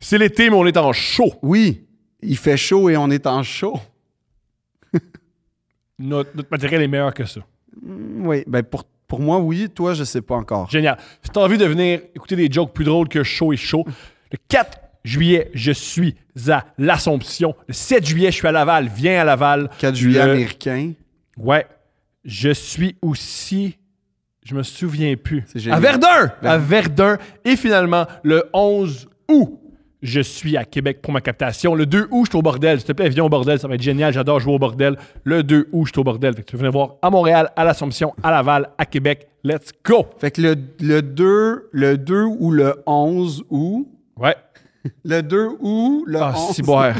C'est l'été, mais on est en chaud. Oui, il fait chaud et on est en chaud. Notre, notre matériel est meilleur que ça. Mm, Oui, ben pour, pour moi, oui. Toi, je sais pas encore. Génial. Si t'as envie de venir écouter des jokes plus drôles que chaud et chaud, le 4 juillet, je suis à l'Assomption. Le 7 juillet, je suis à Laval. Viens à Laval. 4 juillet Le- américain. Ouais. Je suis aussi. Je me souviens plus. C'est génial. À Verdun! À Verdun. Et finalement, le 11 août, je suis à Québec pour ma captation. Le 2 août, je suis au bordel. S'il te plaît, viens au bordel. Ça va être génial. J'adore jouer au bordel. Le 2 août, je suis au bordel. Fait que tu peux venir voir à Montréal, à l'Assomption, à Laval, à Québec. Let's go! Fait que le, le 2, le 2 ou le 11 août. Ouais. Le 2 août, le Ah, 11 Ciboire.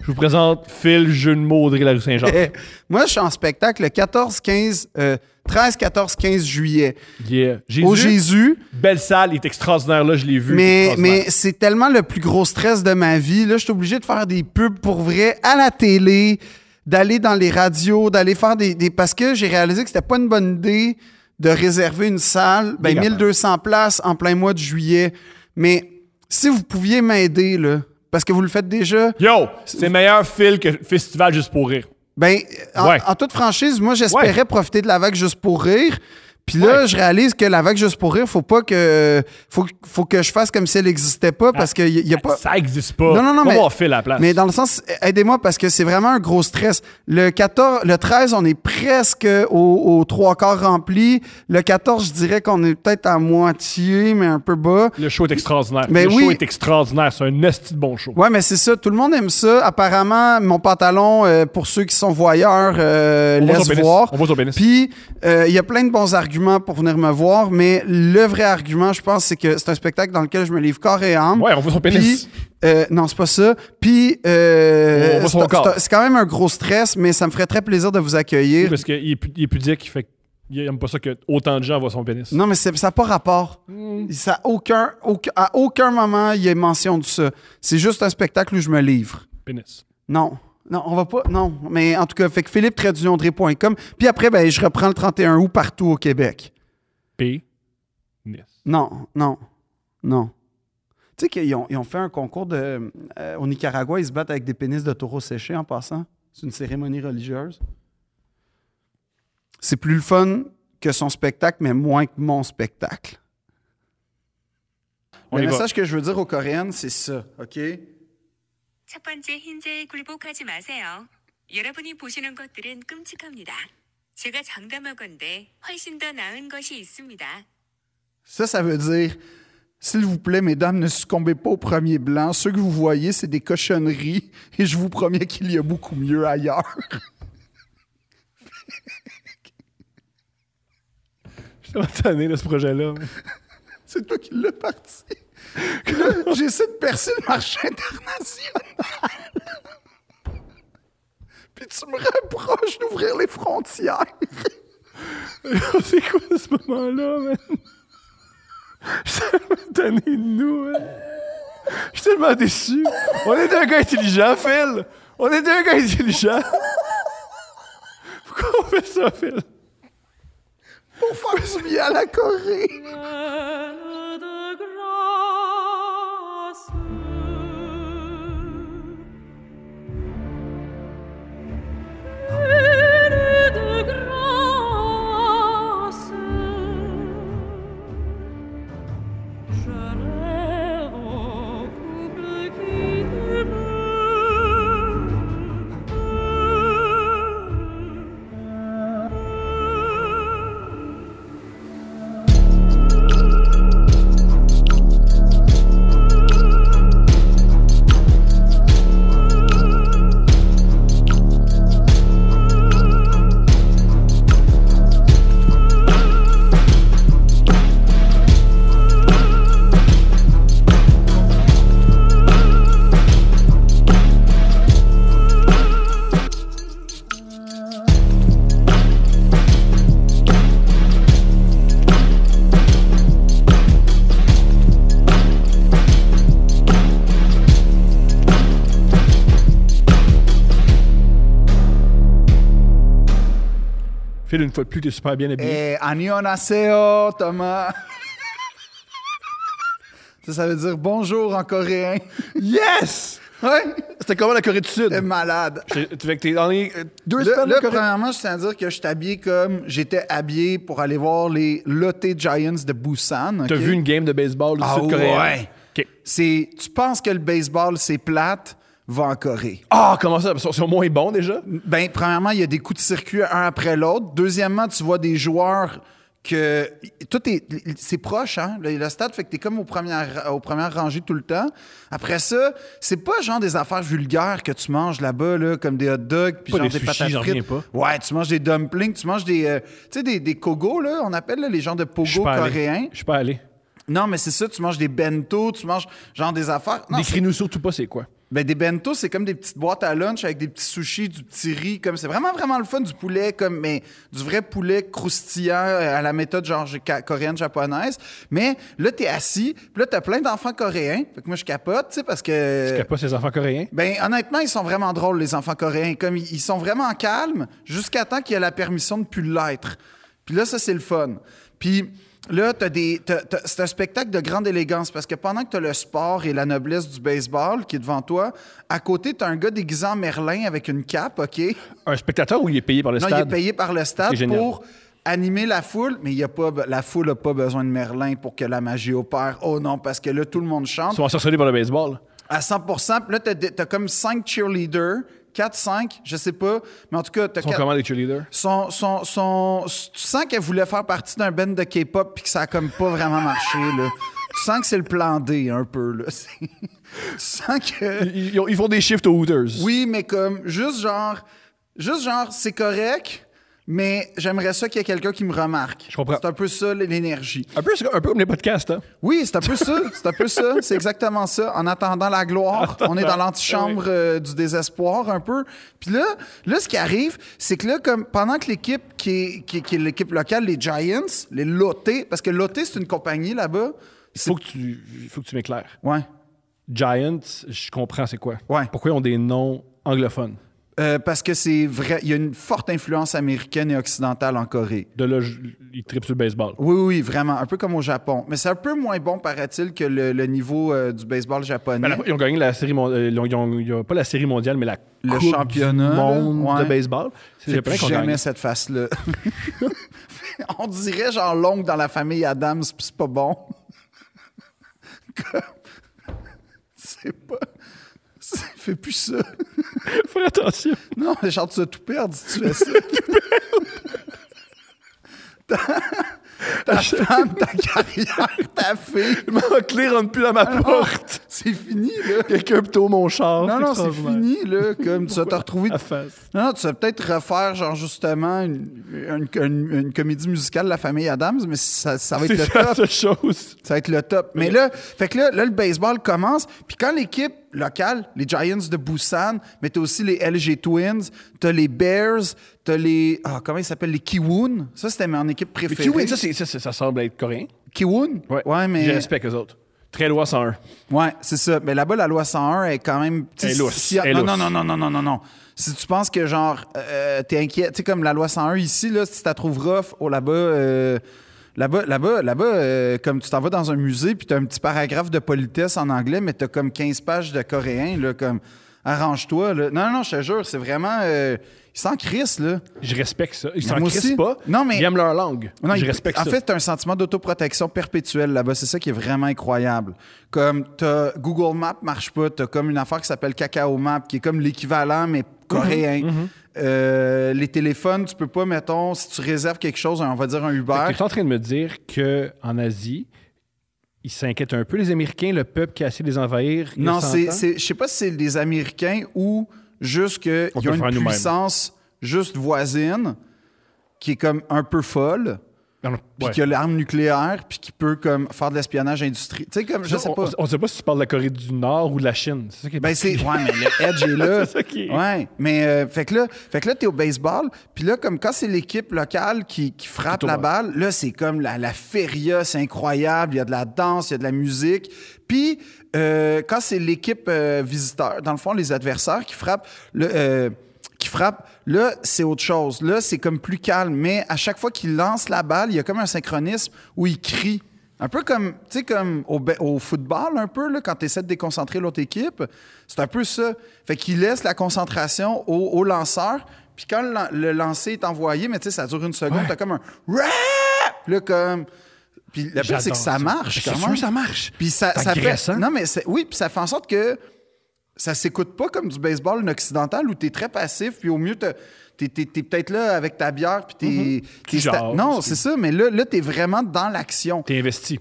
je vous présente Phil, jeu de mots, Audrey Larue-Saint-Jean. Eh, Moi, je suis en spectacle le 14, 15, euh, 13, 14, 15 juillet Yeah. Jésus, au oh, Jésus. Belle salle, il est extraordinaire là, je l'ai vu. il est Mais, extraordinaire. mais c'est tellement le plus gros stress de ma vie. Là, je suis obligé de faire des pubs pour vrai à la télé, d'aller dans les radios, d'aller faire des, des- Parce que j'ai réalisé que c'était pas une bonne idée de réserver une salle, ben, Dégagement. 1200 places en plein mois de juillet. Mais si vous pouviez m'aider, là, parce que vous le faites déjà, Yo, c'est meilleur Phil que Festival juste pour rire. Ben, en, Ouais. en toute franchise, moi, j'espérais Ouais. profiter de la vague juste pour rire. Puis là, Ouais. je réalise que la vague juste pour rire, faut pas que. Faut, faut que je fasse comme si elle n'existait pas Ah. parce qu'il n'y a pas. Ça existe pas. Non, non, non, Va mais- voir Phil à la place. Mais dans le sens, aidez-moi parce que c'est vraiment un gros stress. Le 14, le 13, on est presque aux au trois quarts remplis. Le 14, je dirais qu'on est peut-être à moitié, mais un peu bas. Le show est extraordinaire. Ben le oui. show est extraordinaire. C'est un esti de bon show. Ouais, mais c'est ça. Tout le monde aime ça. Apparemment, mon pantalon, euh, pour ceux qui sont voyeurs, euh, On va sur laisse pénis. voir. On va sur pénis. Puis, euh, il y a plein de bons arguments pour venir me voir, mais le vrai argument, je pense, c'est que c'est un spectacle dans lequel je me livre corps et âme. Ouais, on voit son pénis. Puis, euh, non, c'est pas ça. Puis, euh, On voit son c'est- corps. c'est c'est quand même un gros stress, mais ça me ferait très plaisir de vous accueillir. Parce qu'il est, pu- il est pudique, il fait il aime pas ça que autant de gens voient son pénis. Non, mais c'est- ça n'a pas rapport. Hmm. Ça a aucun, aucun- à aucun moment, il y a mention de ça. C'est juste un spectacle où je me livre. Pénis. Non. Non, on va pas. Non. Mais en tout cas, fait que Philippe Trédudionandré.com. Puis après, ben, je reprends le 31 août partout au Québec. Pénis. Nice. Non, non, non. Tu sais qu'ils ont, ils ont fait un concours de. euh, au Nicaragua, ils se battent avec des pénis de taureaux séchés en passant. C'est une cérémonie religieuse. C'est plus le fun que son spectacle, mais moins que mon spectacle. On le y va. message que je veux dire aux Coréennes, c'est ça, OK? 첫 번째 흰자에 굴복하지 마세요. 여러분이 보시는 것들은 끔찍합니다. 제가 장담하건대 훨씬 더 나은 것이 있습니다. Ça, ça veut dire, s'il vous plaît, mesdames, ne succombez pas au premier blanc. Ceux que vous voyez, c'est des cochonneries et je vous promets qu'il y a beaucoup mieux ailleurs. Je suis tellement tanné de ce projet-là. C'est toi qui l'as parti. Là, J'essaie de percer le marché international. Puis tu me reproches d'ouvrir les frontières. C'est quoi ce moment-là, man? Je suis tellement tanné de nous, man. Je suis tellement déçu. On est un gars intelligent, Phil. On est un gars intelligent. Pourquoi on fait ça, Phil? Pour faire du bien à la Corée. Pleine de grâce. Pleine de grâce. Je n'ai au couple qui demeure. Phil, une fois de plus, t'es super bien habillé. Eh, annyeonghaseyo, Thomas. Ça, ça veut dire bonjour en coréen. Eh. Yes! ouais. C'était comment la Corée du Sud? T'es malade. J'ai- Tu fais que t'es dans les euh, deux Là, semaines là, en Corée. premièrement, je tiens à dire que je t'habillais comme j'étais habillé pour aller voir les Lotte Giants de Busan. T'as ok? vu une game de baseball du Ah Sud-Coréen? ouais. OK. C'est, tu penses que le baseball, c'est plate, va en Corée. Ah, comment ça? Ils sont- sont moins bons déjà? Ben, premièrement, il y a des coups de circuit un après l'autre. Deuxièmement, tu vois des joueurs que. Tout est. C'est proche, hein? Le, le stade fait que t'es comme aux premières, aux premières rangées tout le temps. Après ça, c'est pas genre des affaires vulgaires que tu manges là-bas, là, comme des hot dogs, puis Pas genre des des, sushis, patates j'en frites. reviens Ouais, tu manges des dumplings, tu manges des. euh, tu sais, des, des kogos, là, on appelle là, les gens de Je suis pogo pas allé. coréens. Je suis pas allé. Non, mais c'est ça, tu manges des bento, tu manges genre des affaires. Non, c'est- Décris-nous surtout pas c'est quoi. ben, des bento, c'est comme des petites boîtes à lunch avec des petits sushis, du petit riz. comme C'est vraiment, vraiment le fun du poulet, comme, mais du vrai poulet croustillant euh, à la méthode genre j- ca- coréenne, japonaise. Mais là, t'es assis, puis là, t'as plein d'enfants coréens. Fait que moi, je capote, tu sais, parce que. T'as pas ces enfants coréens? Ben, honnêtement, ils sont vraiment drôles, les enfants coréens. Comme ils ils sont vraiment calmes jusqu'à temps qu'il y ait la permission de plus l'être. Puis là, ça, c'est le fun. Puis là, t'as des, t'as- t'as- c'est un spectacle de grande élégance parce que pendant que tu as le sport et la noblesse du baseball qui est devant toi, à côté, tu as un gars déguisé en Merlin avec une cape, OK? Un spectateur ou il est payé par le non, stade? il est payé par le C'est stade génial. pour animer la foule, mais il y a pas, la foule n'a pas besoin de Merlin pour que la magie opère. Oh non, parce que là, tout le monde chante. Ils sont ensorcelés par le baseball. À 100 Puis là, t'as, des- t'as comme 5 cheerleaders, 4, 5, je sais pas. Mais en tout cas, t'as Ils sont quatre- comment les cheerleaders? Son, son, son- tu sens qu'elle voulait faire partie d'un band de K-pop puis que ça a comme pas vraiment marché, là. Tu sens que c'est le plan D, un peu, là. C'est- tu sens que... Ils, ils ont- ils font des shifts aux Hooters. Oui, mais comme, juste genre... Juste genre, c'est correct, mais j'aimerais ça qu'il y ait quelqu'un qui me remarque. Je comprends. C'est un peu ça, l'énergie. Un peu, un peu comme les podcasts, hein? Oui, c'est un peu ça. C'est un peu ça. C'est exactement ça. En attendant la gloire, on est dans l'antichambre euh, du désespoir un peu. Puis là, là, ce qui arrive, c'est que là, comme pendant que l'équipe qui est, qui, est- qui est l'équipe locale, les Giants, les Lotés, parce que Loté, c'est une compagnie là-bas. Il faut que tu, il faut que tu m'éclaires. Ouais. Giants, je comprends c'est quoi. Ouais. Pourquoi ils ont des noms anglophones? Euh, parce que c'est vrai, il y a une forte influence américaine et occidentale en Corée. De là, je- ils trippent sur le baseball. Oui, oui, oui, vraiment, un peu comme au Japon. Mais c'est un peu moins bon, paraît-il, que le, le niveau euh, du baseball japonais. Ben, la- ils ont gagné la série mon- euh, ils ont- ils ont- ils ont- pas la série mondiale, mais la Le Coupe championnat, du monde là, ouais. de baseball. C'est les J'ai Japonais qui ont jamais gagné. cette face-là. On dirait genre l'oncle dans la famille Adams, puis c'est pas bon. Comme- c'est pas. c'est- Fais plus ça. Fais attention. Non, mais genre, tu as tout perdre si tu fais ça. ta... ta femme, ta carrière, ta fille. Ma clé rentre plus à ma porte. C'est fini, là. Quelqu'un plutôt mon char. Ah, oh. Non, non, c'est extraordinaire. fini, là. Comme tu vas te retrouver. La face. Non, non, tu vas peut-être refaire, genre, justement, une, une- une- une comédie musicale La Famille Adams, mais ça, ça va être C'est le ça, top. cette chose. Ça va être le top. Mais là, fait que là, là, le baseball commence. Puis quand l'équipe locale, les Giants de Busan, mais t'as aussi les LG Twins, t'as les Bears, t'as les. Ah, comment ils s'appellent Les Kiwoon. Ça, c'était mon équipe Mais préférée. Kiwi, ça, c'est- ça, ça, ça semble être coréen. Kiwoon? mais. Je respecte les autres. Très loi 101. Ouais, c'est ça. Mais là-bas, la loi 101 est quand même. Elle est si- lousse, si- elle est non, non, lousse. non, non, non, non, non, non. Si tu penses que, genre, euh, t'es inquiet, tu sais, comme la loi 101 ici, là, si tu la trouves rough, oh, là-bas. euh, Là-bas, là-bas, là-bas, euh, comme tu t'en vas dans un musée, puis t'as un petit paragraphe de politesse en anglais, mais t'as comme 15 pages de coréen, là, comme arrange-toi, là. Non, non, je te jure, c'est vraiment. euh, ils s'en crissent, là. Je respecte ça. Ils s'en moi aussi. crissent pas. Non, mais- Ils aiment leur langue. Non, je il- respecte en ça. fait, t'as un sentiment d'autoprotection perpétuelle là-bas. C'est ça qui est vraiment incroyable. Comme t'as Google Maps marche pas, t'as comme une affaire qui s'appelle Cacao Map, qui est comme l'équivalent, mais Mhm. coréen. Euh, les téléphones, tu peux pas, mettons, si tu réserves quelque chose, on va dire un Uber. tu es en train de me dire qu'en Asie, ils s'inquiètent un peu, les Américains, le peuple qui a essayé de les envahir. il y a Non, 100 c'est, ans. c'est- je sais pas si c'est des Américains ou juste qu'ils On peut ont le faire une nous-mêmes. puissance juste voisine qui est comme un peu folle, Non, non, puis ouais. qui a l'arme nucléaire, puis qui peut comme faire de l'espionnage industriel. Tu sais, comme, je sais on, pas. on- on sait pas si tu parles de la Corée du Nord ou de la Chine. C'est ça qui est Ben c'est ouais, mais le edge est là. C'est ça qui est- Ouais, mais euh, fait que là, fait que là t'es au baseball, puis là comme quand c'est l'équipe locale qui, qui frappe Plutôt la bon. balle, là c'est comme la la feria, c'est incroyable, il y a de la danse, il y a de la musique. Puis euh, quand c'est l'équipe euh, visiteur, dans le fond les adversaires qui frappent le euh, qui frappe, là, c'est autre chose. Là, c'est comme plus calme. Mais à chaque fois qu'il lance la balle, il y a comme un synchronisme où il crie. Un peu comme, tu sais, comme au, ba- au football, un peu, là, quand tu essaies de déconcentrer l'autre équipe, c'est un peu ça. Fait qu'il laisse la concentration au, au lanceur, puis quand le, lan- le lancer est envoyé, mais tu sais, ça dure une seconde, t'as comme un... Rap! Là, comme... Puis la pire, c'est J'adore que ça ça. marche. C'est quand sûr, même. ça marche. Puis ça, C'est ça fait... agressant. Non, mais c'est- oui, puis ça fait en sorte que ça s'écoute pas comme du baseball en occidental où t'es très passif, puis au mieux, t'as- t'es, t'es- t'es peut-être là avec ta bière, puis t'es... t'es Mm-hmm. sta- jases, non, puis- c'est ça, mais là, là t'es vraiment dans l'action. T'es investi.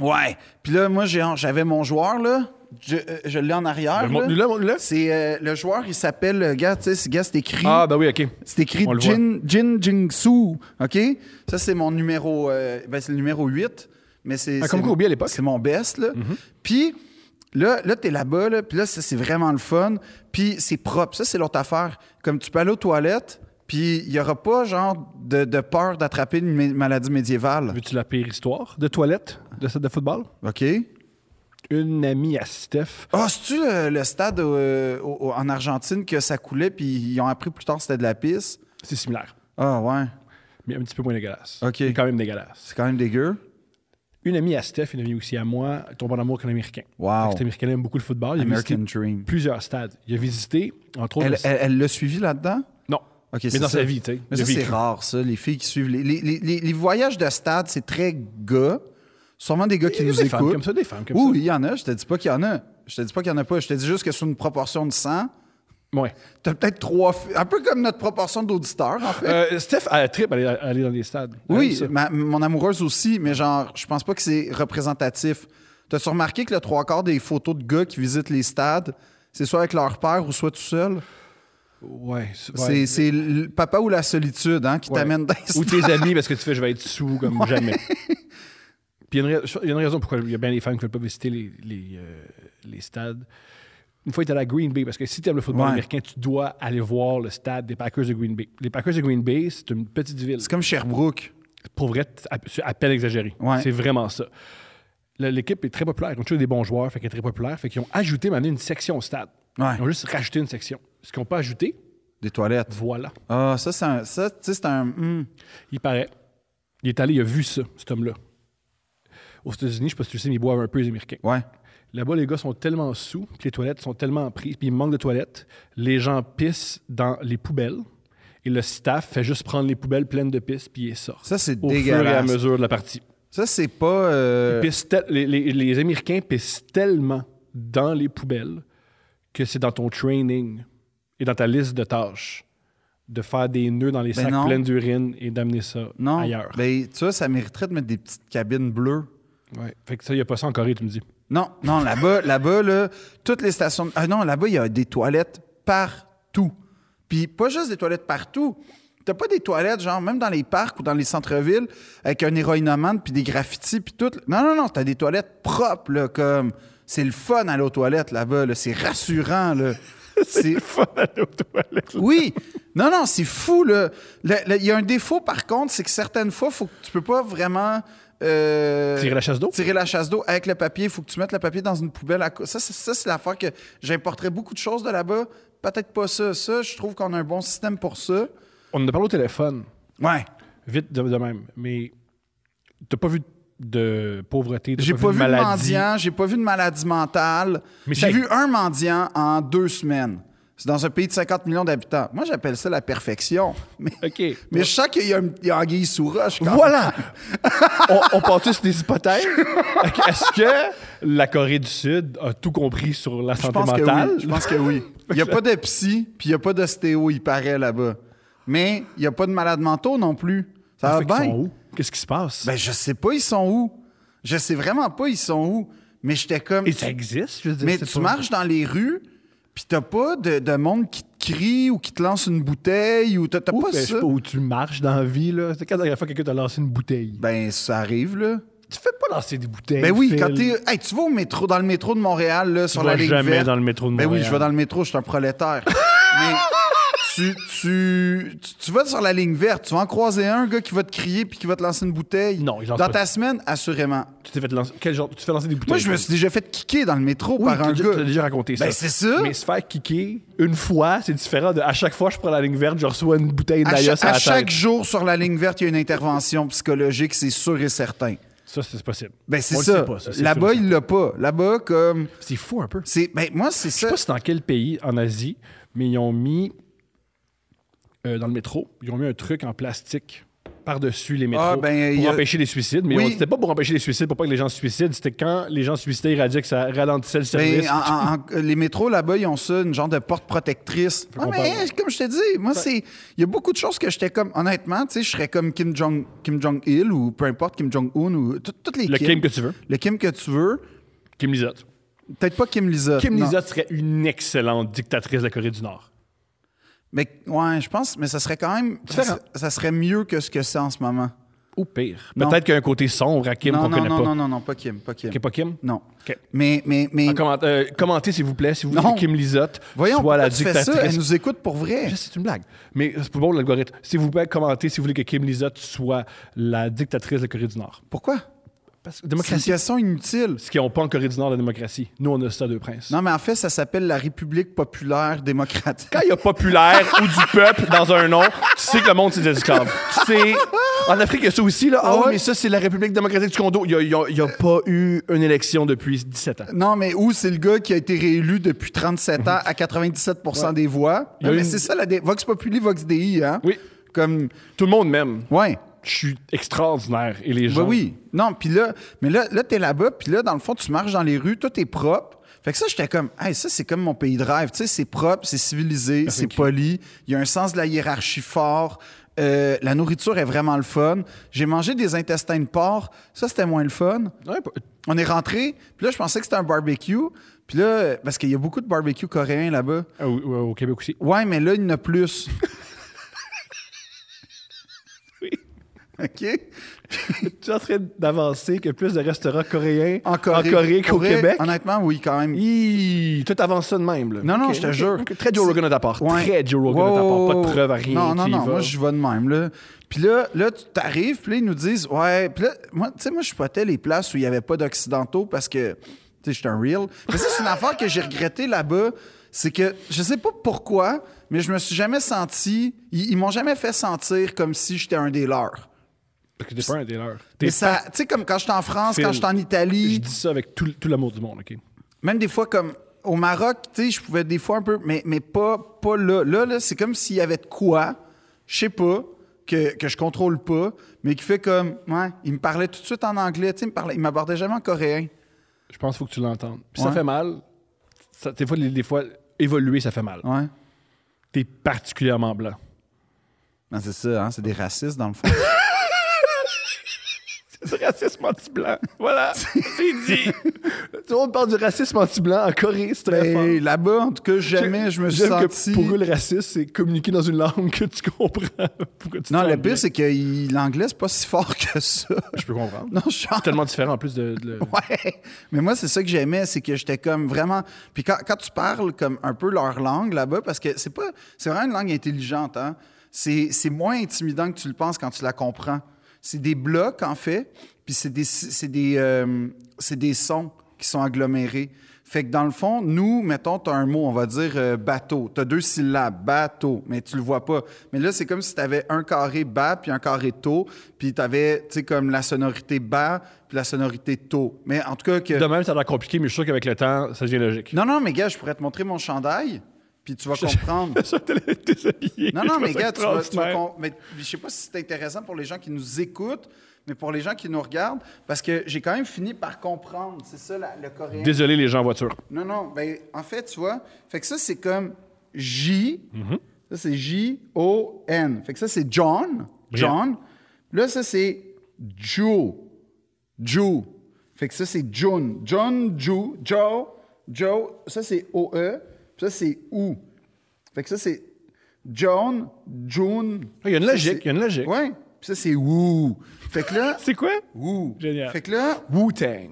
Ouais. Puis là, moi, j'ai- j'avais mon joueur, là. Je, euh, je l'ai en arrière. Ben, là. montre-nous-le, montre-nous-le. C'est euh, le joueur, il s'appelle, euh, gars, tu sais, c'est- gars, c'est écrit. Ah, ben oui, OK. C'est écrit On le Jin, Jin Jingsu, OK? Ça, c'est mon numéro... euh, ben, c'est le numéro 8, mais c'est... Ah, c'est comme mon- Kobe à l'époque. Mm-hmm. C'est mon best, là. Puis là, là t'es là-bas, là, puis là, ça, c'est vraiment le fun. Puis c'est propre. Ça, c'est l'autre affaire. Comme tu peux aller aux toilettes, puis il n'y aura pas, genre, de, de peur d'attraper une mé- maladie médiévale, Veux-tu la pire histoire de toilette de stade de football? OK? Une amie à Steph. Ah, c'est-tu le, le stade euh, au- au- en Argentine que ça coulait, puis ils ont appris plus tard que c'était de la pisse? C'est similaire, Ah, ouais. mais un petit peu moins dégueulasse. OK. Mais Quand même dégueulasse. C'est quand même dégueu. Une amie à Steph, une amie aussi à moi, tombe en amour avec un Américain. Wow. Cet Américain aime beaucoup le football. Il a American visité Dream. plusieurs stades. Il a visité, entre autres... Elle le- elle- elle l'a suivi là-dedans? Non. Ok, mais c'est dans ça. sa vie, tu sais. Mais il a ça, c'est vécu. rare, ça, les filles qui suivent. Les, les- les- les- les voyages de stade, c'est très gars. Sûrement des gars qui Il y a nous des femmes écoutent. comme ça, des femmes comme oui, ça. oui, il y en a. Je te dis pas qu'il y en a. Je te dis pas qu'il y en a pas. Je te dis juste que sur une proportion de 100, Ouais. t'as peut-être trois filles. Un peu comme notre proportion d'auditeurs, en fait. Euh, Steph, elle trip aller, aller dans des stades. Elle aime oui, Ah ça. ma- mon amoureuse aussi, mais genre, je pense pas que c'est représentatif. T'as-tu remarqué que le trois quarts des photos de gars qui visitent les stades, c'est soit avec leur père ou soit tout seul? Ouais. c'est- C'est- ouais. C'est le papa ou la solitude hein, qui Ouais. t'amène dans les Ou stades. tes amis, parce que tu fais, je vais être sous comme jamais. Puis il y, a une rais- il y a une raison pourquoi il y a bien des femmes qui ne veulent pas visiter les, les, euh, les stades. Une fois, tu es à la Green Bay, parce que si tu aimes le football Ouais. américain, tu dois aller voir le stade des Packers de Green Bay. Les Packers de Green Bay, c'est une petite ville. C'est comme Sherbrooke. Pour vrai, t- à- c'est à peine exagéré. Ouais. C'est vraiment ça. Le- L'équipe est très populaire. Ils ont toujours des bons joueurs, fait qu'elle est très populaire. Fait qu'ils ont ajouté maintenant une section au stade. Ouais. Ils ont juste rajouté une section. Ce qu'on peut ajouter, Des toilettes. voilà. Ah, ça, c'est un. Ça, tu sais, c'est un. hmm. Il paraît. Il est allé, il a vu ça, cet homme-là. Aux États-Unis, je sais pas si tu le sais, mais ils boivent un peu les Américains. Ouais. Là-bas, les gars sont tellement sous, puis les toilettes sont tellement prises, puis il manque de toilettes. Les gens pissent dans les poubelles, et le staff fait juste prendre les poubelles pleines de pisse, puis ils sortent. Ça, c'est Au fur et à dégueulasse. mesure de la partie. Ça, c'est pas. euh, Pissent tel- les, les- les Américains pissent tellement dans les poubelles que c'est dans ton training et dans ta liste de tâches de faire des nœuds dans les Ben sacs non. pleins d'urine et d'amener ça Non. ailleurs. Ben, tu vois, ça mériterait de mettre des petites cabines bleues. Ouais. Fait que ça, il n'y a pas ça en Corée, tu me dis. Non, non, là-bas, là-bas, là, toutes les stations. Ah non, là-bas, il y a des toilettes partout. Puis pas juste des toilettes partout. T'as pas des toilettes, genre, même dans les parcs ou dans les centres-villes, avec un héroïnomane, puis des graffitis, puis tout. Non, non, non, t'as des toilettes propres, là, comme. C'est le fun aller aux toilettes là-bas, là. C'est rassurant, là. C'est Fun aller aux toilettes. Oui. Non, non, c'est fou, là. Le- le- Il y a un défaut, par contre, c'est que certaines fois, faut que tu peux pas vraiment... euh, Tirer la chasse d'eau? Tirer la chasse d'eau avec le papier. Il faut que tu mettes le papier dans une poubelle. à co- Ça, c'est, ça, c'est l'affaire que j'importerais beaucoup de choses de là-bas. Peut-être pas ça. Ça, je trouve qu'on a un bon système pour ça. On en a parlé au téléphone, Ouais. vite de, de même, mais t'as pas vu de pauvreté, t'as J'ai pas de vu de maladie. mendiant, j'ai pas vu de maladie mentale. Mais J'ai ça- vu un mendiant en deux semaines. C'est dans un pays de 50 millions d'habitants. Moi, j'appelle ça la perfection. Mais, OK. mais je sens qu'il y a, un, il y a anguille sous roche. quand Voilà! on, on part tous des hypothèses. Ok, Est-ce que la Corée du Sud a tout compris sur la Je santé pense que mentale? oui. Je pense que oui. Il n'y a pas de psy, puis il n'y a pas d'ostéo, il paraît là-bas. Mais il n'y a pas de malades mentaux non plus. Ça va Fait Ah, qu'ils sont bien. où? Qu'est-ce qui se passe? Ben, je sais pas, ils sont où. Je sais vraiment pas, ils sont où. Mais j'étais comme. Et ça existe, je veux dire. Mais c'est tu pas- marches dans les rues, puis t'as pas de, de monde qui te crie ou qui te lance une bouteille ou t'as t'as Ou, pas ben, je sais ça. pas, où tu marches dans la vie, là. C'est quand la dernière fois que quelqu'un t'a lancé une bouteille. Ben, ça arrive, là. tu fais pas lancer des bouteilles. Ben oui, Phil. quand t'es. Hey, tu vas au métro, dans le métro de Montréal, là, sur vas la ligne jamais verte. dans le métro de Ben oui, Montréal. je vais dans le métro, je suis un prolétaire. Mais tu, tu, tu, tu vas sur la ligne verte, tu vas en croiser un, gars, qui va te crier puis qui va te lancer une bouteille. Non, il lance Dans pas. ta semaine, assurément. Tu t'es fait lancer. Quel genre? Tu te fais lancer des bouteilles. Moi, je me suis déjà fait kicker dans le métro Oui, par t'as un déjà- gars. t'as déjà raconté ça. Ben, c'est ça. Mais se faire kicker une fois, c'est différent de à chaque fois je prends la ligne verte, je reçois une bouteille À, d'ailleurs cha- à à la chaque tête. jour sur la ligne verte, il y a une intervention psychologique, c'est sûr et certain. Ça, c'est possible. Ben, c'est On le ça. sait pas, ça, c'est sûr Là-bas, et il l'a pas. Là-bas, comme. C'est fou un peu. C'est, ben, moi, c'est Je ça. sais pas c'est dans quel pays, en Asie, mais ils ont mis euh, dans le métro, ils ont mis un truc en plastique par-dessus les métros Ah, ben, il pour y a- empêcher les suicides. Mais Oui. on- c'était pas pour empêcher les suicides, pour pas que les gens se suicident. C'était quand les gens se suicidaient, ils radiaient que ça ralentissait le Ben, service. en- en- en- les métros là-bas, ils ont ça, une genre de porte protectrice. Ah, qu'on mais parle- hein, comme je te dis, moi, c'est. Il y a beaucoup de choses que j'étais comme. Honnêtement, tu sais, je serais comme Kim Jong- Kim Jong-il ou peu importe, Kim Jong-un ou tout- toutes les Le Kim que tu veux. Le Kim que tu veux. Kim Lizotte. Peut-être pas Kim Lisa. Kim non. Lizotte serait une excellente dictatrice de la Corée du Nord. Mais ouais, je pense, mais ça serait quand même. Ça, Différent. serait- ça serait mieux que ce que c'est en ce moment. Ou pire. Non. Peut-être qu'il y a un côté sombre à Kim non, qu'on non, connaît non, pas. non, non, non, pas Kim. Pas Kim. Ok, pas Kim? Non. Ok. Mais, mais, mais. En comment- euh, commentez, s'il vous plaît, si vous voulez Non. que Kim Lizotte Voyons, soit la pourquoi tu fais dictatrice. ça? Elle nous écoute pour vrai. Je sais, C'est une blague. Mais c'est pour bon l'algorithme. S'il vous plaît, commentez si vous voulez que Kim Lizotte soit la dictatrice de la Corée du Nord. Pourquoi? Parce que C'est une démocratie. question inutile. Ce qu'ils n'ont pas en Corée du Nord, la démocratie. Nous, on a ça, deux princes. Non, mais en fait, ça s'appelle la République populaire démocratique. Quand il y a populaire ou du peuple dans un nom, tu sais que le monde, c'est des esclaves. Tu sais. En Afrique, il y a ça aussi, là. Ah Ah ouais, ouais? mais ça, c'est la République démocratique du Congo. Il n'y a, il y a- il y a pas eu une élection depuis 17 ans. Non, mais où c'est le gars qui a été réélu depuis 37 ans à 97 des voix? Il y a Non, mais une- c'est ça, la dé- Vox Populi, Vox Dei, hein? Oui. Comme, Tout le monde m'aime. ouais. Je suis extraordinaire. Et les gens. Ben oui. Non, puis là, mais là, là t'es là-bas, puis là, dans le fond, tu marches dans les rues, tout est propre. Fait que ça, j'étais comme, hey, ça, c'est comme mon pays de rêve. Tu sais, c'est propre, c'est civilisé, c'est poli. Il y a un sens de la hiérarchie fort. Euh, la nourriture est vraiment le fun. J'ai mangé des intestins de porc. Ça, c'était moins le fun. Ouais, pas- On est rentré, puis là, je pensais que c'était un barbecue. Puis là, parce qu'il y a beaucoup de barbecues coréens là-bas. Ah oui, ouais, au Québec aussi. Ouais, mais là, il y en a plus. OK? Tu es en train d'avancer que plus de restaurants coréens En Corée. qu'au Pour vrai, Québec. Honnêtement, oui, quand même. Hi, tout avance ça de même. Là. Non, non, Ok, je te ok, jure. ok. Très Joe Rogan à ta part. Ouais. Très Joe Rogan à ta part. Wow. Pas de preuve à rien. hein. Non, non, tu y non. vas. Moi, je vais de même. Là. Puis là, là, tu t'arrives, puis là, ils nous disent, ouais. Puis là, moi, tu sais, moi, je spotais les places où il n'y avait pas d'occidentaux parce que, tu sais, j'étais un real. Mais ça, c'est une affaire que j'ai regrettée là-bas. C'est que, je sais pas pourquoi, mais je me suis jamais senti. Ils, ils m'ont jamais fait sentir comme si j'étais un des leurs. Parce que t'es pas un des leurs. T'es Mais ça, tu sais, comme quand j'étais en France, Phil, quand j'étais en Je Italie, dis ça avec tout, tout l'amour du monde, OK? même des fois comme au Maroc, tu sais, je pouvais des fois un peu, mais, mais pas, pas là. Là, là, c'est comme s'il y avait de quoi, je sais pas, que, que je contrôle pas, mais qui fait comme, ouais, il me parlait tout de suite en anglais, tu sais, il me parlait- il m'abordait jamais en coréen. Je pense qu'il faut que tu l'entendes. Puis ça Ouais. fait mal. Ça- des, fois, les- des fois, évoluer, ça fait mal. Ouais. T'es particulièrement blanc. Non, c'est ça, hein, c'est des racistes dans le fond. C'est du racisme anti-blanc. Voilà. c'est dit. Tout le monde parle du racisme anti-blanc en Corée. C'est très fort. Mais Ben, là-bas, en tout cas, jamais je me suis J'aime que senti. pour eux, le racisme, c'est communiquer dans une langue que tu comprends. Pour que tu Non, te le sentes bien. pire, c'est que il- l'anglais, c'est pas si fort que ça. Je peux comprendre. Non, je suis en- C'est tellement différent en plus de. de le- Ouais. Mais moi, c'est ça que j'aimais, c'est que j'étais comme vraiment. Puis quand, quand tu parles comme un peu leur langue là-bas, parce que c'est pas. C'est vraiment une langue intelligente, hein. C'est c'est moins intimidant que tu le penses quand tu la comprends. C'est des blocs, en fait, puis c'est des, c'est des, euh, c'est des sons qui sont agglomérés. Fait que dans le fond, nous, mettons, t'as un mot, on va dire euh, bateau. T'as deux syllabes, bateau, mais tu le vois pas. Mais là, c'est comme si t'avais un carré bas, puis un carré tôt, puis t'avais, tu sais, comme la sonorité bas, puis la sonorité tôt. Mais en tout cas, que. De même, ça a l'air compliqué, mais je suis sûr qu'avec le temps, ça devient logique. Non, non, mais gars, je pourrais te montrer mon chandail, puis tu vas comprendre. Ça, t'es déshabillé. Non, non, Je trouve mais ça gars, tu vas, tu vas extraordinaire. con- mais je sais pas si c'est intéressant pour les gens qui nous écoutent, mais pour les gens qui nous regardent, parce que j'ai quand même fini par comprendre, c'est ça, la- le coréen. Désolé, les gens en voiture. Non, non, ben, en fait, tu vois, fait que ça, c'est comme J, Mhm. ça, c'est J-O-N. Fait que ça, c'est John, John. Là, ça, c'est Joe, Joe. Fait que ça, c'est John, John, Joe, Joe, Joe. Ça, c'est O-E, Puis ça, c'est OU. Fait que ça, c'est John, June. Ah, il y a une Ça, logique, c'est- il y a une logique. Ouais, puis ça, c'est OU. Fait que là, C'est quoi? OU. Génial. Fait que là, Wu-Tang.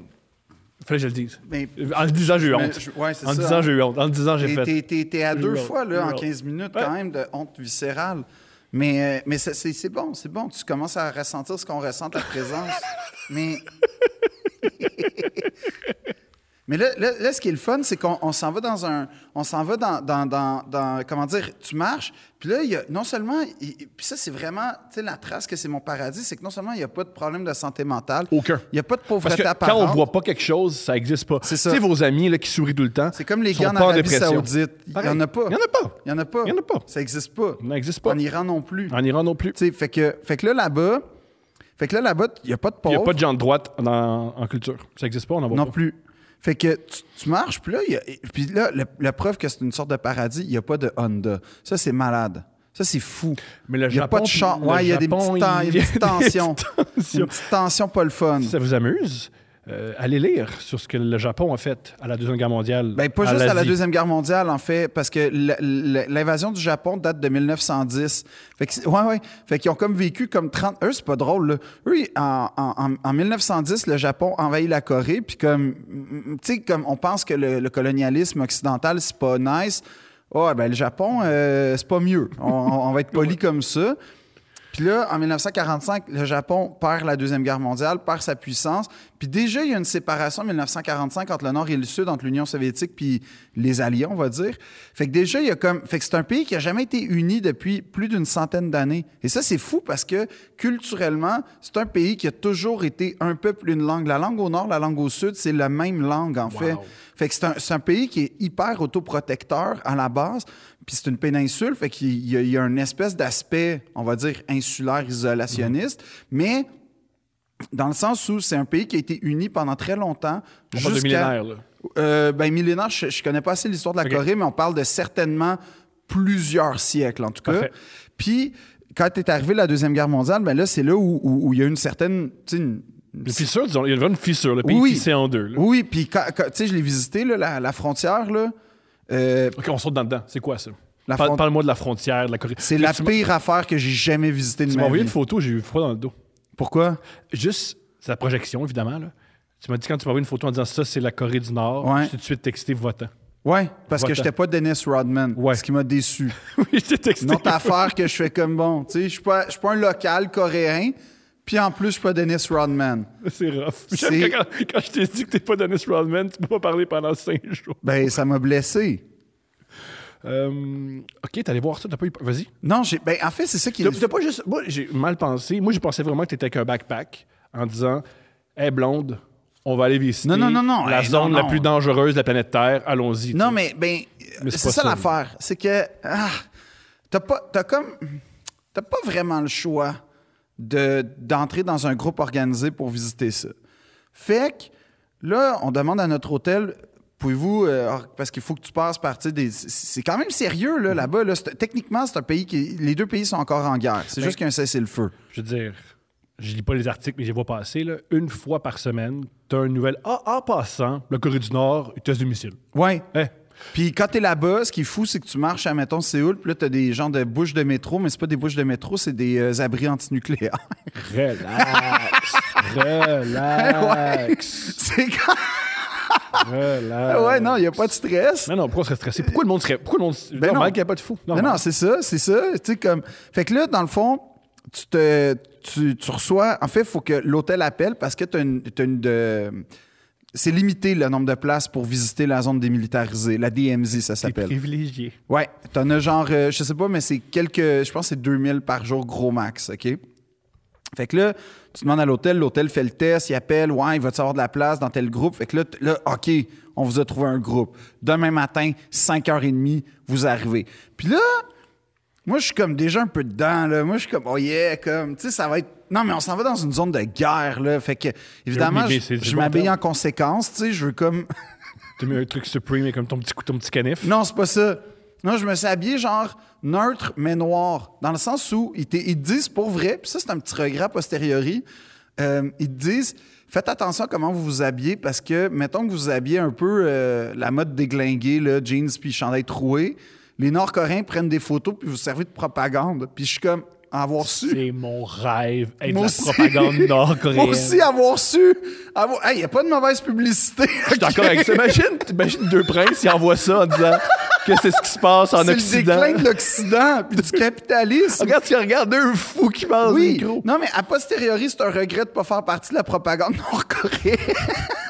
Fallait que je le dise. Mais- en le disant, j'ai eu Mais honte. je- ouais, c'est en le ça, disant, hein. j'ai eu honte. En le disant, j'ai T'es- fait. t'es- T'es t'es à J'ai deux eu honte, fois là, j'ai eu en honte. 15 minutes Ouais. quand même de honte viscérale. Mais, euh, mais c'est- c'est c'est bon, c'est bon. Tu commences à ressentir ce qu'on ressent, ta présence. mais... Mais là, là, là, ce qui est le fun, c'est qu'on on s'en va dans un. On s'en va dans, dans, dans- dans- Comment dire Tu marches, puis là, il y a, non seulement. il- il- Puis ça, c'est vraiment. Tu sais, la trace que c'est mon paradis, c'est que non seulement il n'y a pas de problème de santé mentale. Aucun. Il n'y a pas de Parce pauvreté que quand apparente. on voit pas quelque chose, ça existe pas. C'est ça. Tu sais, vos amis là, qui sourient tout le temps. C'est comme les sont gars en pas Arabie dépression. Saoudite. Il n'y Pareil. en a pas. Il y en a pas. Il n'y en a pas. Il y en a pas. Ça n'existe pas. Ça n'existe pas. En Iran non plus. En Iran non plus. Tu sais, fait que, fait que là, là-bas, fait que là, là-bas, il n'y a pas de Il n'y a pauvres. pas de gens de droite dans- en culture. Ça n'existe pas, on en voit Non pas. plus. Fait que tu, tu marches, puis là, il y a- et- puis là le- la preuve que c'est une sorte de paradis, il n'y a pas de Honda. Ça, c'est malade. Ça, c'est fou. Mais le il n'y a Japon, pas de char. le Ouais, il y a des Japon, petites, ten- il- il y a des petites tensions. des Il y a Une petite tension pas le fun. Si ça vous amuse, euh, allez lire sur ce que le Japon a fait à la Deuxième Guerre mondiale. Ben, pas juste à la Ah, l'Asie. Deuxième Guerre mondiale, en fait, parce que l- l- l'invasion du Japon date de 1910. Fait que, c'est- ouais, ouais. Fait qu'ils ont comme vécu comme 30... Eux, c'est pas drôle, là. Eux, ils- en, en- en- en 1910, le Japon envahit la Corée, puis comme... mm, Tu sais, comme on pense que le, le colonialisme occidental, c'est pas nice. Ouais, ben le Japon, euh, c'est pas mieux. On, on va être poli comme ça. Puis là, en 1945, le Japon perd la Deuxième Guerre mondiale, perd sa puissance. Puis déjà, il y a une séparation en 1945 entre le Nord et le Sud, entre l'Union soviétique puis les Alliés, on va dire. Fait que déjà, il y a comme... Fait que c'est un pays qui a jamais été uni depuis plus d'une centaine d'années. Et ça, c'est fou parce que, culturellement, c'est un pays qui a toujours été un peuple, une langue. La langue au Nord, la langue au Sud, c'est la même langue, en fait. Fait que c'est un, c'est un pays qui est hyper autoprotecteur à la base, puis c'est une péninsule, fait qu'il y, a- il y a une espèce d'aspect, on va dire, insulaire, isolationniste, Mhm. mais dans le sens où c'est un pays qui a été uni pendant très longtemps. On parle de millénaires, là. Euh, ben, millénaire, je, je connais pas assez l'histoire de la Ok. Corée, mais on parle de certainement plusieurs siècles, en tout cas. Parfait. Puis, quand est arrivée la Deuxième Guerre mondiale, ben là, c'est là où, où- où il y a une certaine... tu sais, une- Une fissure, disons. Il y a vraiment une fissure. Le pays Oui. fissé en deux. là. Oui, puis quand- quand- tu sais, je l'ai visité, là, la, la frontière, là. Euh, OK, on saute dans dedans. C'est quoi ça? La Parle- front- Parle-moi de la frontière, de la Corée. c'est Tu- la tu m'as- pire affaire que j'ai jamais visitée de Tu m'as ma envoyé vie. une photo, j'ai eu froid dans le dos. Pourquoi? Juste, c'est la projection, évidemment. Là. Tu m'as dit quand tu m'as envoyé une photo en disant ça, c'est la Corée du Nord. Ouais. Je t'ai tout de suite texté votant. Ouais, parce que Va-t'en. j'étais pas Dennis Rodman, Ouais. ce qui m'a déçu. oui, je t'ai texté. Une autre affaire que je fais comme bon, tu sais, je suis pas, je suis pas un local coréen, puis en plus, je suis pas Dennis Rodman. C'est rough. C'est- J'aime que Quand, quand je t'ai dit que t'es pas Dennis Rodman, tu peux pas parler pendant cinq jours. Ben, ça m'a blessé. Euh, ok, t'allais voir ça, t'as pas eu. Vas-y. Non, j'ai, ben, en fait, c'est ça qui est. T'as t'as pas juste. Moi, j'ai mal pensé. Moi, j'ai pensé vraiment que t'étais avec un backpack en disant Hey, blonde, on va aller visiter Non, non, non, non. la Hey, zone non, la non. plus dangereuse de la planète Terre. Allons-y. Non, tu sais. mais ben, Mais c'est c'est pas ça ça, l'affaire. C'est que ah, t'as pas, t'as comme, t'as pas vraiment le choix de d'entrer dans un groupe organisé pour visiter ça. Fait que là, on demande à notre hôtel. Pouvez-vous, euh, or- parce qu'il faut que tu passes par, tu sais, des- c'est- c'est quand même sérieux Mm-hmm. là, là-bas. là. C'est- techniquement, c'est un pays qui, les deux pays sont encore en guerre. Ben, C'est juste qu'il y a un cessez-le-feu. Je veux dire, je lis pas les articles, mais je les vois passer. Là. Une fois par semaine, t'as un nouvel. Ah, en passant, la Corée du Nord, ils testent des missiles. Eh, Ouais. Hey, Puis quand t'es là-bas, ce qui est fou, c'est que tu marches à, mettons, Séoul, puis là, t'as des genres de bouches de métro, mais c'est pas des bouches de métro, c'est des euh, abris antinucléaires. relax, relax, C'est quand- relax. Ouais, non, il n'y a pas de stress. Ben Non, non, pourquoi on serait stressé? Pourquoi le monde serait. Pourquoi le monde. non. normal qu'il n'y a pas de fou. Non, Normal. non, c'est ça, c'est ça. Tu sais, comme. Fait que là, dans le fond, tu te. Tu, tu reçois. En fait, il faut que l'hôtel appelle parce que tu as une. t'as une de... C'est limité le nombre de places pour visiter la zone démilitarisée, la DMZ, ça T'es s'appelle. privilégié. Ouais, t'en as genre, euh, je sais pas, mais c'est quelques, je pense que c'est 2000 par jour gros max, OK? Fait que là, tu demandes à l'hôtel, l'hôtel fait le test, il appelle, ouais, il va te savoir de la place dans tel groupe. Fait que là, t- là, OK, on vous a trouvé un groupe. Demain matin, 5h30, vous arrivez. Puis là, moi, je suis comme déjà un peu dedans, là. Moi, je suis comme, oh yeah, comme, tu sais, ça va être. Non, mais on s'en va dans une zone de guerre, là. Fait que, évidemment, mais je, c'est- c'est je bon m'habille terme. en conséquence, tu sais, je veux comme. T'as mis un truc supreme comme ton petit, cou- ton petit canif. Non, c'est pas ça. Non, je me suis habillé genre neutre mais noir, dans le sens où ils, te- ils te disent pour vrai, puis ça c'est un petit regret a posteriori, euh, ils te disent faites attention à comment vous vous habillez parce que mettons que vous vous habillez un peu euh, la mode déglinguée, là, jeans puis chandail troué, les Nord-Coréens prennent des photos puis vous servez de propagande. Puis je suis comme à avoir su. C'est mon rêve. Être de Moi la aussi. propagande Moi nord-coréenne. aussi hein. avoir su. avoir- Hey, il n'y a pas de mauvaise publicité. Je suis d'accord avec ça. Imagine, imagine deux princes, ils envoient ça en disant que c'est ce qui se passe en C'est le Occident. déclin de l'Occident puis du capitalisme. Regarde, tu regardes deux fous qui passent au Oui, micro. non, mais à posteriori, c'est un regret de ne pas faire partie de la propagande nord-coréenne.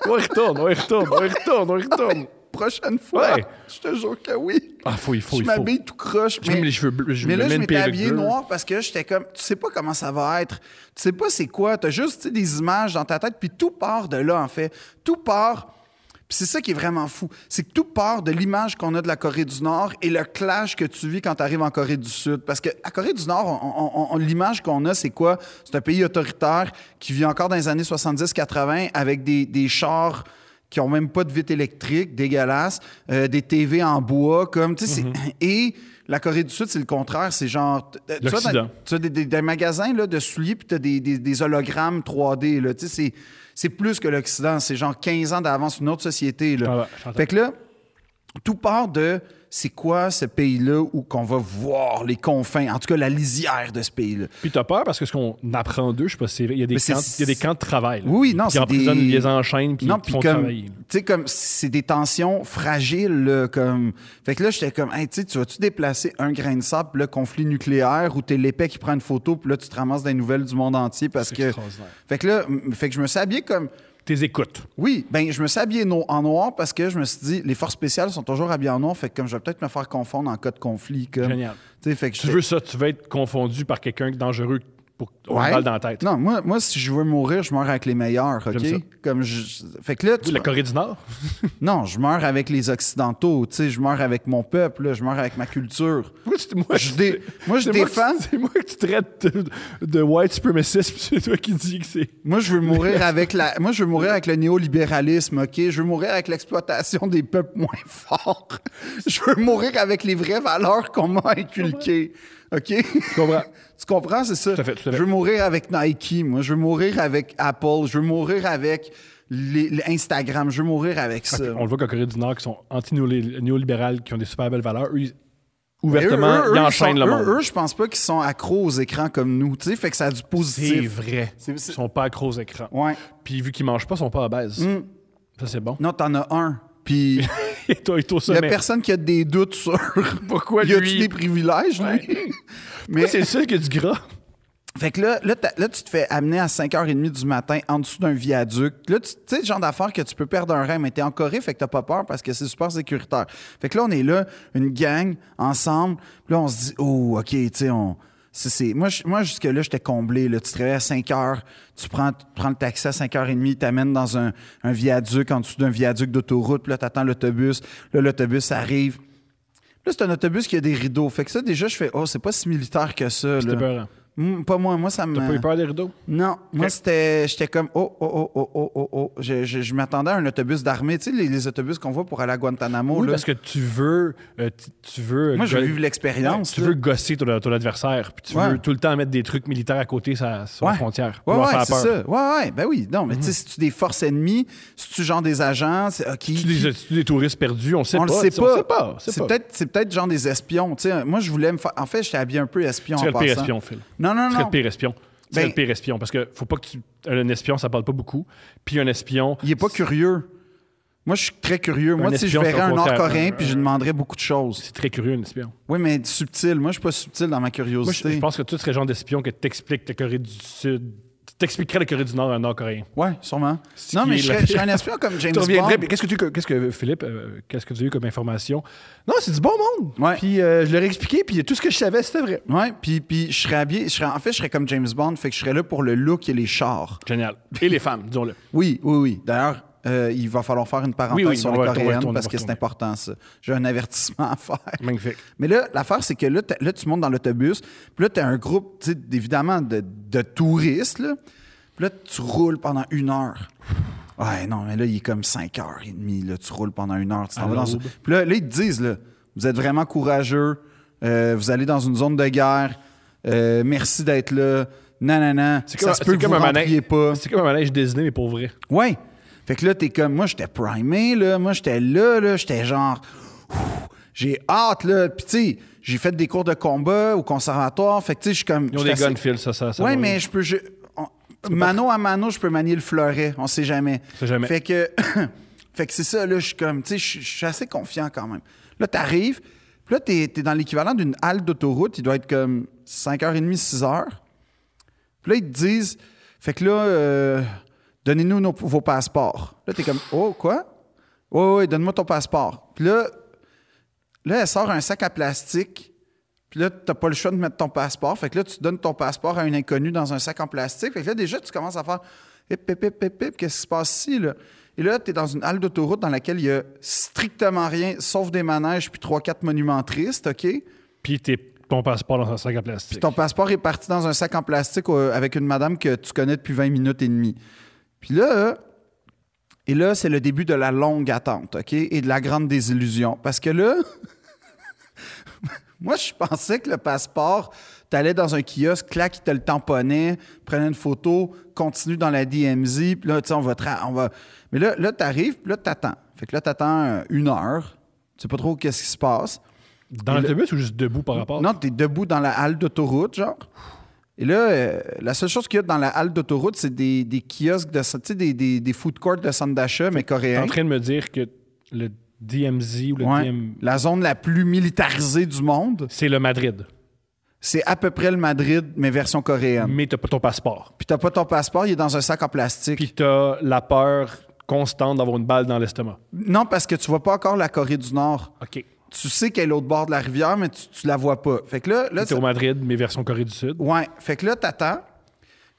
On y retourne, on y retourne, on y retourne, on y retourne. Prochaine fois, Ouais. je te jure que oui. Ah, faut, il faut, je il faut. m'habille tout croche. J'aime les cheveux bleus, je mais me là, mets je une m'étais perruque habillé bleue. noir parce que j'étais comme, tu sais pas comment ça va être. Tu sais pas c'est quoi. T'as juste tu sais, des images dans ta tête, puis tout part de là, en fait. Tout part. Puis c'est ça qui est vraiment fou. C'est que tout part de l'image qu'on a de la Corée du Nord et le clash que tu vis quand tu arrives en Corée du Sud. Parce que la Corée du Nord, on- on- on- l'image qu'on a, c'est quoi? C'est un pays autoritaire qui vit encore dans les années 70-80 avec des, des chars qui ont même pas de vitre électrique, dégueulasses, euh, des TV en bois, comme, tu sais, c'est- Et la Corée du Sud, c'est le contraire. C'est genre... t- euh, Tu vois, L'Occident. dans- tu as des, des- des magasins là, de souliers, puis tu as des, des- des hologrammes 3D. Là. Tu sais, C'est, c'est plus que l'Occident. C'est genre 15 ans d'avance, une autre société. Ah ouais, Là. j'entends. fait que là, tout part de c'est quoi ce pays-là où qu'on va voir les confins, en tout cas la lisière de ce pays-là. Puis t'as peur parce que ce qu'on apprend d'eux, je sais pas si c'est vrai, il y a des Mais c'est- camps, il y a des camps de travail. là, Oui, non, qui c'est emprisonnent, des- ils les enchaînent, puis non, ils puis font comme, travailler. tu sais, comme c'est des tensions fragiles, là, comme. Fait que là, j'étais comme, hey, tu sais, tu vas-tu déplacer un grain de sable, puis le conflit nucléaire, où t'es l'épée qui prend une photo, puis là, tu te ramasses des nouvelles du monde entier parce C'est que. extraordinaire. Fait que là, m- fait que je me suis habillé comme. T'es écoutes. Oui, ben je me suis habillé no- en noir parce que je me suis dit les forces spéciales sont toujours habillées en noir, fait que comme je vais peut-être me faire confondre en cas de conflit. Comme, Génial. Tu sais, fait que Tu j'étais- veux ça, tu veux être confondu par quelqu'un de dangereux pour avoir Ouais. une balle dans la tête. Non, moi, moi, si je veux mourir, je meurs avec les meilleurs, OK? J'aime ça. Comme je... Fait que là, tu- La Corée du Nord? Non, je meurs avec les Occidentaux, tu sais, je meurs avec mon peuple, là, je meurs avec ma culture. Moi, c'est- moi, Je c'est- dé- moi, je c'est que défends. tu- C'est moi que tu traites de, de white supremacist, puis c'est toi qui dis que c'est. Moi, je veux mourir avec la... Moi, je veux mourir avec le néolibéralisme, OK? Je veux mourir avec l'exploitation des peuples moins forts. Je veux mourir avec les vraies valeurs qu'on m'a inculquées, OK? Tu comprends? Tu comprends, c'est ça? Tout à fait, tout à fait. Je veux mourir avec Nike, moi. Je veux mourir avec Apple. Je veux mourir avec les- les Instagram. Je veux mourir avec ça. On le voit qu'en Corée du Nord, qui sont anti-néolibérales, qui ont des super belles valeurs, eux, ils- ouvertement, Mais Ben, eux, eux, ils eux, enchaînent sont- le eux, monde. Eux, je pense pas qu'ils sont accros aux écrans comme nous. Tu sais, fait que ça a du c'est positif. vrai. C'est- Ils c'est- sont pas accros aux écrans. Ouais. Mm. Puis vu qu'ils mangent pas, ils sont pas obèses. Ça, c'est bon. Non, t'en as un. Puis Et toi, et toi, il y ça, a mais- personne qui a des doutes sur Pourquoi y a-tu lui? des privilèges, lui? Ouais. Mais Moi, c'est le seul qui a du gras. Fait que là, là, t'as- là, tu te fais amener à 5h30 du matin en dessous d'un viaduc. Là, tu tu sais, le genre d'affaire que tu peux perdre un rein, mais t'es en Corée, fait que t'as pas peur parce que c'est super sécuritaire. Fait que là, on est là, une gang, ensemble. Puis là, on se dit, oh, OK, tu sais, on. c'est- c'est- Moi, je- moi jusque-là, j'étais comblé. Là. Tu te réveilles à 5 h, tu prends, tu prends le taxi à 5h30, t'amènes dans un, un viaduc, en dessous d'un viaduc d'autoroute, puis là, t'attends l'autobus. Là, l'autobus arrive. Là, c'est un autobus qui a des rideaux. Fait que ça, déjà, je fais, oh, c'est pas si militaire que ça. là. C'était peurant. Hmm, pas moi, moi ça me. T'as pas eu peur des rideaux? Non, moi Ok. c'était, j'étais comme oh oh oh oh oh oh oh. Je, je- je m'attendais à un autobus d'armée, tu sais les, les autobus qu'on voit pour aller à Guantanamo Oui, là. parce que tu veux. euh, tu- tu veux Moi je veux go- vivre l'expérience. Tu là. veux gosser ton, ton adversaire, puis tu Ouais. veux tout le temps mettre des trucs militaires à côté sa, sur la frontière. pour Ouais, leur ouais, faire c'est peur. Mhm. ça. Ouais, ouais, ben oui. Non, mais tu sais, si tu des forces ennemies, si tu genre des agents, c'est ok. Tu des, tu des touristes perdus, on sait on pas. le sait tu sais, on pas. sait pas. C'est peut-être, c'est peut-être genre des espions. Tu sais, moi je voulais me faire. En fait, j'étais habillé un peu espion. Tu serais en le pire passant. espion, Phil. Non, non, Tu serais non. le pire espion. Tu serais Ben- le pire espion, parce que faut pas que tu. Un espion, ça parle pas beaucoup. Puis un espion. Il est pas curieux. Moi, je suis très curieux. Moi, tu sais, je espion, c'est verrais au un contraire. Nord-Coréen Un- puis je demanderais beaucoup de choses. C'est très curieux, un espion. Oui, mais subtil. Moi, je suis pas subtil dans ma Moi, je, curiosité. je pense que tu serais le genre d'espion que t'expliques la Corée du Sud. Tu t'expliquerais la Corée du Nord à un Nord-Coréen. Ouais, sûrement. Ce Non, qui mais est je la- serais, je serais un espion comme James Tu reviendrais, Bond. mais qu'est-ce que tu, qu'est-ce que Philippe, euh, qu'est-ce que tu as eu comme information Non, c'est du bon monde. Ouais. Puis euh, je leur ai expliqué, puis tout ce que je savais, c'était vrai. Ouais, puis, puis je serais habillé. Je serais, en fait, je serais comme James Bond, fait que je serais là pour le look et les chars. Génial. Et les femmes, disons-le. Oui, oui, oui. D'ailleurs, euh, il va falloir faire une parenthèse Oui, oui, sur on les va retourner, coréennes on va parce que c'est retourner. important, ça. J'ai un avertissement à faire. Magnifique. Mais là, l'affaire, c'est que là, t'as- là, tu montes dans l'autobus, puis là, tu as un groupe, tu sais, évidemment, de, de touristes, là. Puis là, tu roules pendant une heure. Ouais, non, mais là, il est comme 5h30, là, tu roules pendant une heure, tu t'en À vas dans ce- l'aube. Puis là, là, ils te disent, là, vous êtes vraiment courageux, euh, vous allez dans une zone de guerre, euh, merci d'être là, non, non, non, C'est ça comme, se peut c'est que comme vous un rentriez manège. pas. C'est comme un manège Disney, mais pour vrai. Ouais. Fait que là, t'es comme, moi, j'étais primé, là. Moi, j'étais là, là. J'étais genre, Ouh, j'ai hâte, là. Puis, tu sais, j'ai fait des cours de combat au conservatoire. Fait que, tu sais, je suis comme. Ils ont j'étais des assez- guns, Phil, ça, ça. ça Ouais, va. mais je peux. Je, on- mano à mano, je peux manier le fleuret. On sait jamais. sait jamais. Fait que. Fait que c'est ça, là, je suis comme, tu sais, je je suis assez confiant quand même. Là, t'arrives, puis là, t'es es dans l'équivalent d'une halte d'autoroute, il doit être comme 5h30, 6h. Puis là, ils te disent, fait que là, euh, donnez-nous nos- vos passeports. Là, t'es comme, oh, quoi? Oui, oui, donne-moi ton passeport. Puis là, là, elle sort un sac à plastique. Puis là, t'as pas le choix de mettre ton passeport. Fait que là, tu donnes ton passeport à un inconnu dans un sac en plastique. Fait que là, déjà, tu commences à faire hip, hip, hip, hip, hip, qu'est-ce qui se passe ici, là? Et là, t'es dans une halle d'autoroute dans laquelle il y a strictement rien, sauf des manèges puis trois, quatre monuments tristes, OK? Puis t'es- ton passeport dans un sac à plastique. Puis ton passeport est parti dans un sac en plastique euh, avec une madame que tu connais depuis 20 minutes et demie. Puis là, euh, et là, c'est le début de la longue attente, OK? Et de la grande désillusion. Parce que là, moi, je pensais que le passeport, t'allais dans un kiosque, clac, il te le tamponnait, prenait une photo, continue dans la DMZ, puis là, tu sais, on va, tra- on va... Mais là, là t'arrives, puis là, t'attends. Fait que là, t'attends euh, une heure. Tu sais pas trop qu'est-ce qui se passe. dans l'autobus ou juste debout par rapport? Non, t'es debout dans la halle d'autoroute, genre. Et là, euh, la seule chose qu'il y a dans la halle d'autoroute, c'est des, des kiosques de, sa- tu sais, des, des, des food courts de centre d'achat, mais T'es coréens. en train de me dire que le DMZ ou le Ouais. DM... La zone la plus militarisée du monde, C'est le Madrid. c'est à peu près le Madrid, mais version coréenne. Mais t'as pas ton passeport. Puis t'as pas ton passeport, il est dans un sac en plastique. Puis t'as la peur constante d'avoir une balle dans l'estomac. Non, parce que tu vois pas encore la Corée du Nord. OK. Tu sais qu'elle est l'autre bord de la rivière, mais tu, tu la vois pas. Fait que là, là T'es au Madrid, mais version Corée du Sud. Ouais. Fait que là, t'attends.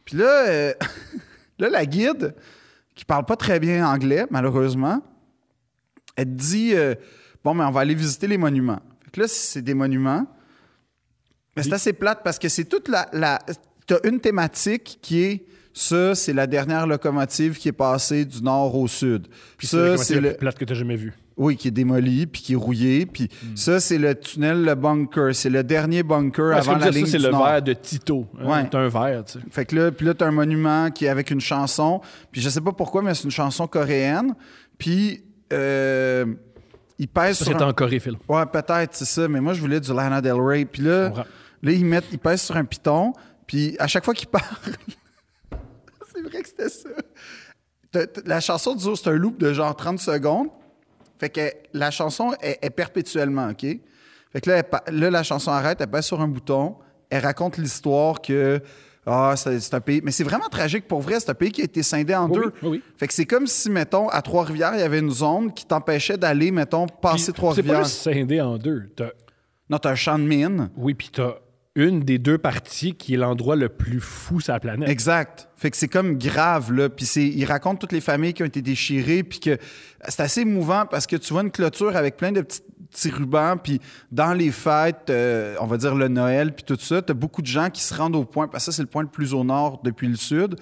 Puis là, euh, là, la guide, qui parle pas très bien anglais, malheureusement, elle te dit euh, Bon, mais on va aller visiter les monuments. Fait que là, c'est des monuments. Mais c'est assez plate parce que c'est toute la. la T'as une thématique qui est. Ça, c'est la dernière locomotive qui est passée du nord au sud. Puis ça, c'est le. plus plate que t'as jamais vu. Oui, qui est démoli, puis qui est rouillé. Puis Hmm. ça, c'est le tunnel, le bunker. C'est le dernier bunker Parce avant que la dire, ligne ça, c'est du le nord. verre de Tito. hein. Ouais. T'as un verre, tu sais. Fait que là, puis là, t'as un monument qui est avec une chanson. Puis je sais pas pourquoi, mais c'est une chanson coréenne. Puis euh, il pèse Ça, sur. c'est un- en Corée, Phil. Ouais, peut-être, c'est ça. Mais moi, je voulais du Lana Del Rey. Puis là, comprends. là ils, mettent, ils pèsent sur un piton. Puis à chaque fois qu'il parle, c'est vrai que c'était ça. T'as- t'as- La chanson dure, c'est un loop de genre 30 secondes. Fait que la chanson est, est perpétuellement, OK? Fait que là, elle pa- là, la chanson arrête, elle passe sur un bouton, elle raconte l'histoire que ah, c'est c'est un pays. Mais c'est vraiment tragique pour vrai, c'est un pays qui a été scindé en Oui, deux. oui, oui. Fait que c'est comme si, mettons, à Trois-Rivières, il y avait une zone qui t'empêchait d'aller, mettons, Puis, passer C'est pas Trois-Rivières. juste scindé en deux. T'as- Non, t'as un champ de mine. Oui, puis t'as une des deux parties qui est l'endroit le plus fou sur la planète. Exact. Fait que c'est comme grave, là. Puis c'est, il raconte toutes les familles qui ont été déchirées, puis que c'est assez émouvant parce que tu vois une clôture avec plein de petits, petits rubans, puis dans les fêtes, euh, on va dire le Noël, puis tout ça, t'as beaucoup de gens qui se rendent au point, parce que ça, c'est le point le plus au nord depuis le sud,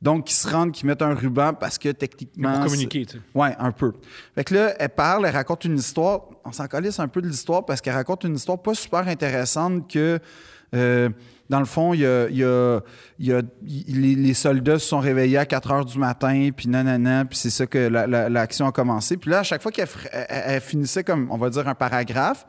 donc qui se rendent, qui mettent un ruban parce que pour techniquement... Hein, c'est- communiquer, tu sais. Ouais, un peu. Fait que là, elle parle, elle raconte une histoire. On s'en calisse un peu de l'histoire parce qu'elle raconte une histoire pas super intéressante que, euh, dans le fond, il y a, il y a- il y a- il- les, les soldats se sont réveillés à 4 heures du matin, puis nanana, puis c'est ça que la- la- l'action a commencé. Puis là, à chaque fois qu'elle fr- elle- elle- elle finissait comme, on va dire, un paragraphe,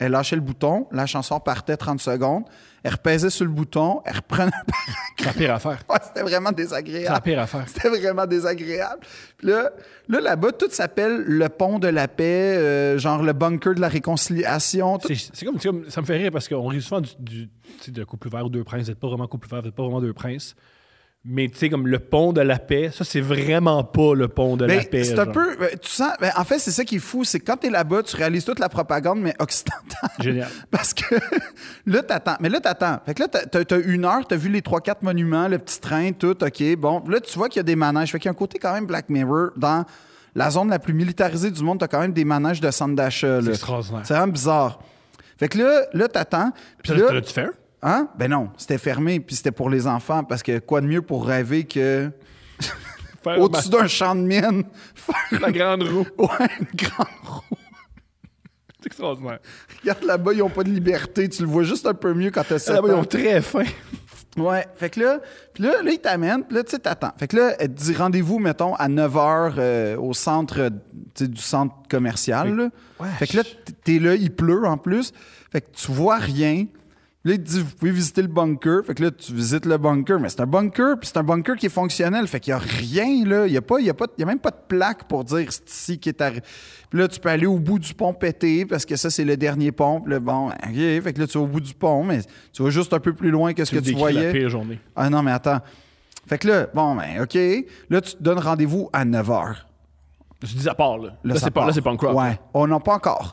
elle lâchait le bouton, la chanson partait 30 secondes, elle repaisait sur le bouton, elle reprenait un C'est la pire affaire. paragraphe. C'était vraiment C'est la désagréable. pire affaire. C'était vraiment désagréable. Puis là, là, là-bas, tout s'appelle le pont de la paix, euh, genre le bunker de la réconciliation. tout- C'est c'est comme, c'est comme- ça me fait rire parce qu'on rit souvent du, du- tu sais, de couple vert ou deux princes. Vous n'êtes pas vraiment couple vert, vous n'êtes pas vraiment deux princes. Mais tu sais, comme le pont de la paix, ça, c'est vraiment pas le pont de Ben, la paix. c'est un genre. peu. ben, tu sens. ben, en fait, c'est ça qui est fou. C'est quand t'es là-bas, tu réalises toute la propagande, mais occidentale. Génial. Parce que là, t'attends. Mais là, t'attends. Fait que là, t'as- t'as t'as une heure, t'as vu les trois, quatre monuments, le petit train, tout, OK. Bon, là, tu vois qu'il y a des manèges. Fait qu'il y a un côté quand même Black Mirror dans la zone la plus militarisée du monde. T'as quand même des manèges de centre d'achat. là. extraordinaire. C'est vraiment bizarre. Fait que là, là t'attends. Puis Ça, là, t'en as-tu fait un? Hein? Ben non, c'était fermé, puis c'était pour les enfants, parce que quoi de mieux pour rêver Euh, que Faire au-dessus d'un champ de mine, faire ma- la grande roue. ouais, une grande roue. C'est extraordinaire. Regarde là-bas, ils n'ont pas de liberté, tu le vois juste un peu mieux quand t'as ça. Là-bas, ils ont très faim. Ouais, fait que là, puis là, là, ils t'amènent, puis là, tu sais, t'attends. Fait que là, elle te dit rendez-vous, mettons, à 9 h au centre, euh, tu sais, du centre commercial. là. wesh. Fait que là, t- t'es là, il pleut en plus. Fait que tu vois rien. Puis Là, il te dit, vous pouvez visiter le bunker. Fait que là, tu visites le bunker, mais c'est un bunker, puis c'est un bunker qui est fonctionnel. Fait qu'il n'y a rien, là. Il n'y a, pas- il y a, pas- il y a même pas de plaque pour dire c'est ici qui est arrivé. Puis là, tu peux aller au bout du pont pété, parce que ça, c'est le dernier pont. Puis là, bon, OK. Fait que là, tu vas au bout du pont, mais tu vas juste un peu plus loin que ce que tu décris la voyais. pire journée. Ah non, mais attends. Fait que là, bon, ben, OK. Là, tu te donnes rendez-vous à 9 h. Je dis à part, là. Là, ça c'est pas, là, part. c'est punk rock. Ouais. Oh non, pas encore.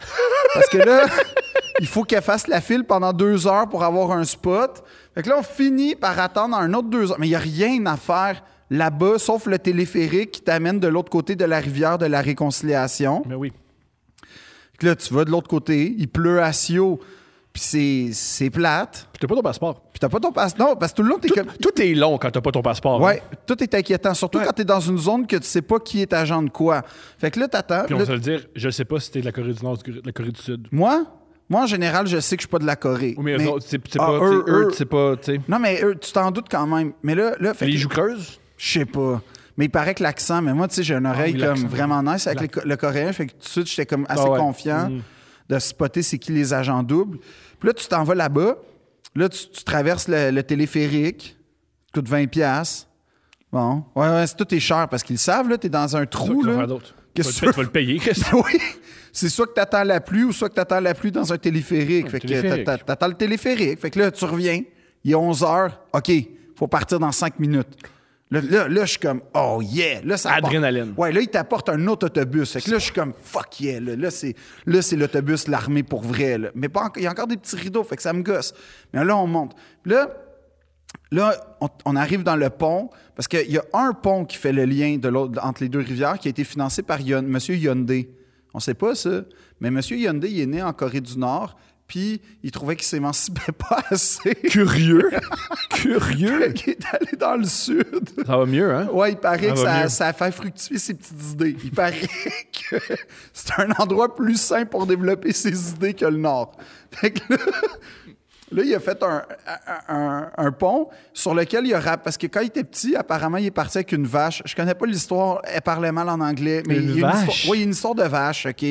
Parce que là, il faut qu'elle fasse la file pendant deux heures pour avoir un spot. Fait que là, on finit par attendre un autre deux heures. Mais il n'y a rien à faire là-bas, sauf le téléphérique qui t'amène de l'autre côté de la rivière de la Réconciliation. Mais oui. Fait que là, tu vas de l'autre côté, il pleut à Sio, puis c'est, c'est plate. Puis t'as pas ton passeport. Puis t'as pas ton passe. Non, parce que tout le long, t'es Tout, comme. tout est long quand t'as pas ton passeport. Ouais, hein. tout est inquiétant, surtout quand t'es dans une zone que tu sais pas qui est agent de quoi. Fait que là, t'attends. Puis là, on va se le dire, je sais pas si t'es de la Corée du Nord ou de la Corée du Sud. Moi, moi, en général, je sais que je suis pas de la Corée. Ou mais, eux autres, c'est c'est Ah, pas. eux, tu sais, eux, eux- tu sais pas, tu sais. Non, mais eux, tu t'en doutes quand même. Mais là, là fait Les que- joues creuses? je sais pas. Mais il paraît que l'accent, mais moi, tu sais, j'ai une oreille Ah oui, comme l'accent. vraiment nice avec les- le coréen. Fait que tout de suite, j'étais comme assez Ah ouais. confiant de spotter c'est qui les agents doubles. Puis là, tu t'en vas là-bas. Là, tu, tu traverses le, le téléphérique. Coûte 20$. piastres. Bon. Ouais, ouais, c'est- tout est cher parce qu'ils le savent, là. T'es dans un trou, Qu'est-ce là. Qu'est-ce Qu'est-ce que tu que vas le payer? qu'est-ce que- oui. C'est soit que t'attends la pluie ou soit que t'attends la pluie dans un téléphérique. Fait que téléphérique. t'a- t'a- t'attends le téléphérique. Fait que là, tu reviens. Il est 11 heures. OK, faut partir dans 5 minutes. Là, là, là, je suis comme, oh yeah. Là, ça part. Adrénaline. Ouais, là, il t'apporte un autre autobus. Fait que là, je suis comme, fuck yeah. Là, là c'est là, c'est l'autobus, de l'armée pour vrai. là. Mais pas encore- il y a encore des petits rideaux. Fait que ça me gosse. Mais là, on monte. Puis Là, Là, on, on arrive dans le pont, parce qu'il y a un pont qui fait le lien de l'autre- entre les deux rivières qui a été financé par Yon- M. Hyundai. On sait pas ça, mais M. Hyundai, il est né en Corée du Nord, puis il trouvait qu'il s'émancipait pas assez. Curieux! Curieux! il est allé dans le Sud. Ça va mieux, hein? Ouais, il paraît Ça que va ça, mieux. ça fait fructuer ses petites idées. Il paraît que c'est un endroit plus sain pour développer ses idées que le Nord. Fait que là, là, il a fait un, un- un- un pont sur lequel il a rap. Parce que quand il était petit, apparemment, il est parti avec une vache. Je connais pas l'histoire. Elle parlait mal en anglais. Mais Une il y a vache? histoire- oui, il y a une histoire de vache, OK?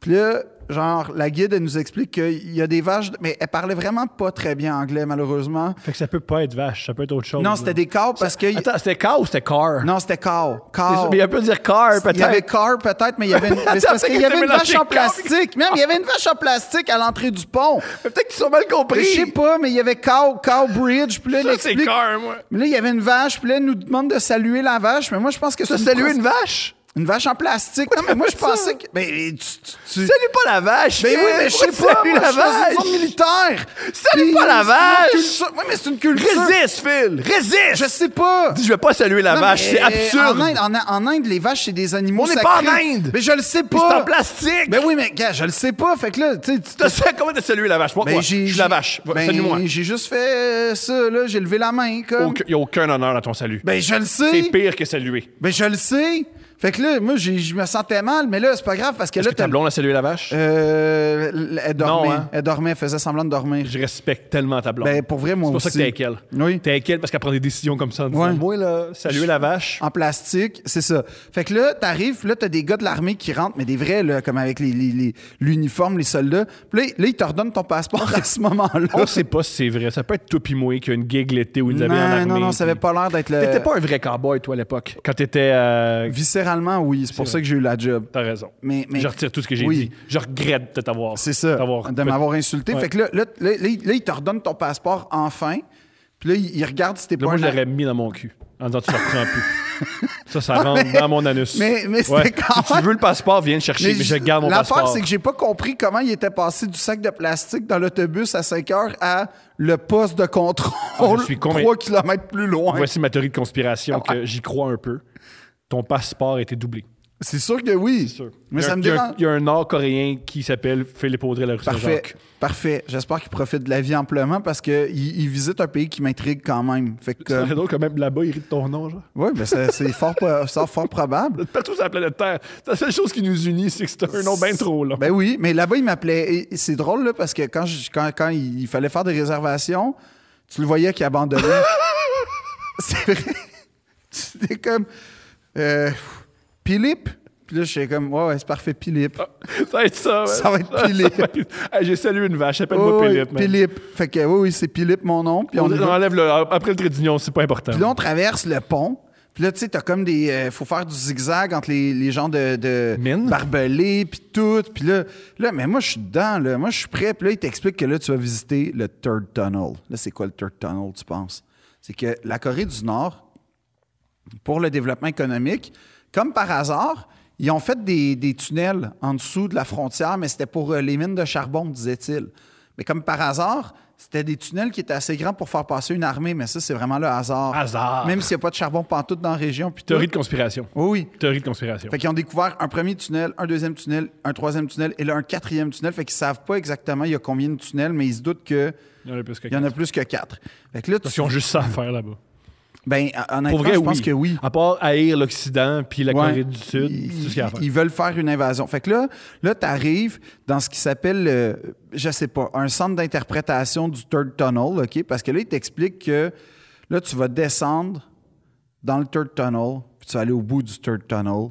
Puis là, genre, la guide, elle nous explique qu'il y a des vaches, mais elle parlait vraiment pas très bien anglais, malheureusement. Fait que ça peut pas être vache, ça peut être autre chose. Non, c'était des corps parce que. Attends, c'était car ou c'était car? Non, c'était corps. C'est ça, Corps. Mais il peut dire car, peut-être. Il y avait car peut-être, mais il y avait une, mais c'est Attends, parce c'est qu'il y que avait t'as une vache mélangé en corps. plastique. Même il y avait une vache en plastique à l'entrée du pont. Peut-être qu'ils sont mal compris. Je sais pas, mais il y avait cow, cow bridge, puis là, il Ça, c'est explique- car, moi. Mais là, il y avait une vache, puis là, il nous demande de saluer la vache, mais moi, je pense que c'est saluer pros- une vache? Une vache en plastique. Non, mais moi, je pensais que. Mais tu. tu- tu- Salut pas la vache! Mais hein, oui, mais je sais pourquoi pas, tu moi, je salues suis dans une forme militaire. Salut Puis pas la c'est une vache. culture- Oui, mais c'est une culture. Résiste, Phil! Résiste! Je sais pas. Dis, Je vais pas saluer la Non, vache, mais, c'est euh, absurde! En Inde, en- en Inde, les vaches, c'est des animaux On n'est sacrés. pas en Inde. Mais je le sais Puis C'est en pas. plastique! Ben oui, mais gars, je le sais pas. Fait que là, tu sais, tu T'as ça, comment t'as salué la vache? Moi, Ben, moi, j'ai- je suis la j'ai- vache. Va, ben, Salue-moi. J'ai juste fait euh, ça, là. J'ai levé la main, comme. Il n'y a aucun honneur à ton salut. Ben, je le c'est sais. pire que saluer. Ben, je le sais. Fait que là, moi, j'ai- je me sentais mal, mais là, c'est pas grave parce que Est-ce là, que ta t'as- blonde a salué la vache? Euh, l- elle dormait. Non, hein? Elle dormait, elle faisait semblant de dormir. Je respecte tellement ta blonde. Ben, pour vrai, moi C'est pour aussi. ça que t'es avec elle. Oui. T'es avec elle parce qu'elle prend des décisions comme ça en disant Ouais. Moi, là, saluer la vache. En plastique, c'est ça. Fait que là, t'arrives, là, t'as des gars de l'armée qui rentrent, mais des vrais, là, comme avec les- les- les- l'uniforme, les, soldats. Puis là, là, ils te redonnent ton passeport à ce moment-là. On sait pas si c'est vrai. Ça peut être tout pimoué qui a une gig l'été où ils nous Ah. non, avaient en armée. non, non, ça avait puis- pas l'air d'être le. T'étais pas un vrai cowboy, toi, à l'époque. Quand t'étais. euh, Viscéralement, oui. C'est pour ça que j'ai eu la job. T'as raison. Mais- mais- Je retire tout ce que j'ai oui. dit. Je regrette de t'avoir. C'est ça. d'avoir- De m'avoir insulté. Ouais. Fait que là, là, là, là, il- là, il te redonne ton passeport enfin. Puis là, il il regarde si t'es Là, pas moi, un. je l'aurais mis dans mon cul en disant tu ne reprends plus. Ça, ça rentre dans mon anus. mais- mais c'était quand Si tu même- veux le passeport, viens le chercher, mais, je garde mon L'affaire, passeport. c'est que j'ai pas compris comment il était passé du sac de plastique dans l'autobus à 5 heures à le poste de Ah, contrôle je suis con, 3 mais- km plus loin. Voici ma théorie de conspiration que j'y crois un peu. Ton passeport a été doublé. C'est sûr que oui. Il Mais y a- ça me il y a un- dérange. Il y a un Nord-Coréen qui s'appelle Philippe Audrey la Parfait. Saint-Jacques. Parfait. J'espère qu'il profite de la vie amplement parce qu'il il visite un pays qui m'intrigue quand même. Fait que. C'est drôle quand même là-bas, il rit de ton nom, genre. oui, mais c'est c'est fort, po- c'est fort probable. Partout sur la planète Terre, c'est la seule chose qui nous unit, c'est que c'est un nom bien trop long. Ben oui, mais là-bas, il m'appelait. Et- et C'est drôle, là, parce que quand, je- quand, quand il, il fallait faire des réservations, tu le voyais qui abandonnait. C'est vrai. Tu étais comme. euh, Philippe, Puis là, j'étais comme, ouais, ouais, c'est parfait, Philippe. Ah, Ça va être ça. man. Ça va être Philippe. va être- Hey, J'ai salué une vache, appelle-moi Oh, oui, Philippe. man. Philippe. Fait que oui, oui, c'est Philippe, mon nom. Puis on, On, y va. enlève le. Après le trait d'union, c'est pas important. Puis là, on traverse le pont. Puis là, tu sais, t'as comme des. euh, faut faire du zigzag entre les, les gens de, de Mine. barbelés, puis tout. Puis là, là, mais moi, je suis dedans, là. Moi, je suis prêt. Puis là, il t'explique que là, tu vas visiter le Third Tunnel. Là, c'est quoi le Third Tunnel, tu penses? C'est que la Corée du Nord, pour le développement économique, comme par hasard, ils ont fait des, des tunnels en dessous de la frontière, mais c'était pour euh, les mines de charbon, disait-il. Mais comme par hasard, c'était des tunnels qui étaient assez grands pour faire passer une armée, mais ça, c'est vraiment le hasard. Hasard. Même s'il n'y a pas de charbon pantoute dans la région. Puis Théorie tout. de conspiration. Oui, oui. Théorie de conspiration. Fait qu'ils ont découvert un premier tunnel, un deuxième tunnel, un troisième tunnel et là, un quatrième tunnel. Fait qu'ils savent pas exactement il y a combien de tunnels, mais ils se doutent qu'il Il y en a plus que y en a plus que quatre. Fait que là, tu- Parce qu'ils ont juste ça à faire là-bas. ben, honnêtement, Pour vrai, je oui. pense que oui. À part haïr l'Occident puis la Ouais. Corée du Sud, c'est Ils, tout ce qu'il y a à faire. ils veulent faire une invasion. Fait que là, là tu arrives dans ce qui s'appelle, euh, je sais pas, un centre d'interprétation du Third Tunnel, OK? Parce que là, ils t'expliquent que là, tu vas descendre dans le Third Tunnel, puis tu vas aller au bout du Third Tunnel,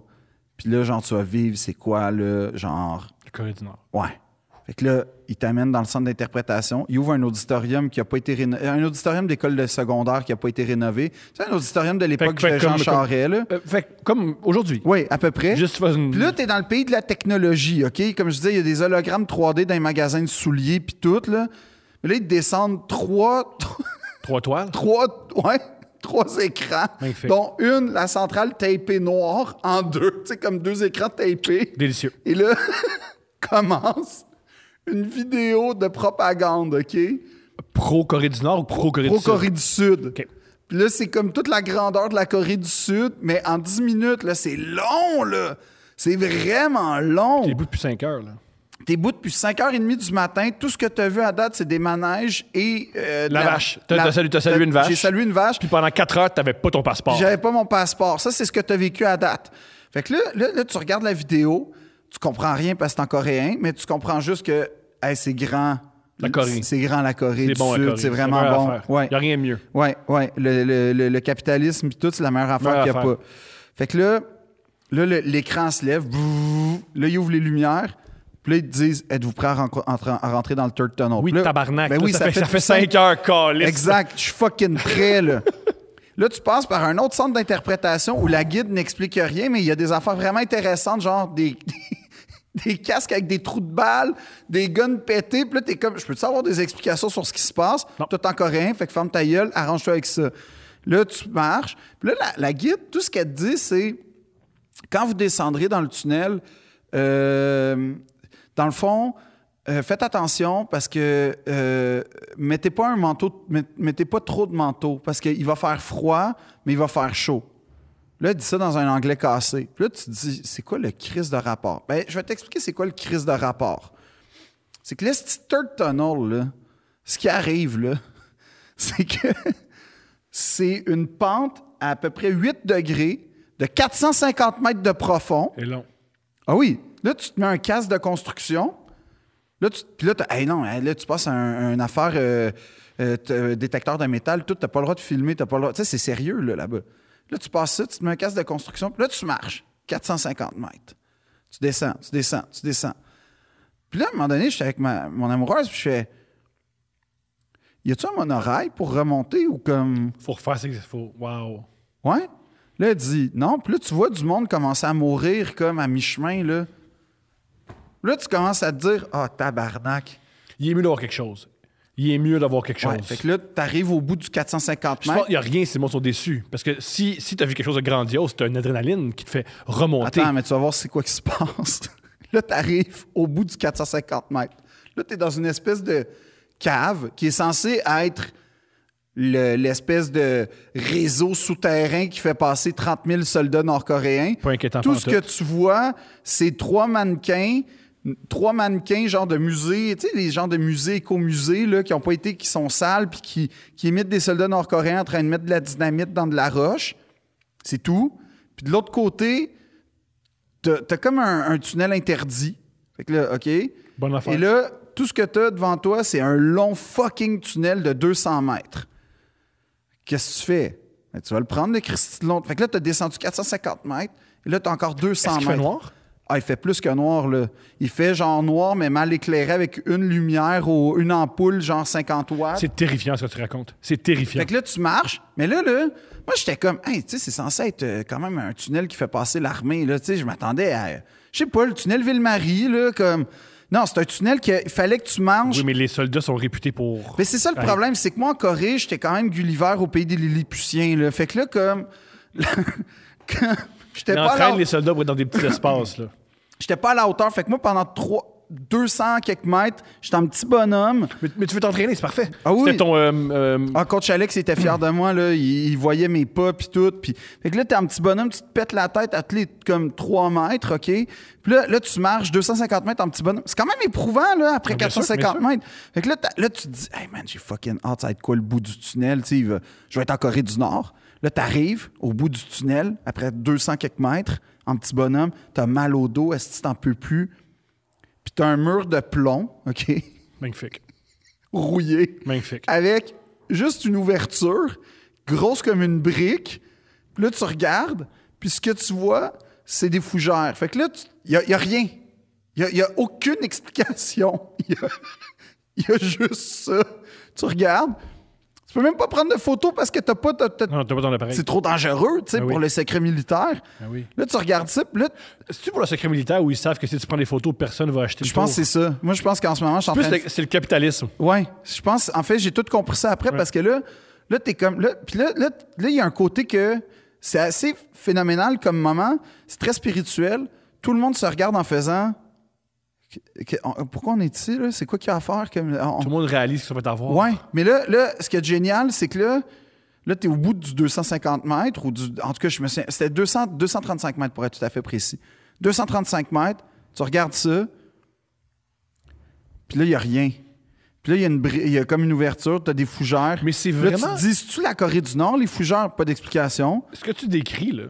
puis là, genre, tu vas vivre, c'est quoi, là, genre, La Corée du Nord. Ouais. Fait que là, il t'amène dans le centre d'interprétation. Il ouvre un auditorium qui a pas été rénové. Un auditorium d'école de secondaire qui a pas été rénové. C'est un auditorium de l'époque Fait que- de Jean comme- Charest, là. Euh, fait que comme aujourd'hui. Oui, à peu près. Juste tu fasses une- Puis là, t'es dans le pays de la technologie, OK? Comme je disais, il y a des hologrammes 3D dans les magasins de souliers puis tout, là. Mais là, ils te descendent trois... Trois toiles. trois, ouais, trois écrans, Magnifique. dont une, la centrale tapée noire, en deux, tu sais, comme deux écrans tapés. Délicieux. Et là, commence une vidéo de propagande, OK? Pro-Corée du Nord ou pro-Corée du Pro Sud? Corée du Sud. OK. Puis là, c'est comme toute la grandeur de la Corée du Sud, mais en 10 minutes, là, c'est long, là. C'est vraiment long. J'ai bu depuis 5 heures. Là. T'es bout depuis 5h30 du matin. Tout ce que t'as vu à date, c'est des manèges et... euh, de La vache. T'as- t'as salué- t'as salué t'as- une vache. J'ai salué une vache. Puis pendant 4 heures, t'avais pas ton Puis passeport. J'avais pas mon passeport. Ça, c'est ce que tu as vécu à date. Fait que là, là, là, tu regardes la vidéo, tu comprends rien parce que c'est en coréen, mais tu comprends juste que hey, c'est grand. La Corée. C'est grand la Corée du C'est bon, la Sud, Corée. c'est la vraiment meilleure bon. affaire. Ouais. Y a rien de mieux. Ouais, ouais. Le, le- le- le capitalisme pis tout, c'est la meilleure affaire Meilleure qu'il n'y a affaire. pas. Fait que là, là, le- l'écran se lève. Brrr. Là, ils ouvrent les lumières. Puis là, ils te disent Êtes-vous prêt à, renco- entra- à rentrer dans le third tunnel Oui, Puis là, tabarnak. ben toi, oui, ça, fait, ça fait tout 5 heures, calice. Exact, je suis fucking prêt, là. Là, tu passes par un autre centre d'interprétation où la guide n'explique rien, mais il y a des affaires vraiment intéressantes, genre des, des casques avec des trous de balles, des guns pétés. Puis là, t'es comme, je peux-tu avoir des explications sur ce qui se passe? Non. Tout en coréen, fait que ferme ta gueule, arrange-toi avec ça. Là, tu marches. Puis là, la, la guide, tout ce qu'elle te dit, c'est quand vous descendrez dans le tunnel, euh, dans le fond, euh, faites attention parce que euh, mettez pas un manteau, met- mettez pas trop de manteau parce qu'il va faire froid, mais il va faire chaud. Là, elle dit ça dans un anglais cassé. Puis là, tu te dis, c'est quoi le crise de rapport? Ben, je vais t'expliquer c'est quoi le crise de rapport. C'est que là, ce petit third tunnel, là, ce qui arrive, là, c'est que c'est une pente à à peu près 8 degrés de 450 mètres de profond. C'est long. Ah oui, là, tu te mets un casque de construction. Là, tu, puis là, t'as- hey, non, hey, là, tu passes un, un affaire euh, euh, t- euh, détecteur de métal, tout, t'as pas le droit de filmer, t'as pas le droit. Tu sais, c'est sérieux, là, là-bas. Là, tu passes ça, tu te mets un casque de construction, puis là, tu marches 450 mètres. Tu descends, tu descends, tu descends. Puis là, à un moment donné, j'étais avec ma, mon amoureuse, puis je fais Y a-tu un monorail pour remonter ou comme. Faut refaire ça. Faut... Wow. Ouais. Là, elle dit non. Puis là, tu vois du monde commencer à mourir comme à mi-chemin, là. Là, tu commences à te dire Ah, tabarnak. Il est mieux d'avoir quelque chose. Il est mieux d'avoir quelque chose. Ouais, fait que là, t'arrives au bout du 450 Je mètres. pense qu'il n'y a rien, ces monstres sont déçus. Parce que si, si tu as vu quelque chose de grandiose, tu as une adrénaline qui te fait remonter. Attends, mais tu vas voir c'est quoi qui se passe. là, t'arrives au bout du 450 mètres. Là, t'es dans une espèce de cave qui est censée être le- l'espèce de réseau souterrain qui fait passer 30 000 soldats nord-coréens. Pas inquiétant, Tout ce que pantoute. tu vois, c'est trois mannequins, trois mannequins genre de musée, tu sais, les genres de musées, écomusées, là, qui ont pas été, qui sont sales, puis qui, qui imitent des soldats nord-coréens en train de mettre de la dynamite dans de la roche. C'est tout. Puis de l'autre côté, t'as t'as comme un, un tunnel interdit. Fait que là, OK. Bonne affaire. Et là, tout ce que t'as devant toi, c'est un long fucking tunnel de 200 mètres. Qu'est-ce que tu fais? Ben, tu vas le prendre, le Christy de long. Fait que là, t'as descendu 450 mètres Et là, t'as encore 200 Est-ce qu'il mètres. fait noir? Ah, il fait plus que noir, là. Il fait genre noir, mais mal éclairé avec une lumière ou une ampoule, genre 50 watts. C'est terrifiant ce que tu racontes. C'est terrifiant. Fait que là, tu marches, mais là, là, moi, j'étais comme, hey, tu sais, c'est censé être euh, quand même un tunnel qui fait passer l'armée, là. Tu sais, je m'attendais à, euh, je sais pas, le tunnel Ville-Marie, là, comme. Non, c'est un tunnel qu'il fallait que tu manges. Oui, mais les soldats sont réputés pour. Mais c'est ça le Ouais. problème, c'est que moi en Corée, j'étais quand même Gulliver au pays des Lilliputiens. Là. Fait que là, comme. quand- j'étais Ils pas, à la- entraînent les soldats pour être dans des petits espaces. Là. j'étais pas à la hauteur. Fait que moi, pendant trois- 200 quelques mètres, j'étais un petit bonhomme. Mais, mais tu veux t'entraîner, c'est parfait. Ah oui. C'était ton. euh, euh, Ah, coach Alex était fier de moi, là. Il, il voyait mes pas, puis tout. Puis... Fait que là, t'es un petit bonhomme, tu te pètes la tête à tous les comme 3 mètres, OK? Puis là, là, tu marches 250 mètres en petit bonhomme. C'est quand même éprouvant, là, après Ah, bien sûr, 450 bien sûr. mètres. Fait que là, t'as- là, tu te dis, hey man, j'ai fucking hâte, ça va être quoi le bout du tunnel? Tu sais, il va- je vais être en Corée du Nord. Là, t'arrives au bout du tunnel, après 200 quelques mètres, en petit bonhomme, t'as mal au dos, est-ce que t'en peux plus? Puis t'as un mur de plomb, OK? Magnifique. Rouillé Magnifique. avec juste une ouverture, grosse comme une brique. Puis là, tu regardes, puis ce que tu vois, c'est des fougères. Fait que là, il n'y a, rien. Il n'y a, aucune explication. Il y, a juste ça. Tu regardes. Tu peux même pas prendre de photos parce que t'as pas. t'as- t'as- Non, t'as pas ton appareil. c'est trop dangereux, tu sais, Ah oui. pour le secret militaire. Ah oui. Là, tu regardes ça, puis là, C'est-tu pour le secret militaire où ils savent que si tu prends des photos, personne va acheter le je pense que c'est tour? ça. Moi, je pense qu'en ce moment, je suis en Plus, train de c'est c'est le capitalisme. Ouais, je pense. En fait, j'ai tout compris ça après parce que là, là t'es comme là, puis là, là, là, il y a un côté que c'est assez phénoménal comme moment. C'est très spirituel. Tout le monde se regarde en faisant. que- que- on- pourquoi on est ici là C'est quoi qu'il y a à faire comme on- Tout le monde réalise qu'ils va t'avoir. Ouais, mais là, là, ce qui est génial, c'est que là, là, t'es au bout du 250 mètres, ou du, en tout cas, je me souviens, c'était 200, 235 mètres pour être tout à fait précis. 235 mètres, tu regardes ça, puis là, il n'y a rien. Puis là, il y, a une bri- il y a comme une ouverture, t'as des fougères. Mais c'est Là, vraiment- tu te dis, c'est-tu la Corée du Nord, les fougères? Pas d'explication. Ce que tu décris, là,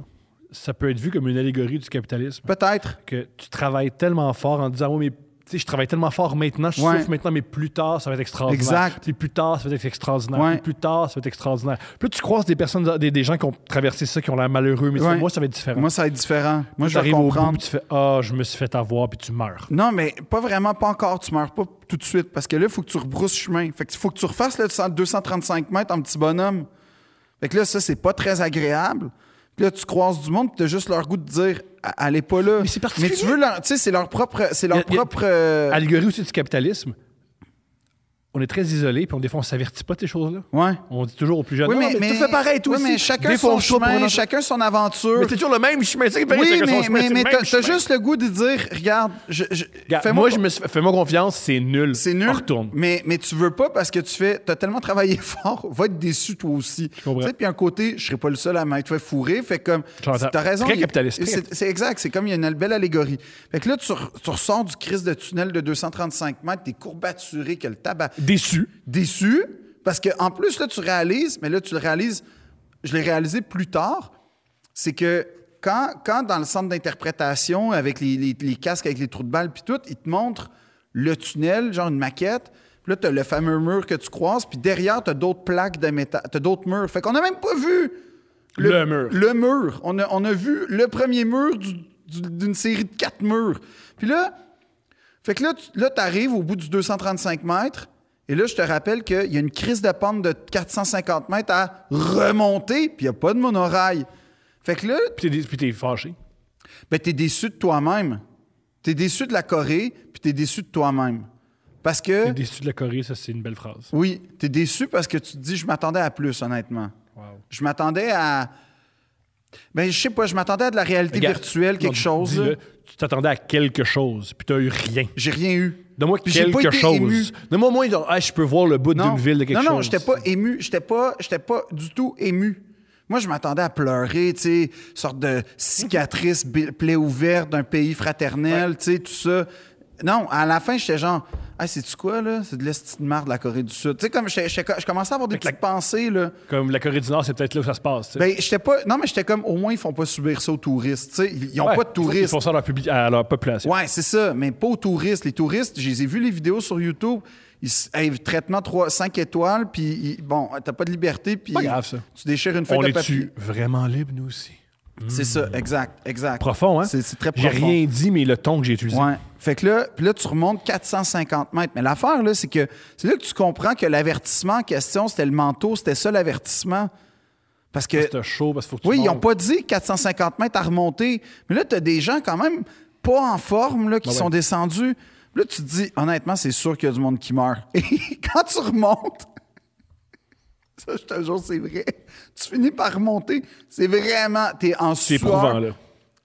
ça peut être vu comme une allégorie du capitalisme. Peut-être. que tu travailles tellement fort en disant, oui, mais tu sais, je travaille tellement fort maintenant, je Ouais. souffre maintenant, mais plus tard, ça va être extraordinaire. Exact. Puis plus tard, ça va être extraordinaire. Ouais. Puis plus tard, ça va être extraordinaire. Plus tu croises des personnes, des, des gens qui ont traversé ça, qui ont l'air malheureux, mais tu Ouais. fais, moi, ça va être différent. Moi, ça va être différent. Moi, je vais T'arrives au bout, comprendre. puis tu fais, ah, je me suis fait avoir, puis tu meurs. Non, mais pas vraiment, pas encore. Tu meurs pas tout de suite parce que là, il faut que tu rebrousses chemin. Fait que faut que tu refasses le 100 235 mètres en petit bonhomme. Fait que là, ça, c'est pas très agréable. Puis là, tu croises du monde, puis t'as juste leur goût de dire, A- allez pas là. Mais c'est particulier. tu veux leur, tu sais, c'est leur propre, c'est leur Y a- y a- propre. euh, Allégorie aussi du capitalisme. On est très isolé, puis on, des fois, on s'avertit pas de ces choses-là. Ouais. On dit toujours aux plus jeunes, Oui, Non, mais, mais, tu fais pareil, toi oui, aussi. mais chacun son Défonce-toi pour un chemin, autre- chacun son aventure. Mais c'est toujours le même chemin. tu sais, pareil, oui, chacun son mais, chemin, mais, c'est le mais même t'as t'as chemin. juste le goût de dire, regarde, je, je- Regarde, fais-moi moi, pas- je me suis- fais-moi confiance, c'est nul. C'est nul. On retourne. Mais, mais tu veux pas parce que tu fais. T'as tellement travaillé fort, va être déçu toi aussi. comprends. Tu sais, puis un côté, je serai pas le seul à m'être fait fourrer. Fait comme. J'entends. c'est- T'as raison. Très il- capitaliste, très c'est- capitaliste. C'est exact. C'est comme il y a une belle allégorie. Fait que là, tu, re- tu ressors du crise de tunnel de 235 mètres, t'es courbaturé que le tabac. Déçu. Déçu. Parce que en plus, là, tu réalises, mais là, tu le réalises. Je l'ai réalisé plus tard. C'est que. Quand, quand dans le centre d'interprétation, avec les, les- les casques, avec les trous de balle, puis tout, ils te montrent le tunnel, genre une maquette. Puis là, t'as le fameux mur que tu croises, puis derrière, t'as d'autres plaques de métal, t'as d'autres murs. Fait qu'on n'a même pas vu Le mur. Le mur. On a, on a vu le premier mur du- du- d'une série de quatre murs. Puis là, fait que là, tu là, t'arrives au bout du 235 mètres, et là, je te rappelle qu'il y a une crise de pente de 450 mètres à remonter, puis il n'y a pas de monorail. Fait que là, Puis t'es- puis t'es fâché. ben, t'es déçu de toi-même. T'es déçu de la Corée, puis t'es déçu de toi-même. Parce que... T'es déçu de la Corée, ça, c'est une belle phrase. Oui, t'es déçu parce que tu te dis, je m'attendais à plus, honnêtement. Wow. Je m'attendais à... Ben, je sais pas, je m'attendais à de la réalité Regarde, virtuelle, quelque non, chose. dis-le, là. Tu t'attendais à quelque chose, puis t'as eu rien. J'ai rien eu. Donne-moi Puis j'ai pas quelque été ému. chose. Donne-moi au moins, genre, Ah, je peux voir le bout d'une ville de quelque non, chose. non, j'étais pas ému. J'étais pas, j'étais pas du tout ému. Moi, je m'attendais à pleurer, tu sais, sorte de cicatrice, bi- plaie ouverte d'un pays fraternel, tu sais, tout ça. Non, à la fin, j'étais genre, ah, c'est-tu quoi, là? C'est de l'esti de marde de la Corée du Sud. Tu sais, comme j'étais- j'étais- je commençais à avoir des que la- petites pensées, là. Comme la Corée du Nord, c'est peut-être là où ça se passe. tu sais. Ben, j'étais pas. Non, mais j'étais comme, au moins, ils font pas subir ça aux touristes, tu sais. Ils ils ont Ouais, pas de Ils touristes. font ça à leur, public- à leur population. Ouais, c'est ça, mais pas aux touristes. Les touristes, je les ai vus les vidéos sur YouTube. Ils, s- hey, traitement 3, 5 étoiles, puis ils- bon, t'as pas de liberté, puis Pas grave, ça. tu déchires une feuille On de papier. est-tu vraiment libre, nous aussi? C'est ça, exact, exact. Profond, hein? C'est c'est très J'ai profond. rien dit, mais le ton que j'ai utilisé. Ouais. Fait que là, puis là, tu remontes 450 mètres. Mais l'affaire, là, c'est que c'est là que tu comprends que l'avertissement en question, c'était le manteau, c'était ça l'avertissement. Parce que. C'était chaud parce qu'il faut que tu Oui, ils n'ont montes. pas dit 450 mètres à remonter. Mais là, tu as des gens quand même pas en forme là, qui Ah ouais. sont descendus. Là, tu te dis, honnêtement, c'est sûr qu'il y a du monde qui meurt. Et quand tu remontes, ça, je te jure, c'est vrai. Tu finis par remonter. C'est vraiment. Tu es en C'est éprouvant, sueur. là.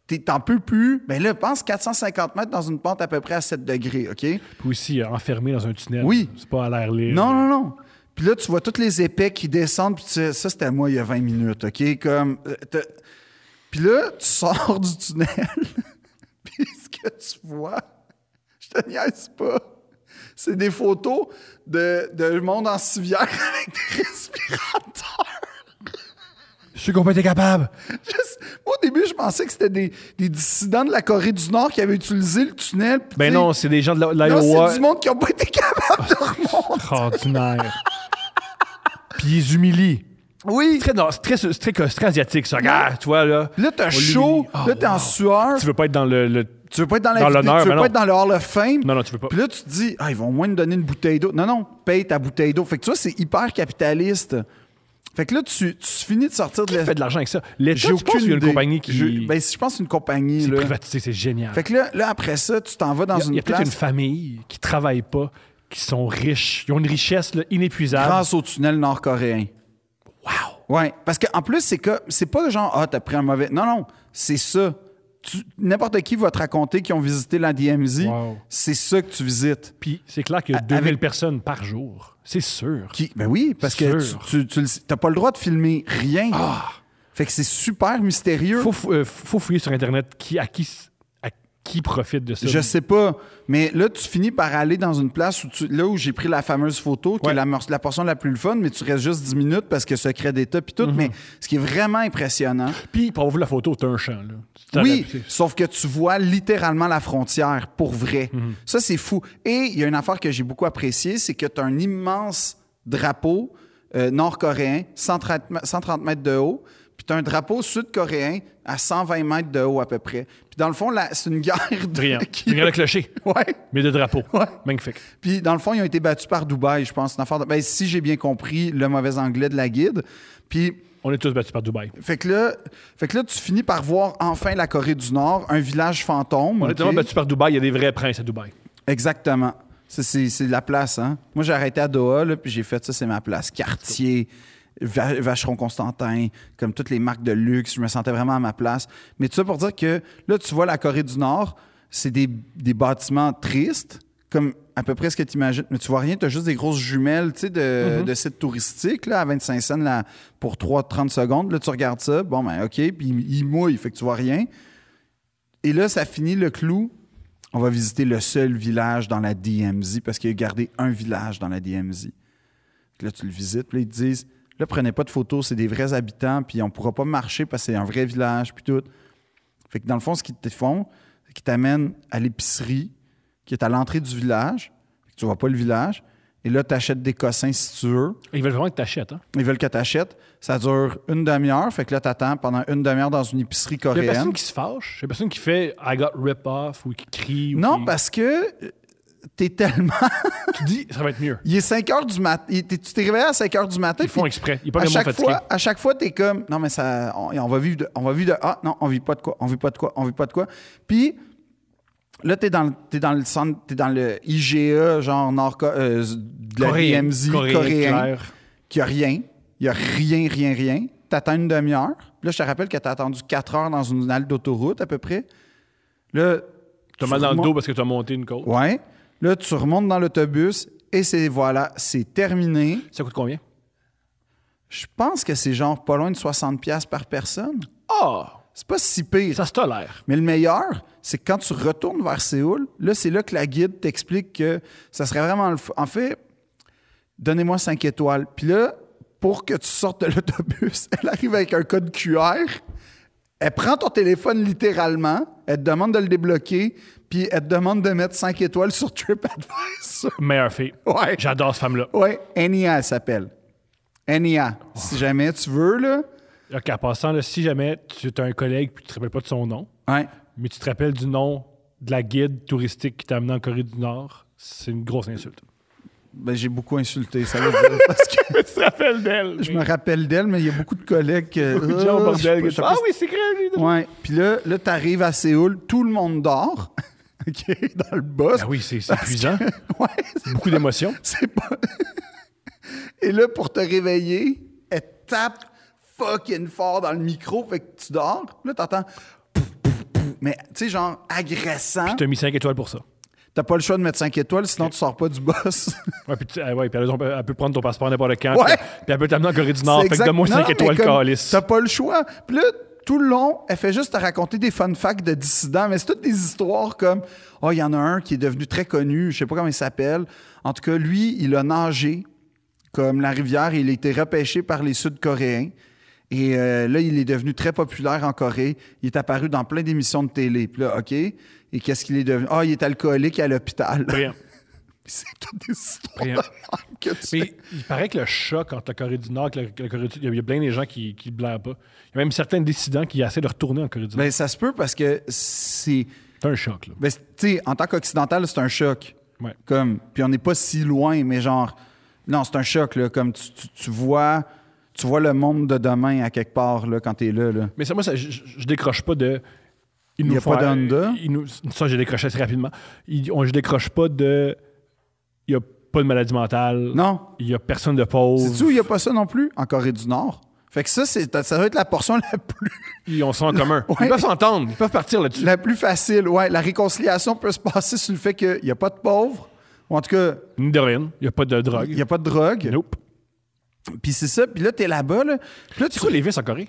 T'es- T'en peux plus. Ben là, pense 450 mètres dans une pente à peu près à 7 degrés, OK? Puis aussi, euh, enfermé dans un tunnel. Oui. C'est pas à l'air libre. Non, non, non. Puis là, tu vois toutes les épais qui descendent, puis tu sais, ça, c'était à moi il y a 20 minutes, OK? Comme. euh, t'as- Puis là, tu sors du tunnel, puis ce que tu vois, je te niaise pas, c'est des photos de, de monde en civière avec des respirateurs. Je suis complètement capable. Juste- moi, au début, je pensais que c'était des, des dissidents de la Corée du Nord qui avaient utilisé le tunnel. puis Ben tu sais, non, c'est des gens de la- de Non, l'Iowa. c'est du monde qui n'a pas été capable de remonter. Ordinaire. Puis ils humilient. Oui. Très, non, c'est très, c'est très, c'est très asiatique, ça. Regarde, tu vois, là. Là, t'as On chaud, l'humilie. Ah, là, t'es en wow. sueur. Tu veux pas être dans le. le- Tu veux pas être dans la Dans vidéo, l'honneur, tu veux ben pas non. être dans le Hall of Fame. Non, non, tu veux pas. Puis là, tu te dis, ah, ils vont au moins nous donner une bouteille d'eau. Non, non, paye ta bouteille d'eau. Fait que tu vois, c'est hyper capitaliste. Fait que là, tu, tu finis de sortir de Qui la. fait de l'argent avec ça? L'État, J'ai tu penses aucune qu'il y a une idée. compagnie qui. Je, ben, si je pense que c'est une compagnie. c'est Là. privatisé, c'est génial. Fait que là, là, après ça, tu t'en vas dans Il y a- il une y a, peut-être une place famille qui travaille pas, qui sont riches. Ils ont une richesse là, inépuisable. grâce au tunnel nord-coréen. Wow! Ouais, parce qu'en plus, c'est que c'est pas genre Ah, t'as pris un mauvais. Non, non, c'est ça. Tu- N'importe qui va te raconter qu'ils ont visité la DMZ. Wow. C'est ça que tu visites. Puis c'est clair qu'il y a A- 2000 avec- personnes par jour. C'est sûr. Qui, ben oui, parce que Sûr. Ah! tu, tu, tu le- t'as pas le droit de filmer rien. Fait que c'est super mystérieux. Faut, fou- euh, faut fouiller sur Internet qui, à, qui, s- à qui profite de ça. Je sais pas, mais là, tu finis par aller dans une place où tu- là où j'ai pris la fameuse photo, qui Ouais. est la, mor- la portion la plus le fun, mais tu restes juste 10 minutes parce que secret d'État puis Mm-hmm. tout. Mais ce qui est vraiment impressionnant, Puis pour avoir vu la photo, t'as un champ. Là. Tu t'arrêtes, Oui, c'est- sauf que tu vois littéralement la frontière pour vrai. Mhm. Ça, c'est fou. Et il y a une affaire que j'ai beaucoup appréciée, c'est que tu as un immense drapeau euh, nord-coréen, 130, m- 130 mètres de haut, puis tu as un drapeau sud-coréen à 120 mètres de haut à peu près. Puis dans le fond, là, c'est une guerre de... Rien. qui- Rien le clocher. Ouais. Mais de drapeau. Ouais. Magnifique. Puis, dans le fond, ils ont été battus par Dubaï, je pense. Une affaire de- ben, si j'ai bien compris le mauvais anglais de la guide. Puis, On est tous battus par Dubaï. fait que là, fait que là tu finis par voir enfin la Corée du Nord, un village fantôme. On est ok? tellement battus par Dubaï, il y a des vrais princes à Dubaï. Exactement. Ça, c'est c'est la place, hein? Moi, j'ai arrêté à Doha, là, puis j'ai fait ça, c'est ma place. Quartier, Va- Vacheron Constantin, comme toutes les marques de luxe, je me sentais vraiment à ma place. Mais tout ça pour dire que là, tu vois la Corée du Nord, c'est des, des bâtiments tristes, comme à peu près ce que tu imagines. Mais tu vois rien, tu as juste des grosses jumelles, tu sais, de, de sites touristiques, là, à 25 cents là, pour 3-30 secondes. Là, tu regardes ça, bon, ben, OK, puis il il mouille, fait que tu vois rien. Et là, ça finit le clou. On va visiter le seul village dans la DMZ parce qu'il a gardé un village dans la DMZ. Puis Là, tu le visites, puis là, ils te disent là, prenez pas de photos, c'est des vrais habitants, puis on pourra pas marcher parce que c'est un vrai village, puis tout. Fait que dans le fond, ce qu'ils te font, c'est qu'ils t'amènent à l'épicerie qui est à l'entrée du village. Fait que tu vois pas le village. Et là, tu achètes des cossins si tu veux. Ils veulent vraiment que t'achètes. Hein? Ils veulent que tu achètes. Ça dure une demi-heure. Fait que là, tu attends pendant une ddemi-heure dans une épicerie Il y a coréenne. personne qui se fâche. Il y a personne qui fait I got rip off ou qui crie. Ou Non, qui... parce que tu es tellement. tu dis ça va être mieux. Il est 5 heures du matin. Tu t'es réveillé à 5 heures du matin. Ils font puis exprès. Ils à parlent de chaque, fatigué. fois, à chaque fois, t'es comme, non, mais ça, on, on va vivre de, on va vivre de, ah, non, on vit pas de quoi, on vit pas de quoi, on vit pas de quoi. Puis, là, t'es dans, le- t'es dans le centre, t'es dans le IGA, genre, nord, euh, de la Coréen, DMZ, Coréen, coréen, clair. qui a rien. Il y a rien, rien, rien. T'attends une demi-heure. Là, je te rappelle que t'as attendu 4 heures dans une halle d'autoroute, à peu près. Là, T'as tu mal dans le remontes- dos parce que t'as monté une côte. Ouais. Là, tu remontes dans l'autobus et c'est, voilà, c'est terminé. Ça coûte combien? Je pense que c'est genre pas loin de 60$ piastres par personne. Ah! C'est pas si pire. Ça se tolère. Mais le meilleur, c'est que quand tu retournes vers Séoul, là, c'est là que la guide t'explique que ça serait vraiment le. f- En fait, donnez-moi 5 étoiles. Puis là, pour que tu sortes de l'autobus, elle arrive avec un code QR. Elle prend ton téléphone littéralement, elle te demande de le débloquer, puis elle te demande de mettre 5 étoiles sur TripAdvisor. Meilleure fille. Ouais. J'adore cette femme-là. Ouais, Nia, elle s'appelle. Nia, si jamais tu veux, là. Ok, en passant, là, si jamais tu as un collègue puis tu te rappelles pas de son nom, Ouais. mais tu te rappelles du nom de la guide touristique qui t'a amené en Corée du Nord, c'est une grosse insulte. Ben, j'ai beaucoup insulté, ça veut dire. Parce que tu te rappelles d'elle. je me rappelle d'elle, mais il y a beaucoup de collègues que. Beaucoup de gens au Ah, bordel je sais pas, qui je sais sont, pas Ah si- oui, c'est grave, lui. Ouais. Puis là, là tu arrives à Séoul, tout le monde dort. OK, dans le boss. Ah oui, c'est c'est épuisant. Ouais, c'est- Beaucoup d'émotions. c'est pas. Et là, pour te réveiller, elle tape fucking fort dans le micro, fait que tu dors. Là, t'entends. pouf, pouf, pouf, Mais, tu sais, genre agressant. Tu as mis 5 étoiles pour ça. T'as pas le choix de mettre 5 étoiles, sinon tu sors pas du boss. Ouais, puis, tu- ah ouais, puis elle, elle peut prendre ton passeport n'importe quand. Ouais. Puis, puis elle peut t'amener en Corée du Nord. C'est Fait que exact- donne-moi Non, 5 mais étoiles, comme, calice. T'as pas le choix. Puis là, tout le long, elle fait juste te raconter des fun facts de dissidents, mais c'est toutes des histoires comme Oh, il y en a un qui est devenu très connu, je sais pas comment il s'appelle. En tout cas, lui, il a nagé comme la rivière, il a été repêché par les Sud-Coréens. Et euh, là, il est devenu très populaire en Corée. Il est apparu dans plein d'émissions de télé. Puis là, OK. Et qu'est-ce qu'il est devenu? Ah, il est alcoolique à l'hôpital. Brillant. c'est toutes des histoires Rien. de même que tu Mais il paraît que le choc entre la Corée du Nord et la, la Corée du Sud, il y a- il y a plein des gens qui ne blairent pas. Il y a même certains décidents qui essaient de retourner en Corée du Nord. Ben, ça se peut parce que c'est. C'est un choc, là. Ben, c'est- tu sais, en tant qu'occidental, c'est un choc. Ouais. Comme, puis on n'est pas si loin, mais genre, non, c'est un choc, là. Comme tu, tu- tu vois, tu vois le monde de demain à quelque part, là, quand t'es là, là. Mais ça, moi, ça, je, je- je décroche pas de. Ils Il y a font- pas d'Honda? ils nous- Ça, j'ai décroché assez rapidement. Ils- on- je décroche pas de. Il n'y a pas de maladie mentale. Non. Il n'y a personne de pauvre. Sais-tu où il n'y a pas ça non plus? En Corée du Nord. Fait que ça, c'est, ça doit être la portion la plus, Ils ont ça en commun. Ils peuvent s'entendre. Ils peuvent partir là-dessus. la plus facile. Ouais, la réconciliation peut se passer sur le fait qu'il n'y a pas de pauvres, ou en tout cas, Ni de rien. Il n'y a pas de il drogue. n'y a pas de drogue. Nope. Puis c'est ça, puis là, t'es là-bas, là. Puis là, tu C'est quoi les vices en Corée?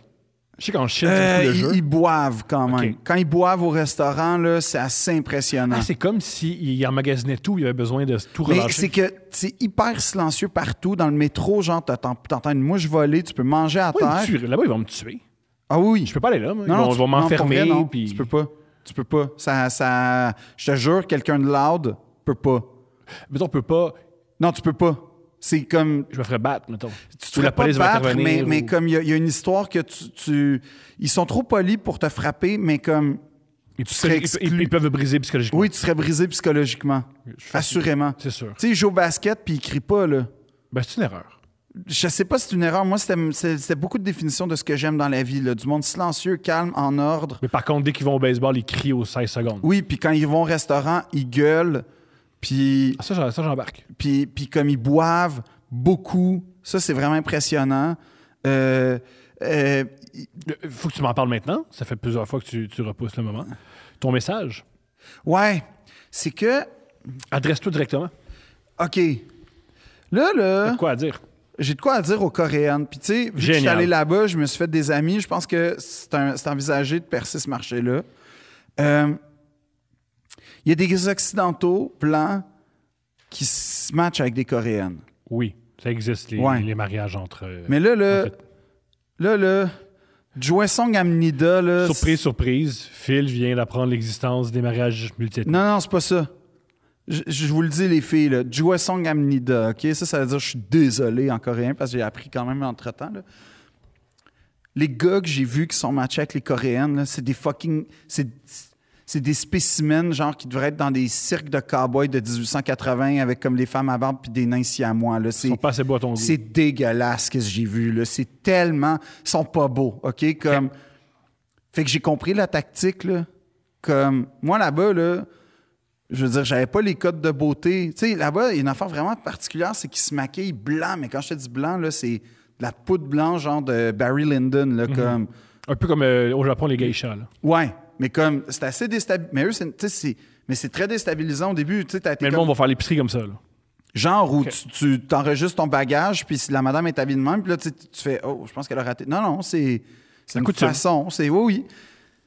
Je sais qu'en Chine, Euh, c'est beaucoup le ils, jeu. ils boivent quand même. Ok. Quand ils boivent au restaurant, là, c'est assez impressionnant. Ah, c'est comme s'ils emmagasinaient tout. Ils avaient besoin de tout Mais c'est relâcher. que c'est hyper silencieux partout. Dans le métro, genre, t'entends t'entends une mouche voler, tu peux manger à Ouais, ils me terre. tueraient. Là-bas, ils vont me tuer. Ah oui. Je peux pas aller là. moi. Ils Non, vont, tu- vont non, pour vrai, m'enfermer. non. puis- Tu peux pas. Tu peux pas. Ça, ça, je te jure, quelqu'un de loud peut pas. Mettons, on peut pas. Non, tu peux pas. C'est comme Je me ferais battre, mettons. tu te Ou ferais la pas police va battre, intervenir. mais, mais ou- comme il y, a- il y a une histoire que tu, tu- ils sont trop polis pour te frapper, mais comme Ils, serais ils- exclu. ils peuvent le briser psychologiquement. oui, tu serais brisé psychologiquement, assurément. C'est sûr. Tu sais, il joue au basket puis il crie pas, là. Ben, c'est une erreur. Je sais pas si c'est une erreur. Moi, c'était- c'était c'était beaucoup de définitions de ce que j'aime dans la vie, là. Du monde silencieux, calme, en ordre. Mais par contre, dès qu'ils vont au baseball, ils crient aux 16 secondes. Oui, puis quand ils vont au restaurant, ils gueulent, puis, Ah, ça, j'en- ça, j'embarque. puis, puis comme ils boivent beaucoup. Ça, c'est vraiment impressionnant. Euh, euh, Le- Faut que tu m'en parles maintenant. Ça fait plusieurs fois que tu, tu repousses le moment. Ton message, ouais, c'est que... adresse-toi directement. OK. Là, là... T'as quoi à dire? j'ai de quoi à dire aux Coréennes. Puis tu sais, vu que je suis Génial. allé là-bas, je me suis fait des amis. Je pense que c'est un- c'est envisagé de percer ce marché-là. Euh, Il y a des Occidentaux blancs qui se matchent avec des Coréennes. Oui, ça existe, les, Ouais. les mariages entre. euh, Mais là, là, en fait. là, là, Joesong Amnida, là... Surprise, surprise, Phil vient d'apprendre l'existence des mariages multiethniques. Non, non, c'est pas ça. Je, je vous le dis, les filles, là, Joesong Amnida, OK? Ça, ça veut dire je suis désolé en coréen parce que j'ai appris quand même entre-temps. là. Les gars que j'ai vus qui sont matchés avec les coréennes, là, c'est des fucking... C'est, c'est des spécimens, genre, qui devraient être dans des cirques de cowboys de 1880 avec comme des femmes à barbe puis des nains siamois. Là. C'est, Ils sont pas assez beaux à ton goût. c'est dégueulasse ce que j'ai vu. Là. C'est tellement. Ils sont pas beaux, OK? Comme. Fait que j'ai compris la tactique, là. Comme. Moi, là-bas, là. Je veux dire, j'avais pas les codes de beauté. Tu sais, là-bas, il y a une affaire vraiment particulière, c'est qu'ils se maquillent blanc. Mais quand je te dis blanc, là, c'est de la poudre blanche, genre de Barry Lyndon, Mhm. là, comme. Un peu comme euh, au Japon, les geishas. là. Ouais. Mais comme, c'est assez déstabilisant. Mais eux, c'est, tu sais, c'est- mais c'est très déstabilisant au début. Tu sais, t'as été Mais le comme- monde va faire l'épicerie comme ça. là. Genre où tu- tu t'enregistres ton bagage, puis si la madame est habillée de même, puis là, tu, tu fais Oh, je pense qu'elle a raté. Non, non, c'est c'est une coutume. façon. C'est oui, oui.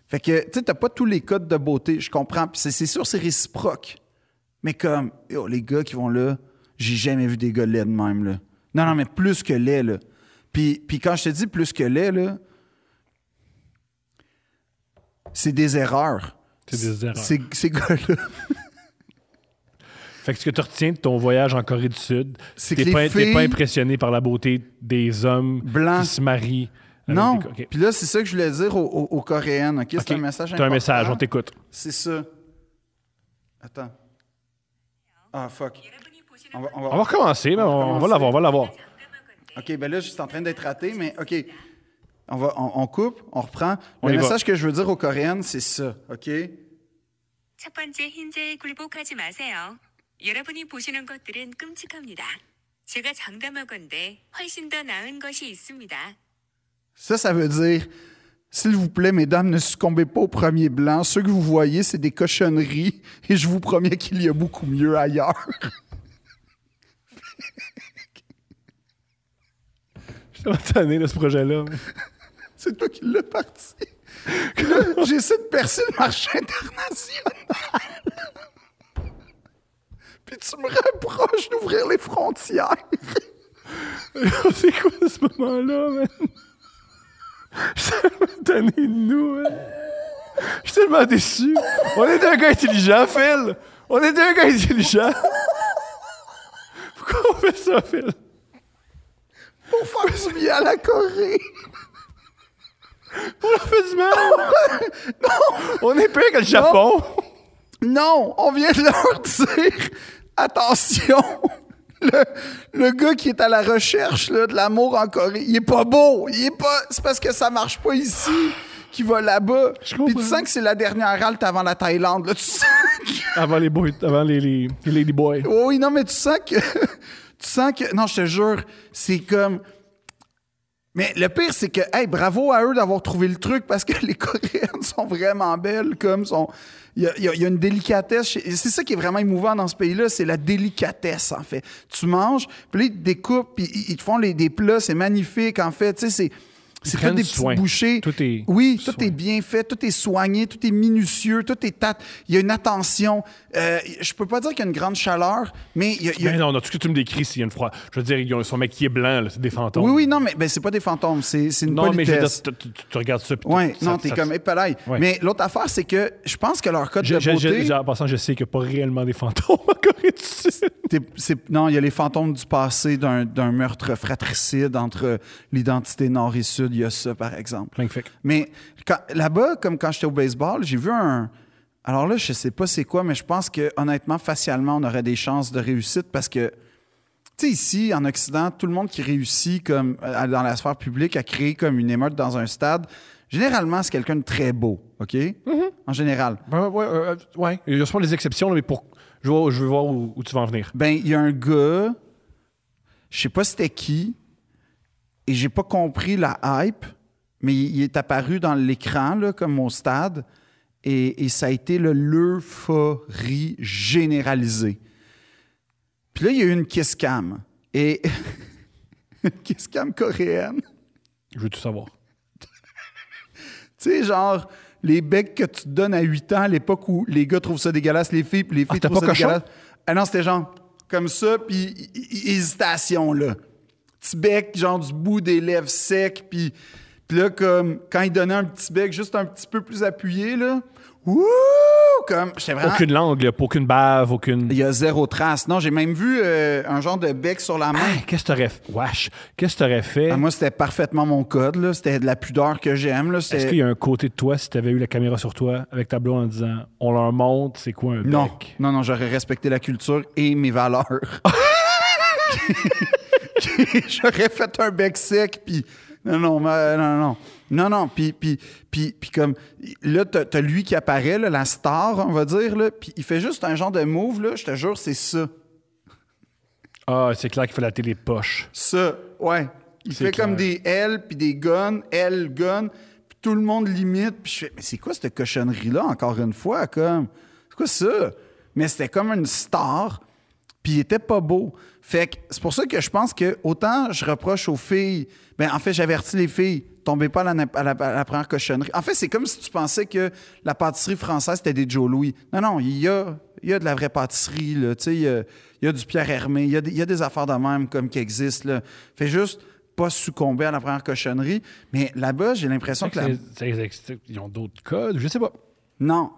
Fait que, tu sais, t'as pas tous les codes de beauté, je comprends. Puis c'est- c'est sûr, c'est réciproque. Mais comme, yo, les gars qui vont là, j'ai jamais vu des gars laids de même, là. Non, non, mais plus que laids, là. Puis, puis quand je te dis plus que laids, là, c'est des erreurs. C'est des erreurs. Ces, ces gars-là. Fait que ce que tu retiens de ton voyage en Corée du Sud, c'est C'est que que t'es les pas, t'es filles- pas impressionné par la beauté des hommes Blancs. qui se marient Avec Non. des co- ok. Puis là, c'est ça que je voulais dire aux, aux- aux Coréennes. OK? C'est Ok. un message T'as un important. message, on t'écoute. C'est ça. Attends. Ah, fuck. 여러분이 보시는 On va, on va- On va recommencer, mais on, on va recommencer. l'avoir, on va l'avoir. 장담할 건데 OK, ben là, je suis en train d'être raté, mais OK. On, va, on, on coupe, on reprend. On Le y va. message que je veux dire aux Coréennes, c'est ça. OK? 첫 번째 흰자에 굴복하지 마세요. 여러분이 보시는 것들은 끔찍합니다. 제가 장담하건대 훨씬 더 나은 것이 있습니다. Ça, ça veut dire. S'il vous plaît, mesdames, ne succombez pas au premier blanc. Ceux que vous voyez, c'est des cochonneries et je vous promets qu'il y a beaucoup mieux ailleurs. Je suis tanné de ce projet-là. C'est toi qui l'as parti. Là, J'essaie de percer le marché international. Puis tu me reproches d'ouvrir les frontières. C'est quoi ce moment-là, man? Je suis tellement tanné de nous, man. Je suis tellement déçu. On était un gars intelligent, Phil. On était un gars intelligent. Pourquoi on fait ça, Phil? Pour faire du bien à la Corée. On leur fait du mal. On est pire que le Japon. Non, on vient de leur dire attention. Le, le gars qui est à la recherche là, de l'amour en Corée, il est pas beau. Il est pas. C'est parce que ça marche pas ici qu'il va là-bas. Puis tu comprends. sens que c'est la dernière halte avant la Thaïlande. Là. Tu sens que- Avant les boys, avant les, les, les lady boys. Oh oui, non, mais tu sens que. tu sens que. Non, je te jure, c'est comme. Mais le pire, c'est que, hey, bravo à eux d'avoir trouvé le truc parce que les Coréennes sont vraiment belles, comme sont. Il y a, il y a- il y a une délicatesse. chez- et C'est ça qui est vraiment émouvant dans ce pays-là, c'est la délicatesse, en fait. Tu manges, puis là, ils te découpent, puis ils- ils te font les, des plats, c'est magnifique, en fait. Tu sais, c'est. C'est prennent toutes des petites soin. bouchées. Tout est oui, tout soin. est bien fait, tout est soigné, tout est minutieux, tout est tat. Il y a une attention. Euh, je peux pas dire qu'il y a une grande chaleur, mais il y a- il y a, Mais non, non, tout ce que tu me décris, c'est une froid. Je veux dire, ils ont, ils sont maquillés blancs, là, c'est des fantômes. Oui, oui, non, mais ben, c'est pas des fantômes, c'est c'est une Non, mais je veux dire, politesse. tu, tu- tu- tu regardes ça. puis tu- Ouais, ça- non, t'es ça- comme épalaille. Ouais. Mais l'autre affaire, c'est que je pense que leur code Je- de je- je- beauté. je- en passant, je sais qu'il n'y a pas réellement des fantômes en Corée du Sud. t'es- c'est- non, il y a les fantômes du passé d'un d'un meurtre fratricide entre l'identité nord et sud. Il y a ça, par exemple. Magnifique. Mais quand- là-bas, comme quand j'étais au baseball, j'ai vu un. Alors là, je sais pas c'est quoi, mais je pense que honnêtement, facialement, on aurait des chances de réussite parce que, tu sais, ici, en Occident, tout le monde qui réussit comme à- dans la sphère publique à créer comme une émeute dans un stade, généralement, c'est quelqu'un de très beau, OK? En général. Ouais, ouais, euh, ouais. Il y a sûrement des exceptions, là, mais pour. Je veux, voir- je veux voir où, où tu vas en venir. Ben, il y a un gars, je sais pas c'était qui, et j'ai pas compris la hype, mais il il est apparu dans l'écran, là, comme au stade, et, et ça a été le- l'euphorie généralisée. Puis là, il y a eu une kiss cam, et une kiss cam coréenne. Je veux tout savoir. Tu sais, genre, les becs que tu te donnes à 8 ans à l'époque où les gars trouvent ça dégueulasse, les filles, puis les filles t'as trouvent pas ça cochon? dégueulasse. Ah non, c'était genre comme ça, puis hé- hé- hésitation, là. Petit bec, genre du bout des lèvres secs, puis puis là, comme, quand ils donnaient un petit bec juste un petit peu plus appuyé, là, ouh, comme, j'étais vraiment... Aucune langue, là, pas aucune bave, aucune. Il y a zéro trace. Non, j'ai même vu euh, un genre de bec sur la main. Hey, Qu'est-ce que t'aurais fait? Wesh. Qu'est-ce que t'aurais fait? Ah, moi, c'était parfaitement mon code, là. C'était de la pudeur que j'aime, là. Est-ce C'était- qu'il y a un côté de toi, si tu avais eu la caméra sur toi, avec ta blonde en disant on leur montre c'est quoi un Non, bec? non, non, j'aurais respecté la culture et mes valeurs. j'aurais fait un bec sec, puis... Non, non, mais- non, non. Non, non, puis, puis, puis, puis comme... Là, t'as t'as lui qui apparaît, là, la star, on va dire, là, puis il fait juste un genre de move, là, je te jure, c'est ça. Ah, c'est clair qu'il faut la télé poche. Ça, ouais. Il C'est fait clair. comme des L, puis des guns, L, gun, puis tout le monde limite, puis je fais, mais c'est quoi cette cochonnerie-là, encore une fois, comme, c'est quoi ça? Mais c'était comme une star, puis il était pas beau. Fait que c'est pour ça que je pense que, autant je reproche aux filles, ben en fait, j'avertis les filles, tombez pas à la, à la- à la première cochonnerie. En fait, c'est comme si tu pensais que la pâtisserie française, c'était des Joe Louis. Non, non, il y a, il y a de la vraie pâtisserie, là, tu sais, il y a, il y a du Pierre Hermé, il y, a des- il y a des affaires de même, comme, qui existent, là. Fait juste pas succomber à la première cochonnerie, mais là-bas, j'ai l'impression que... la- C'est- c'est- c'est- Ils ont d'autres codes, je sais pas. Non,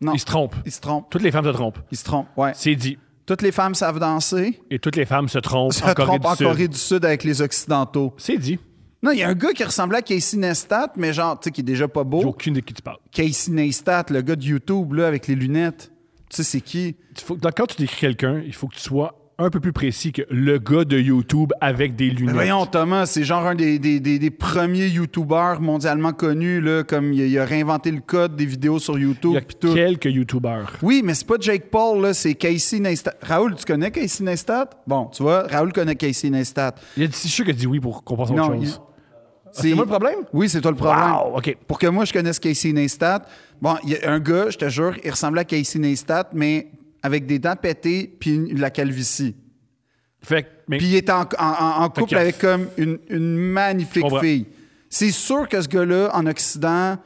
non. Ils se trompent. Ils se trompent. Toutes les femmes se trompent. Ils se trompent, ouais. C'est dit. Toutes les femmes savent danser, Et toutes les femmes se trompent se en Corée trompent du en Sud. Corée du Sud avec les Occidentaux. C'est dit. Non, il y a un gars qui ressemblait à Casey Neistat, mais genre, tu sais, qui est déjà pas J'ai beau. aucune idée de qui tu parles. Casey Neistat, le gars de YouTube, là, avec les lunettes. Tu sais, c'est qui? Tu faut- donc, quand tu décris quelqu'un, il faut que tu sois un peu plus précis que le gars de YouTube avec des Mais lunettes. voyons, Thomas, c'est genre un des, des- des- des premiers YouTubers mondialement connus, là, comme il a, il a réinventé le code des vidéos sur il YouTube. y a pis tout. quelques YouTubers. Oui, mais c'est pas Jake Paul, là, c'est Casey Neistat. Raoul, tu connais Casey Neistat? Bon, tu vois, Raoul connaît Casey Neistat. Il y a des sûr qui a dit oui pour qu'on pense à autre Non, il- chose. Ah, c'est moi le problème? Oui, c'est toi le problème. Wow, OK. Pour que moi, je connaisse Casey Neistat, bon, il y a un gars, je te jure, il ressemblait à Casey Neistat, mais avec des dents pétées puis une- la calvitie. Fait que- mais Puis il est en, en- en- en couple qu'il a- avec comme une, une magnifique comprends. fille. C'est sûr que ce gars-là, en Occident,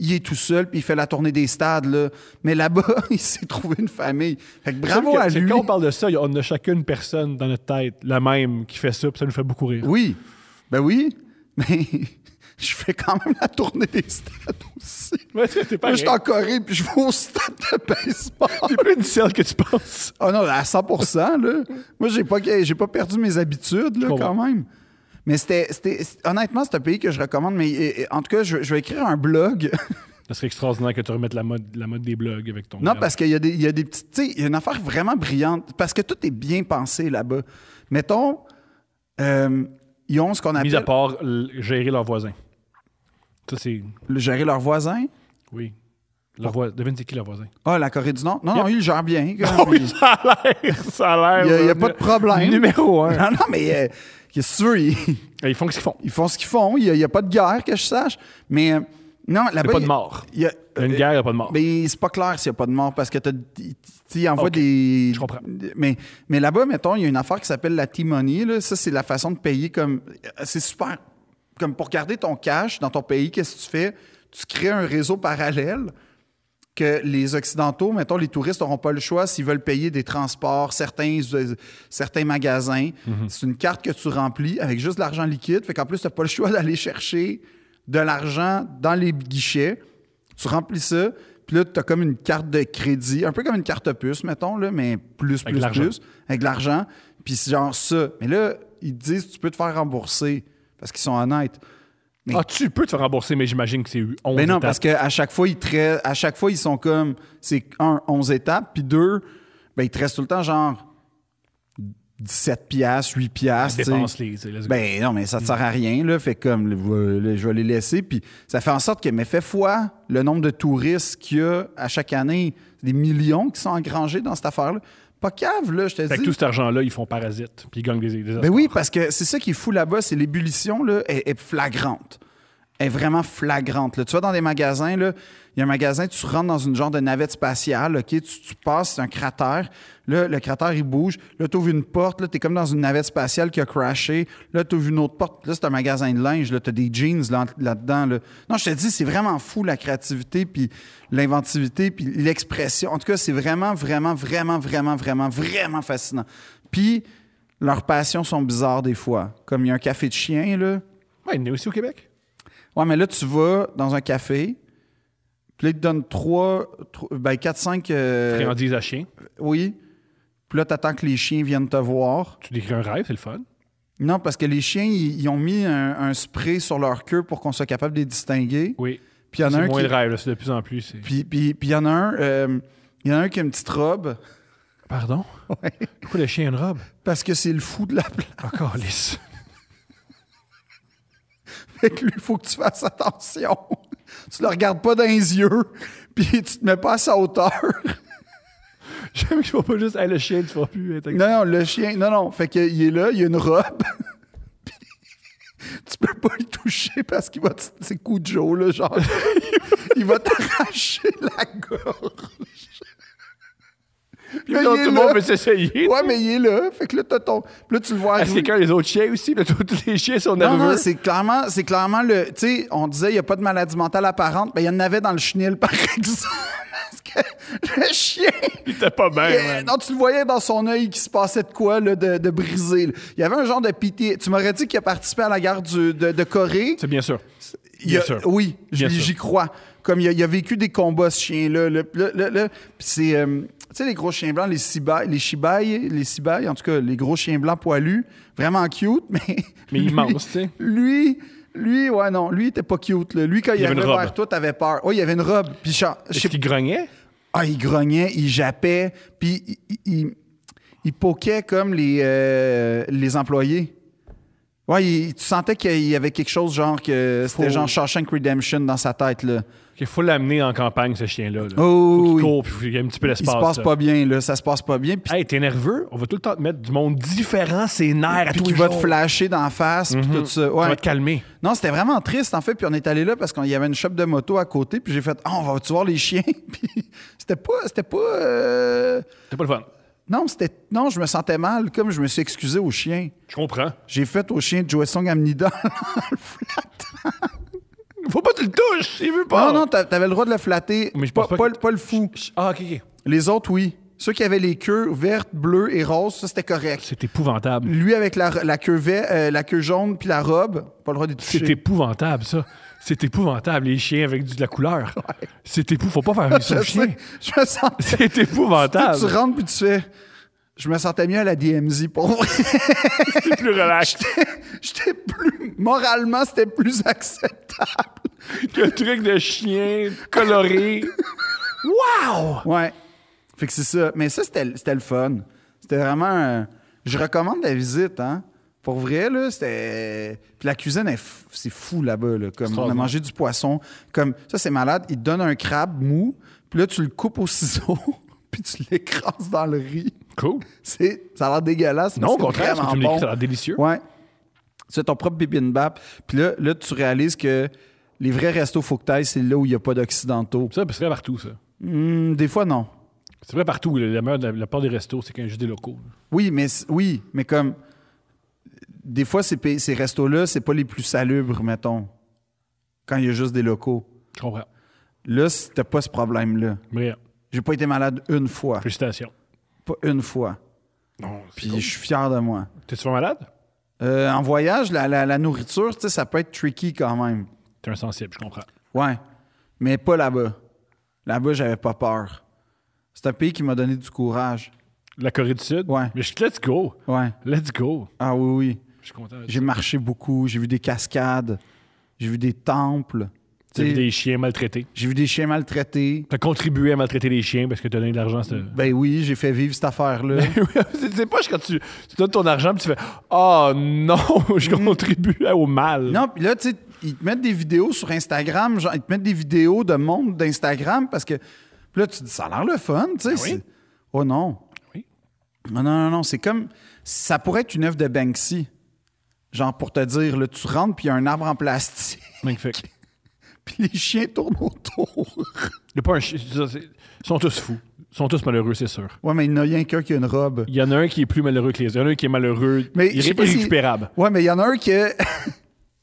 il est tout seul puis il fait la tournée des stades, là. Mais là-bas, il s'est trouvé une famille. Fait que c'est bravo que- à c'est lui. Quand on parle de ça, il y a- on a chacun une personne dans notre tête, la même, qui fait ça, puis ça nous fait beaucoup rire. Oui. Ben oui. Mais je fais quand même la tournée des stades aussi. Ouais, c'est- c'est Moi, pareil. je suis en Corée puis je vais au stade de baseball. C'est plus une selle que tu penses. Ah non, à 100 là. Moi, j'ai pas, j'ai pas perdu mes habitudes, là, comprends. quand même. Mais c'était, c'était- c'est- honnêtement, c'est un pays que je recommande. Mais eh, eh, en tout cas, je, je vais écrire un blog. Ce serait extraordinaire que tu remettes la mode, la mode des blogs avec ton. non, blog. parce qu'il y a des, il y a des petites. Tu sais, il y a une affaire vraiment brillante. Parce que tout est bien pensé là-bas. Mettons, euh, ils ont ce qu'on Mis à appelle part l- gérer leurs voisins. Ça, c'est. le gérer leurs voisins. Oui. Leur voi- Devine c'est qui leur voisin. Ah, la Corée du Nord? Non, non, ils le gèrent bien. Ah ça a l'air. Ça a Il l'air. n'y a, pas de problème. Numéro un. Non, non, mais euh, qu'est-ce que tu veux, ils, Et Ils font ce qu'ils font. ils font ce qu'ils font. Il n'y a, pas de guerre, que je sache. Mais euh, non, là-bas. Il n'y a pas de il- mort. il y a- euh, Il y a une guerre, il n'y a pas de mort. Mais c'est pas clair s'il n'y a pas de mort parce que t'as- tu sais, ils envoient Ok, des. je comprends. Mais, mais là-bas, mettons, il y a une affaire qui s'appelle la timonie. là. Ça, c'est la façon de payer comme. euh, C'est super. Comme pour garder ton cash dans ton pays, qu'est-ce que tu fais? Tu crées un réseau parallèle que les Occidentaux, mettons, les touristes n'auront pas le choix s'ils veulent payer des transports, certains, euh, certains magasins. Mhm. C'est une carte que tu remplis avec juste de l'argent liquide. Fait qu'en plus, tu n'as pas le choix d'aller chercher de l'argent dans les guichets. Tu remplis ça, puis là, tu as comme une carte de crédit, un peu comme une carte puce, mettons, là, mais plus, Avec plus, l'argent. plus, avec de l'argent. Puis c'est genre ça. Mais là, ils te disent, tu peux te faire rembourser parce qu'ils sont honnêtes. Ah, tu peux te faire rembourser, mais j'imagine que c'est 11 Mais non, étapes. parce qu'à chaque fois, ils traitent- à chaque fois, ils sont comme c'est un, 11 étapes, puis deux, ben ils te restent tout le temps genre 17 piastres, 8 piastres. tu sais. Dépense les. Mm. let's go. Ben non, mais ça ne sert à rien, là. Fait comme le- le- je vais les laisser. Puis ça fait en sorte que, mais fait fois le nombre de touristes qu'il y a à chaque année, des millions qui sont engrangés dans cette affaire-là. Pas cave, là, je te Fait que dis. tout cet argent-là, ils font parasite, puis ils gagnent des, des Ben Oscars. oui, parce que c'est ça qui est fou là-bas, c'est l'ébullition là, est, est flagrante. Est vraiment flagrante. là. Tu vas dans des magasins, là, il y a un magasin, tu rentres dans une genre de navette spatiale, OK? Tu, tu passes, c'est un cratère. Là, le cratère, il bouge. Là, tu ouvres une porte, là, tu es comme dans une navette spatiale qui a crashé. Là, tu ouvres une autre porte. Là, c'est un magasin de linge, là, tu as des jeans là- là-dedans. là. Non, je te dis, c'est vraiment fou la créativité, puis l'inventivité, puis l'expression. En tout cas, c'est vraiment, vraiment, vraiment, vraiment, vraiment, vraiment fascinant. Puis, leurs passions sont bizarres des fois. Comme il y a un café de chien, là. Ouais, il y en a aussi au Québec. Ouais, mais là, tu vas dans un café, puis là, ils te donnent 3, ben 4, 5. Friandises à chien. oui. Puis là, t'attends que les chiens viennent te voir. Tu décris un rêve, c'est le fun. Non, parce que les chiens, ils, ils ont mis un, un spray sur leur queue pour qu'on soit capable de les distinguer. Oui. Puis il y en a C'est un moins qui. le rêve, là, c'est de plus en plus. c'est- Puis puis- puis il y en a un. euh, il y en a un qui a une petite robe Pardon? Pourquoi le chien a une robe? parce que c'est le fou de la place. Ah, câlisse. Fait que lui, il faut que tu fasses attention. Tu le regardes pas dans les yeux, puis tu te mets pas à sa hauteur. J'aime que je vois pas juste, hey, le chien, tu vas plus. euh, être- Non, non, le chien, non, non. Fait qu'il est là, il a une robe. Puis tu peux pas le toucher parce qu'il va. te- C'est coup de Joe, là, genre. il va t'arracher la gorge. Puis Mais non, il est tout le là. monde peut s'essayer. Ouais, mais il est là. Fait que là, t'as ton. Puis là, tu le vois Est-ce arriver. que les autres chiens aussi? Là, tous tous les chiens sont Non, nerveux. non, c'est clairement, c'est clairement le. Tu sais, on disait, il n'y a pas de maladie mentale apparente, mais il y en avait dans le chenil, par exemple. Parce que le chien. T'es pas bien, Euh, man. non, tu le voyais dans son œil qui se passait de quoi, là, de, de brisé. là. Il y avait un genre de pitié. Tu m'aurais dit qu'il a participé à la guerre du- de, de Corée. C'est bien sûr. Il y a- bien sûr. Oui, Bien j'y sûr. j'y crois. Comme il a, il a vécu des combats, ce chien-là. là. Puis là, là, là, puis c'est, euh, tu sais, les gros chiens blancs, les sibai, les shibai, les sibai, en tout cas, les gros chiens blancs poilus, vraiment cute, mais. Mais lui- immense, tu sais. Lui, lui, ouais, non, lui, il était pas cute, là. Lui, quand il, Il y avait une arrivait robe. vers toi, t'avais peur. Oui, il y avait une robe. Puis, cha- je Est-ce sais qu'il grognait? ah, il grognait, il jappait, puis il, il, il- il poquait comme les, euh, les employés. Ouais, il- tu sentais qu'il y avait quelque chose, genre que c'était Faut- genre Shawshank Redemption dans sa tête, là. Il faut l'amener en campagne, ce chien-là. là. Oh, faut oui. qu'il court, puis faut qu'il y ait un petit peu Il d'espace. se passe là. pas bien, là, ça se passe pas bien, puis, Hey, t'es nerveux? On va tout le temps te mettre du monde différent, c'est nerfs à puis tous les qu'il va te jours. flasher d'en face, puis tout ça. Ça Ouais. va Mm-hmm. te calmer. Non, c'était vraiment triste, en fait. Puis on est allé là parce qu'il y avait une shop de moto à côté. Puis j'ai fait, Ah, on va-tu voir les chiens? Puis c'était pas. C'était pas. euh, C'est pas le fun. Non, c'était. Non, je me sentais mal, comme je me suis excusé aux chiens. Je comprends. J'ai fait au chien de Joessong Amnida. Faut pas que tu le touches! Il veut pas! non, non, t'a- t'avais le droit de le flatter. Mais je pas, pense pas pas que- le- pas le fou. Ah, ok, ok. Les autres, oui. Ceux qui avaient les queues vertes, bleues et roses, ça, c'était correct. C'est épouvantable. Lui avec la, la queue, ver- euh, la queue jaune puis la robe, pas le droit de les toucher. C'est épouvantable, ça. C'est épouvantable, les chiens avec du- de la couleur. C'est épouvantable. Faut pas faire ça Je aux chiens. sais, je me sentais... C'est Tu épouvantable. rentres puis tu fais... Je me sentais mieux à la DMZ, pour vrai. C'est plus relax. J'étais plus... Moralement, c'était plus acceptable. Le truc de chien coloré. Wow! Ouais. Fait que c'est ça. Mais ça, c'était c'était le fun. C'était vraiment. un- Je recommande la visite, hein. Pour vrai, là, c'était. Puis la cuisine, elle f- c'est fou là-bas, là. Comme on a Extraordinaire. mangé du poisson. Comme ça, c'est malade. Ils te donnent un crabe mou, puis là, tu le coupes au ciseau, puis tu l'écrases dans le riz. Cool. C'est, ça a l'air dégueulasse. mais Non, au c'est contraire, ce que vraiment tu me décris, bon. ça a l'air délicieux. Ouais. C'est ton propre bibimbap. Puis là, là, tu réalises que les vrais restos faut que t'ailles, c'est là où il n'y a pas d'occidentaux. Ça, c'est vrai partout, ça. Hmm, des fois, non. C'est vrai partout. La, la, meilleure- la, la part des restos, c'est qu'il y a juste des locaux. Oui, mais c- oui, mais comme des fois ces, pays- ces restos-là, c'est pas les plus salubres, mettons. Quand il y a juste des locaux. Je comprends. Là, c'était pas ce problème-là. Brillant. J'ai pas été malade une fois, Félicitations. pas une fois. Non, Puis je suis fier de moi. T'es souvent malade? Euh, en voyage, la, la- la nourriture, tu sais, ça peut être tricky quand même. T'es insensible, je comprends. Ouais, mais pas là-bas. Là-bas, j'avais pas peur. C'est un pays qui m'a donné du courage. La Corée du Sud? Ouais. Mais je let's go. Ouais. Let's go. Ah oui, oui. Je suis content. J'ai marché beaucoup, j'ai vu des cascades, j'ai vu des temples. T'as Tu vu sais, des chiens maltraités. J'ai vu des chiens maltraités. T'as contribué à maltraiter les chiens parce que t'as donné de l'argent. c'est- Ben oui, j'ai fait vivre cette affaire-là. Ben. c'est c'est poche quand tu, tu donnes ton argent puis tu fais Oh non, je contribue au mal. non, puis là, tu sais, ils te mettent des vidéos sur Instagram, genre, ils te mettent des vidéos de monde d'Instagram parce que. Puis là, tu te dis, ça a l'air le fun, tu sais. Ben oui. Ben c'est- Oh non. Oui. Non, non, non, non. C'est comme. Ça pourrait être une œuvre de Banksy. Genre, pour te dire, là, tu rentres, puis il y a un arbre en plastique, Magnifique. puis les chiens tournent autour. Il y a pas un chien- c'est- c'est- Ils sont tous fous. Ils sont tous malheureux, c'est sûr. Ouais, mais il n'y en a rien qu'un qui a une robe. Il y en a un qui est plus malheureux que les autres. Il y en a un qui est malheureux. Mais il je sais est pas si- irrécupérable. Ouais, mais il y en a un qui.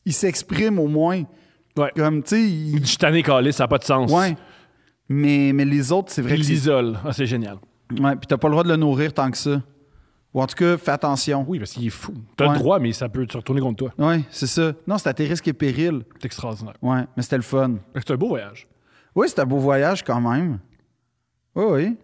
il s'exprime au moins. Ouais. Comme, tu sais. Il il- dit, Je suis tanné, calé, ça n'a pas de sens. Ouais. Mais, mais les autres, c'est vrai Il que c'est- l'isole. Ah, c'est génial. Ouais, puis t'as pas le droit de le nourrir tant que ça. Ou en tout cas, fais attention. Oui, parce qu'il est fou. T'as Ouais. le droit, mais ça peut te retourner contre toi. Ouais, c'est ça. Non, c'était à tes risques et périls. C'est extraordinaire. Ouais, mais c'était le fun. Fait que C'est un beau voyage. Oui, c'était un beau voyage quand même. Oui, oui.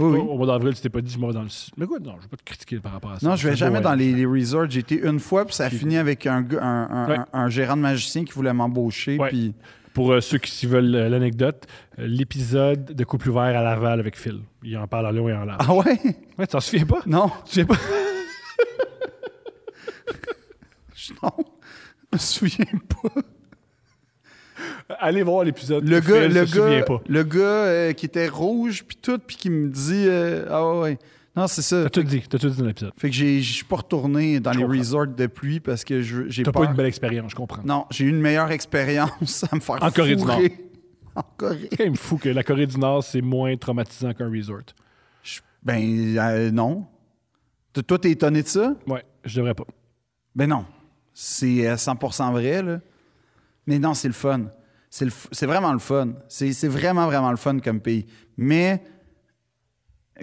Oui, oui. Au au mois d'avril, tu t'es pas dit, je m'en vais dans le sud. Mais quoi, non, je vais pas te critiquer par rapport à ça. Non, je vais C'est un beau jamais dans voyage. les, les resorts. J'ai été une fois, puis ça a fini avec un, gars- un, un- Ouais. un- un gérant de magicien qui voulait m'embaucher. Ouais. Puis Pour euh, ceux qui s'y veulent euh, l'anecdote, euh, l'épisode de Couple ouvert à Laval avec Phil. Il en parle en long et en large. Ah ouais? Ouais, tu t'en souviens pas? Non. Tu sais pas? Je- Non. Je me souviens pas. Allez voir l'épisode. Le de gars, Phil le se souvient gars, pas. le gars euh, qui était rouge, puis tout, puis qui me dit euh, Ah ouais, ouais. Non, c'est ça. T'as tout dit, t'as tout dit dans l'épisode. Fait que j'ai- je suis pas retourné dans les comprends. resorts depuis parce que je- j'ai T'as peur. pas eu une belle expérience, je comprends. Non, j'ai eu une meilleure expérience à me faire En Corée du Nord. fourrer. En Corée. C'est quand même fou que la Corée du Nord, c'est moins traumatisant qu'un resort. Je- ben euh, non. T- Toi, t'es étonné de ça? Ouais, je devrais pas. Ben non. C'est euh, 100% vrai, là. Mais non, c'est le fun. C'est le f- c'est vraiment le fun. C'est c'est vraiment, vraiment le fun comme pays. Mais,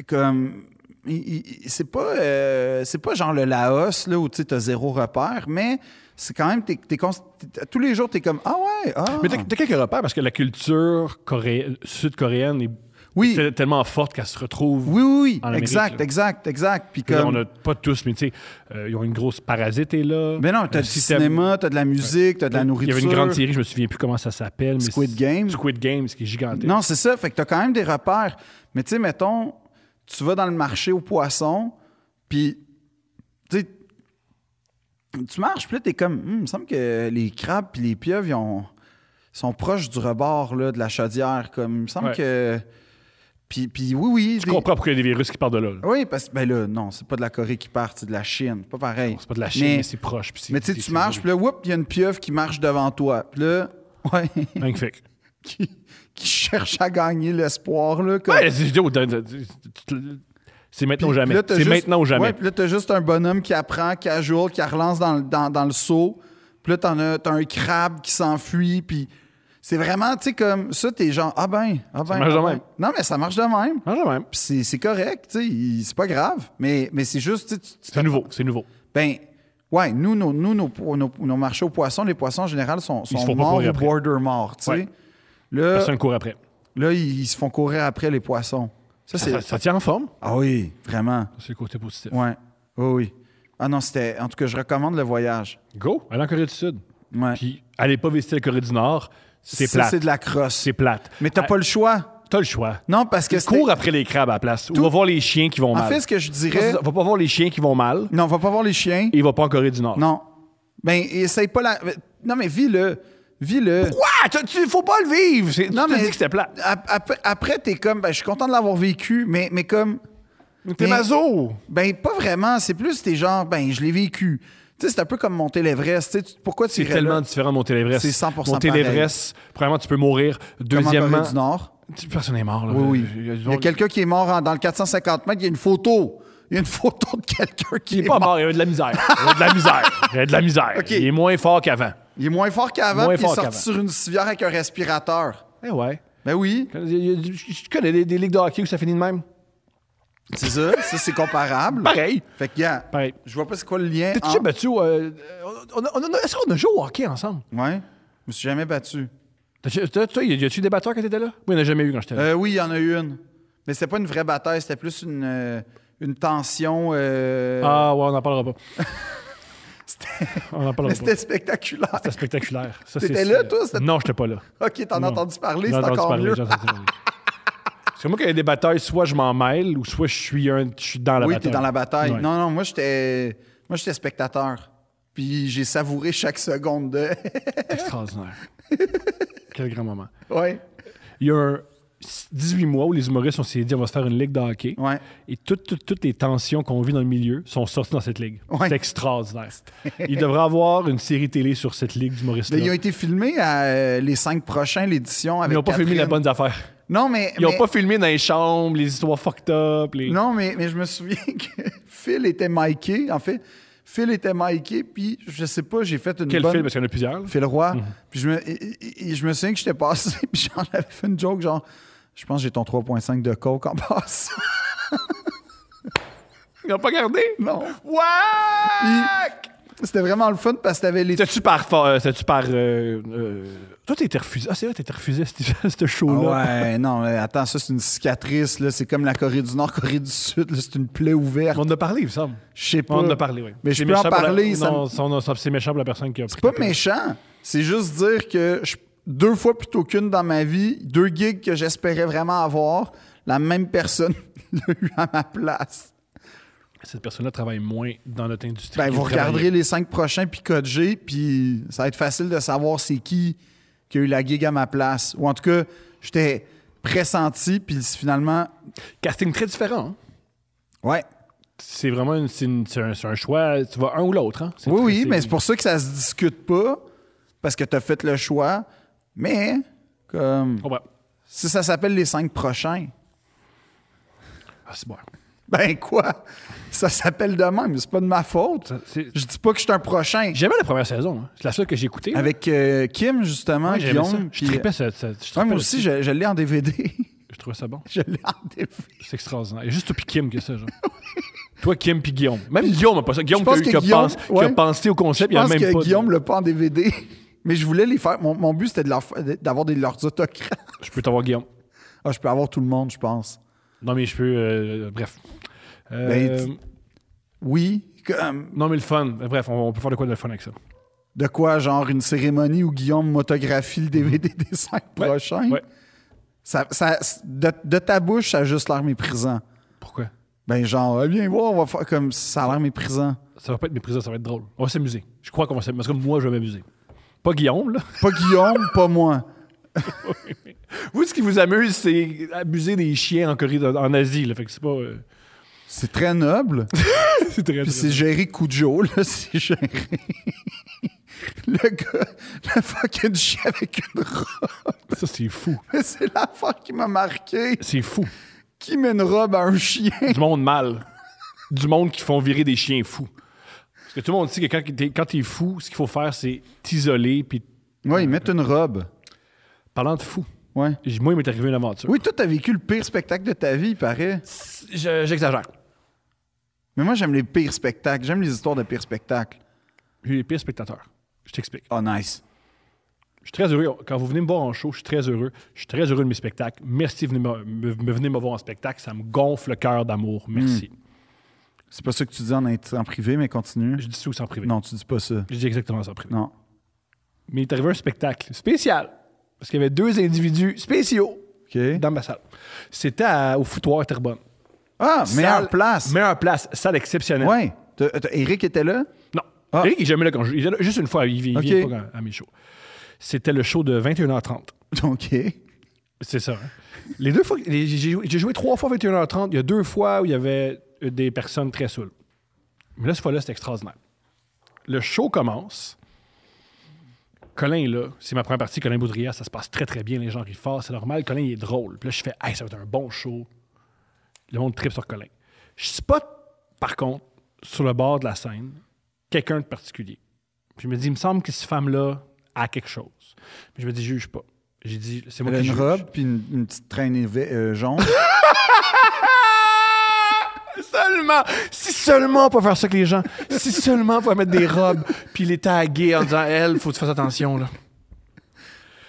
comme, il- il- c'est pas, euh, c'est pas genre le Laos, là, où tu as zéro repère, mais c'est quand même, t'es- t'es const- t'es- tous les jours, t'es comme, ah ouais, ah. Mais t'as t'as quelques repères parce que la culture coré- sud-coréenne est Oui, Tel- tellement forte qu'elle se retrouve. oui, oui, En oui. Amérique, Exact, là. exact, exact. Puis Je veux dire, comme. On n'a pas tous, mais tu sais, euh, ils ont une grosse parasite est là. Mais ben non, t'as Le du système- cinéma, t'as de la musique, t'as de la Il y nourriture. avait une grande série, je me souviens plus comment ça s'appelle. mais Squid c'est- Game. Squid Game, ce qui est gigantesque. Non, c'est ça. Fait que t'as quand même des repères. Mais tu sais, mettons, tu vas dans le marché aux poissons, puis tu sais, tu marches, puis là, t'es comme, Hum, il me semble que les crabes puis les pieuvres, ils ont- sont proches du rebord là, de la chaudière. Comme, il me semble Ouais. que. Puis, puis oui, oui. Je des- comprends pourquoi il y a des virus qui partent de là. là. Oui, parce que, ben là, non, c'est pas de la Corée qui part, c'est de la Chine. Pas pareil. C'est pas de la Chine, mais, c'est proche. puis c'est- Mais tu sais, c'est- tu marches, c'est- puis là, whoop, il y a une pieuvre qui marche devant toi. Puis là, ouais, Magnifique. qui, qui cherche à gagner l'espoir, là. comme- Ouais, c'est- oh, c'est maintenant ou jamais. Puis là, t'as C'est juste- maintenant ou jamais. Ouais, puis là, t'as juste un bonhomme qui apprend, qui ajoute, qui relance dans, le- dans, dans le seau. Puis là, t'en as, t'as un crabe qui s'enfuit. Puis c'est vraiment, tu sais, comme ça, t'es genre, ah ben, ah ben. marche ah de ben. même. Non, mais ça marche de même. Non, jamais. Puis c'est, c'est correct, tu sais, il- c'est pas grave. Mais, mais c'est juste, tu sais, tu- tu- C'est nouveau, c'est nouveau. ben, ouais, nous, nos, nous nos, po- nos, nos marchés aux poissons, les poissons en général sont, Ils se sont font pas morts courir ou après. border morts, tu sais. Ouais. Là, Personne ne court après. là, ils, ils se font courir après les poissons. Ça, Ça, c'est. ça tient en forme. Ah oui, vraiment. C'est le côté positif. Ouais. Oui, oui. Ah non, c'était. En tout cas, je recommande le voyage. Go, allez en Corée du Sud. Ouais. Puis, allez pas visiter la Corée du Nord. C'est Ça, plate. c'est de la crosse. C'est plate. Mais t'as Ah, pas le choix. t'as le choix. Non, parce que. c'était- Cours après les crabes à la place. Ou va voir les chiens qui vont En mal. fait, ce que je dirais. va pas voir les chiens qui vont mal Non, va pas voir les chiens. et il va pas en Corée du Nord. Non. Ben, essaye pas la. Non, mais vis-le. Vis-le. Quoi? T'as- tu- faut pas le vivre. C'est- Non, tu t'es mais- dit que c'était plat. Ap- ap- Après, t'es comme. Ben, je suis content de l'avoir vécu, mais, mais comme. T'es Mais- maso. Ben, pas vraiment. C'est plus, t'es genre. Ben, je l'ai vécu. Tu sais, c'est un peu comme monter l'Everest. Tu sais, tu- pourquoi tu C'est irais tellement là? différent de Monter l'Everest. C'est 100% Monter l'Everest, premièrement, tu peux mourir. Comme en Deuxièmement, Corée du Nord. tu- personne n'est mort. Là. Oui, Il y a, du oui. Il y a monde- quelqu'un qui est mort en- dans le 450 mètres, il y a une photo. Il y a une photo de quelqu'un qui Il est, est pas mort. mort, il y a de la misère. Il y a de la misère. Il y a de la misère. Ok. Il est moins fort qu'avant. Il est moins fort qu'avant, Moins puis il est fort sorti qu'avant. sur une civière avec un respirateur. Eh ouais. Ben oui, Il y a du- Je connais des, des ligues de hockey où ça finit de même. c'est ça, ça c'est comparable. Pareil. Fait que, gars, Pareil. je vois pas c'est quoi le lien. T'es-tu entre- déjà battu? au, euh, on a- on a- Est-ce qu'on a joué au hockey ensemble? Ouais, je me suis jamais battu. T'as- t'as- t'as- Y a-tu des batteurs quand t'étais là? Oui, il n'y en a jamais eu quand j'étais là. Euh, oui, il y en a eu une. Mais c'était pas une vraie bataille, c'était plus une, euh, une tension. euh, Ah ouais, on n'en parlera pas. on n'en parlera pas. mais c'était spectaculaire. C'était spectaculaire. Ça, T'étais c'est- là, c'est- toi, c'était- Non, j'étais pas là. Ok, t'en as Non. entendu parler, c'est J'en ai entendu encore parler, mieux. j'en ai entendu parler. Parce que moi, quand il y a des batailles, soit je m'en mêle ou soit je suis, un, je suis dans la oui, bataille. t'es dans la bataille. Ouais. Non, non, moi j'étais, moi j'étais spectateur. Puis j'ai savouré chaque seconde de. Extraordinaire. Quel grand moment. ouais. Il y a un 18 mois où les humoristes, on s'est dit, on va se faire une ligue de hockey. Ouais. Et toutes, toutes, toutes les tensions qu'on vit dans le milieu sont sorties dans cette ligue. Ouais. C'est extraordinaire. Il devrait avoir une série télé sur cette ligue Mais ils ont d'humoristes-là. été filmés à euh, les cinq prochains l'édition avec. Ils n'ont pas filmé Catherine. la bonne affaire. Non mais. Ils n'ont mais- pas filmé dans les chambres, les histoires fucked up. Les... Non mais, mais je me souviens que Phil était Mikey. En fait, Phil était Mikey. Puis je sais pas, j'ai fait une Quel bonne. film? Mhm. Parce qu'il y en a plusieurs. là. Phil Roy. Puis je me, et- et- et je me souviens que j'étais passé. Puis genre, j'avais fait une joke genre. Je pense que j'ai ton 3.5 de coke en passe. Ils n'ont pas gardé? non. Wack! C'était vraiment le fun parce que t'avais les C'était-tu par. fa- euh, C'était-tu par. euh, euh, Toi, t'étais refusé. Ah, c'est vrai, t'étais refusé à ce ce show-là. Ah Ouais, non, mais attends, ça, c'est une cicatrice. là. C'est comme la Corée du Nord, Corée du Sud. là. C'est une plaie ouverte. On en a parlé, il me semble. Je sais pas. On en a parlé, oui. Mais je peux en parler. ça me- Non, ça- non, ça- c'est méchant pour la personne qui a pris. C'est pas ta pilule. méchant. C'est juste dire que je- deux fois plutôt qu'une dans ma vie, deux gigs que j'espérais vraiment avoir, la même personne l'a eu à ma place. Cette personne-là travaille moins dans notre industrie. Ben, qu'elle vous regarderez travaillait. les cinq prochains, puis code G, puis ça va être facile de savoir c'est qui qui a eu la gig à ma place. Ou en tout cas, j'étais pressenti, puis finalement, Casting très différent. hein. ouais. C'est vraiment une- c'est une- c'est un, c'est un choix. Tu vas un ou l'autre. Hein? C'est Oui, très- oui, mais c'est pour ça que ça se discute pas, parce que t'as fait le choix. Mais, comme, Oh, ouais. si ça s'appelle les cinq prochains, Ah, c'est bon. ben quoi? Ça s'appelle de même, c'est pas de ma faute. Ça, c'est- Je dis pas que je suis un prochain. J'aimais la première saison. hein. C'est la seule que j'ai écoutée. là. Avec euh, Kim, justement, Ouais, j'aimais ça. Guillaume. Je puis- euh, tripais ça. ça- je Ouais, tripais moi aussi, là-dessus. je, je l'ai en DVD. Je trouvais ça bon. je l'ai en DVD. C'est extraordinaire. Il y a juste toi puis Kim que ça, genre. toi, Kim puis Guillaume. Même Guillaume n'a pas ça. Guillaume, pense qui a eu- que qui a, Guillaume- pensé- qui a ouais. pensé au concept, Je il a pense même que pas. de- Guillaume l'a pas en DVD, mais je voulais les faire. Mon, mon but, c'était de leur fa- d'avoir des leurs autographes. Je peux t'avoir Guillaume. Ah, je peux avoir tout le monde, je pense. Non, mais je peux. euh, bref. Euh, Ben, tu- Oui. Comme, Non, mais le fun. Bref, on, on peut faire de quoi de le fun avec ça. de quoi, genre une cérémonie où Guillaume motographie le DVD des cinq Mm-hmm. Ouais, prochains? ouais. Ça, ça- de, de ta bouche, ça a juste l'air méprisant. Pourquoi? Ben, genre, eh, viens voir, on va faire comme ça a l'air méprisant. Ça va pas être méprisant, ça va être drôle. On va s'amuser. Je crois qu'on va s'amuser. Parce que moi, je vais m'amuser. Pas Guillaume, là. Pas Guillaume, pas moi. Vous, ce qui vous amuse, c'est abuser des chiens en Corée, en Asie. Là. Fait que c'est pas. euh, C'est très noble. c'est très. Puis c'est géré Cujo, là, c'est géré. le gars, le fucking chien avec une robe. Ça, c'est fou. Mais c'est l'affaire qui m'a marqué. C'est fou. Qui met une robe à un chien? du monde mal. Du monde qui font virer des chiens fous. Parce que tout le monde dit que quand t'es, quand t'es fou, ce qu'il faut faire, c'est t'isoler. Puis Ouais, ils mettent une robe. parlant de fou, Ouais. j- moi, il m'est arrivé une aventure. Oui, toi, t'as vécu le pire spectacle de ta vie, il paraît. Je- j'exagère. Mais moi, j'aime les pires spectacles. J'aime les histoires de pires spectacles. J'ai eu les pires spectateurs. Je t'explique. Oh, nice. Je suis très heureux. Quand vous venez me voir en show, je suis très heureux. Je suis très heureux de mes spectacles. Merci de venir me, me- me- venir me voir en spectacle. Ça me gonfle le cœur d'amour. Merci. Mm. C'est pas ça que tu dis en, int- en privé, mais continue. Je dis ça aussi en privé. Non, tu dis pas ça. Je dis exactement ça en privé. Non. Mais il est arrivé un spectacle spécial. Parce qu'il y avait deux individus spéciaux OK. dans ma salle. C'était à- au foutoir Terrebonne. Ah, meilleure Salle- place. Meilleure place. Salle exceptionnelle. Ouais. T'as- t'as- Eric était là? Non. Ah. Eric, il est jamais là quand je. Il est là juste une fois. Il vient, il Ok. vient pas quand- à mes shows. C'était le show de 21h30. OK. C'est ça. hein. Les deux fois, les- j'ai joué, j'ai joué trois fois 21h30. Il y a deux fois où il y avait euh, des personnes très saoules. Mais là, cette fois-là, c'était extraordinaire. Le show commence. Colin est là. C'est ma première partie, Colin Boudria. Ça se passe très, très bien. Les gens rient fort. C'est normal. Colin, il est drôle. Puis là, je fais, hey, ça va être un bon show. Le monde tripe sur Colin. Je spot, par contre, sur le bord de la scène, quelqu'un de particulier. Puis je me dis, il me semble que cette femme-là a quelque chose. Puis je me dis, juge pas. J'ai dit, c'est moi Elle a qui une juge. robe puis une, une petite traîne éve- euh, jaune. Seulement, si seulement pour faire ça que les gens, si seulement pour mettre des robes, puis les taguer en disant, elle, faut que tu fasses attention, là.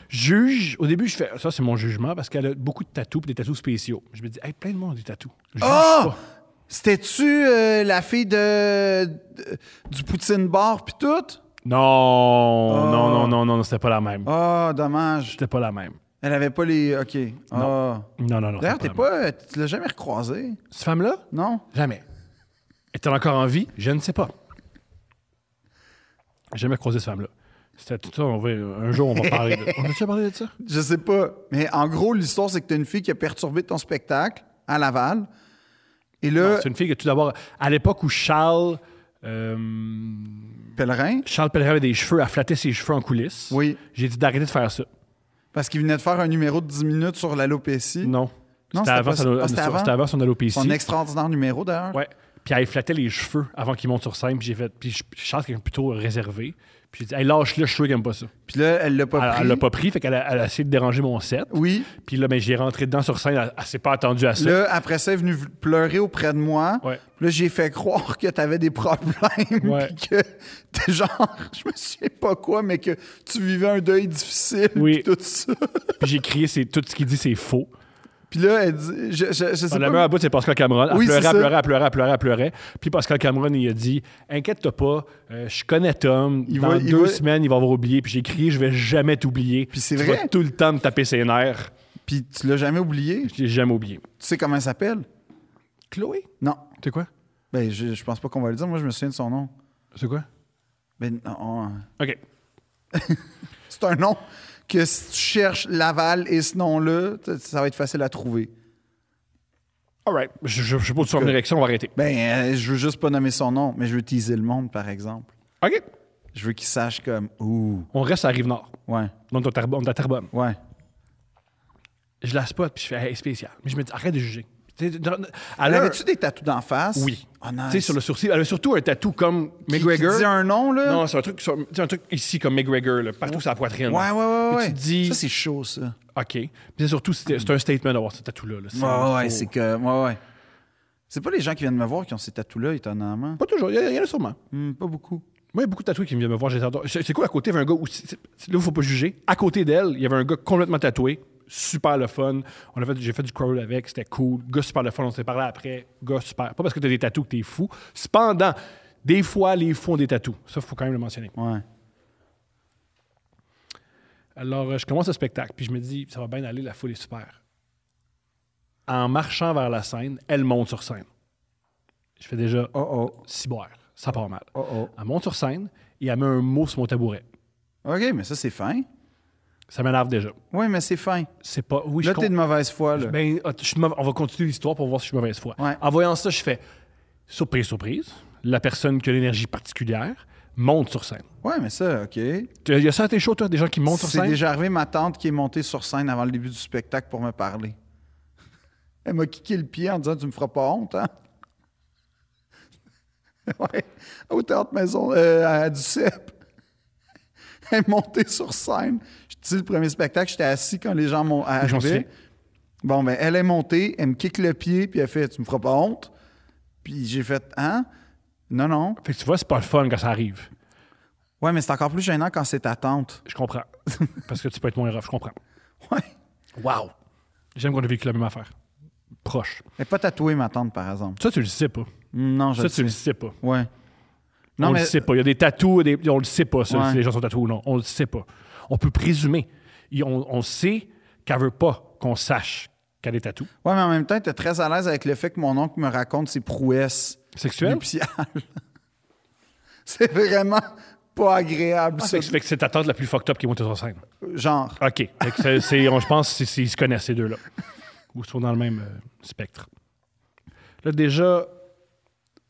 Juge, au début, je fais, ça c'est mon jugement, parce qu'elle a beaucoup de tatous, puis des tatous spéciaux. Je me dis, hey, plein de monde a des tatous. Je juge Oh! pas. C'était-tu euh, la fille de, de- du Poutine Bar puis tout? Non, non, non, non, non, c'était pas la même. Ah, dommage. C'était pas la même. Elle avait pas les. OK. Ah. Non, non, non. D'ailleurs, c'était t'es la même. pas. euh, Tu l'as jamais recroisé, Cette femme-là? non? Jamais. Est-elle encore en vie? Je ne sais pas. J'ai jamais croisé cette femme-là. C'était tout ça, on va, un jour on va parler de... On a déjà parlé de ça? Je sais pas. Mais en gros, l'histoire, c'est que t'as une fille qui a perturbé ton spectacle à Laval. Et là, C'est une fille que tout d'abord, à l'époque où Charles, euh, pèlerin, Charles Pellerin avait des cheveux, a flatté ses cheveux en coulisses. Oui. J'ai dit d'arrêter de faire ça. parce qu'il venait de faire un numéro de 10 minutes sur l'alopécie. Non. C'était Non, c'était avant, pas- son- ah, c'était avant? c'était avant son alopécie. Son extraordinaire numéro, d'ailleurs. Ouais. Puis elle flattait les cheveux avant qu'il monte sur scène. Puis j'ai fait. Puis je- Charles, qui est plutôt réservé. Puis j'ai dit, hey, lâche-le, je suis sûr qu'il aime pas ça. Puis là, elle l'a pas Elle- pris. Elle l'a pas pris, fait qu'elle a, elle a essayé de déranger mon set. Oui. Puis là, ben, j'ai rentré dedans sur scène, elle, elle s'est pas attendue à ça. Là, après ça, elle est venue v- pleurer auprès de moi. Ouais. Puis Là, j'ai fait croire que t'avais des problèmes. Ouais. Puis que t'es genre, je me souviens pas quoi, mais que tu vivais un deuil difficile. Oui. Puis tout ça. Puis j'ai crié, c'est, tout ce qu'il dit, c'est faux. Puis là, elle dit, je, je, je sais La meilleure pas. à bout, c'est Pascal Cameron. Elle Oui, pleurait, c'est elle ça. pleurait, elle pleurait, elle pleurait, elle pleurait. Puis Pascal Cameron, il a dit Inquiète-toi pas, euh, je connais Tom. Il Dans va- il deux va- semaines, il va avoir oublié. Puis j'ai crié Je vais jamais t'oublier. Puis c'est tu vrai. vas tout le temps me taper ses nerfs. Puis tu l'as jamais oublié. Tu Je l'ai jamais oublié. sais comment elle s'appelle? Chloé Non. C'est quoi Ben, je, je pense pas qu'on va le dire. Moi, je me souviens de son nom. C'est quoi Ben, non. euh, Ok. C'est un nom que si tu cherches Laval et ce nom-là, t- ça va être facile à trouver. All right. Je, je, je sais pas où tu vas en venir avec ça, on va arrêter. Ben, euh, je veux juste pas nommer son nom, mais je veux teaser le monde, par exemple. Ok. Je veux qu'il sache comme, ouh, On reste à Rive-Nord. ouais, Donc, on est à Terrebonne- on est à Terrebonne. ouais. Je la spot, puis je fais Hey, spécial. Mais je me dis Arrête de juger. Tu sais, dans- à Elle l'heure- avait-tu des tatous d'en face? Oui. Oh, nice. Tu sais, sur le sourcil. Elle a surtout un tatou comme Qui- qui McGregor. dit un nom, là? Non, c'est un truc, sur- c'est un truc ici comme McGregor, là, partout sur la poitrine. Ouais, ouais, ouais, Puis ouais. Tu te dis, Ça, c'est chaud, ça. ok. Puis c'est surtout, c'est c'est un statement d'avoir ce tatou-là. là. C'est- Ouais, ouais, faut- c'est que, ouais, ouais. C'est pas les gens qui viennent me voir qui ont ces tatous-là, étonnamment. Pas toujours, il y, a- il y en a sûrement. Hmm, pas beaucoup. Moi, il y a beaucoup de tatoués qui viennent me voir, je les adore. C'est c'est cool, à côté, il y avait un gars, où, c'est- c'est- là, il faut pas juger. À côté d'elle, il y avait un gars complètement tatoué, super le fun. On a fait, j'ai fait du crawl avec, c'était cool. Gars super le fun, on s'est parlé après. Gars super. Pas parce que t'as des tatous que t'es fou. Cependant, des fois, les fous ont des tatous. Ça, faut quand même le mentionner. Ouais. Alors, euh, je commence le spectacle, puis je me dis, ça va bien aller, la foule est super. En marchant vers la scène, elle monte sur scène. Je fais déjà Oh oh. ciboire, ça part mal. Oh oh. Elle monte sur scène et elle met un mot sur mon tabouret. OK, mais ça, c'est fin. Ça m'énerve déjà. Oui, mais c'est fin. C'est pas. Oui, là, je t'es de com- mauvaise foi, là. Ben, att- je suis de mau- on va continuer l'histoire pour voir si je suis mauvaise foi. Ouais. En voyant ça, je fais surprise, surprise. La personne qui a l'énergie particulière monte sur scène. Ouais, mais ça, OK. Tu- Il y a ça à tes shows, toi, des gens qui montent sur C'est scène? déjà arrivé ma tante qui est montée sur scène avant le début du spectacle pour me parler. Elle m'a kické le pied en disant Tu me feras pas honte, hein? ouais. Au théâtre maison euh, à du CEP. Elle est montée sur scène. Je te dis le premier spectacle, j'étais assis quand les gens m'ont j'en souviens. arrivé. Bon, ben, elle est montée, elle me kick le pied, puis elle fait Tu me feras pas honte? Puis j'ai fait Hein? Non, non. Fait que tu vois, c'est pas le fun quand ça arrive. Ouais, mais c'est encore plus gênant quand c'est ta tante. Je comprends. Parce que tu peux être moins rough, je comprends. Ouais. Wow! J'aime qu'on a vécu la même affaire. Proche. Elle n'est pas tatouée, ma tante, par exemple. Mm, Ça, tu le sais pas. Non, je ça, le tu le sais. sais pas. Ouais. Non, on mais le sait pas. Il y a des tatous, des- on le sait pas, ça, Ouais. si les gens sont tatoués ou non. On le sait pas. On peut présumer. Et on, on sait qu'elle veut pas qu'on sache qu'elle est tatoue. ouais, mais en même temps, t'es très à l'aise avec le fait que mon oncle me raconte ses prouesses Sexuelle? nuptiales. c'est vraiment pas agréable, Ah, ça. fait que- fait que c'est ta tante la plus fucked up qui est montée sur scène. Genre. OK. Fait que c'est- c'est- on- je pense qu'ils se connaissent, ces deux-là. Ou ils sont dans le même euh, spectre. Là, déjà,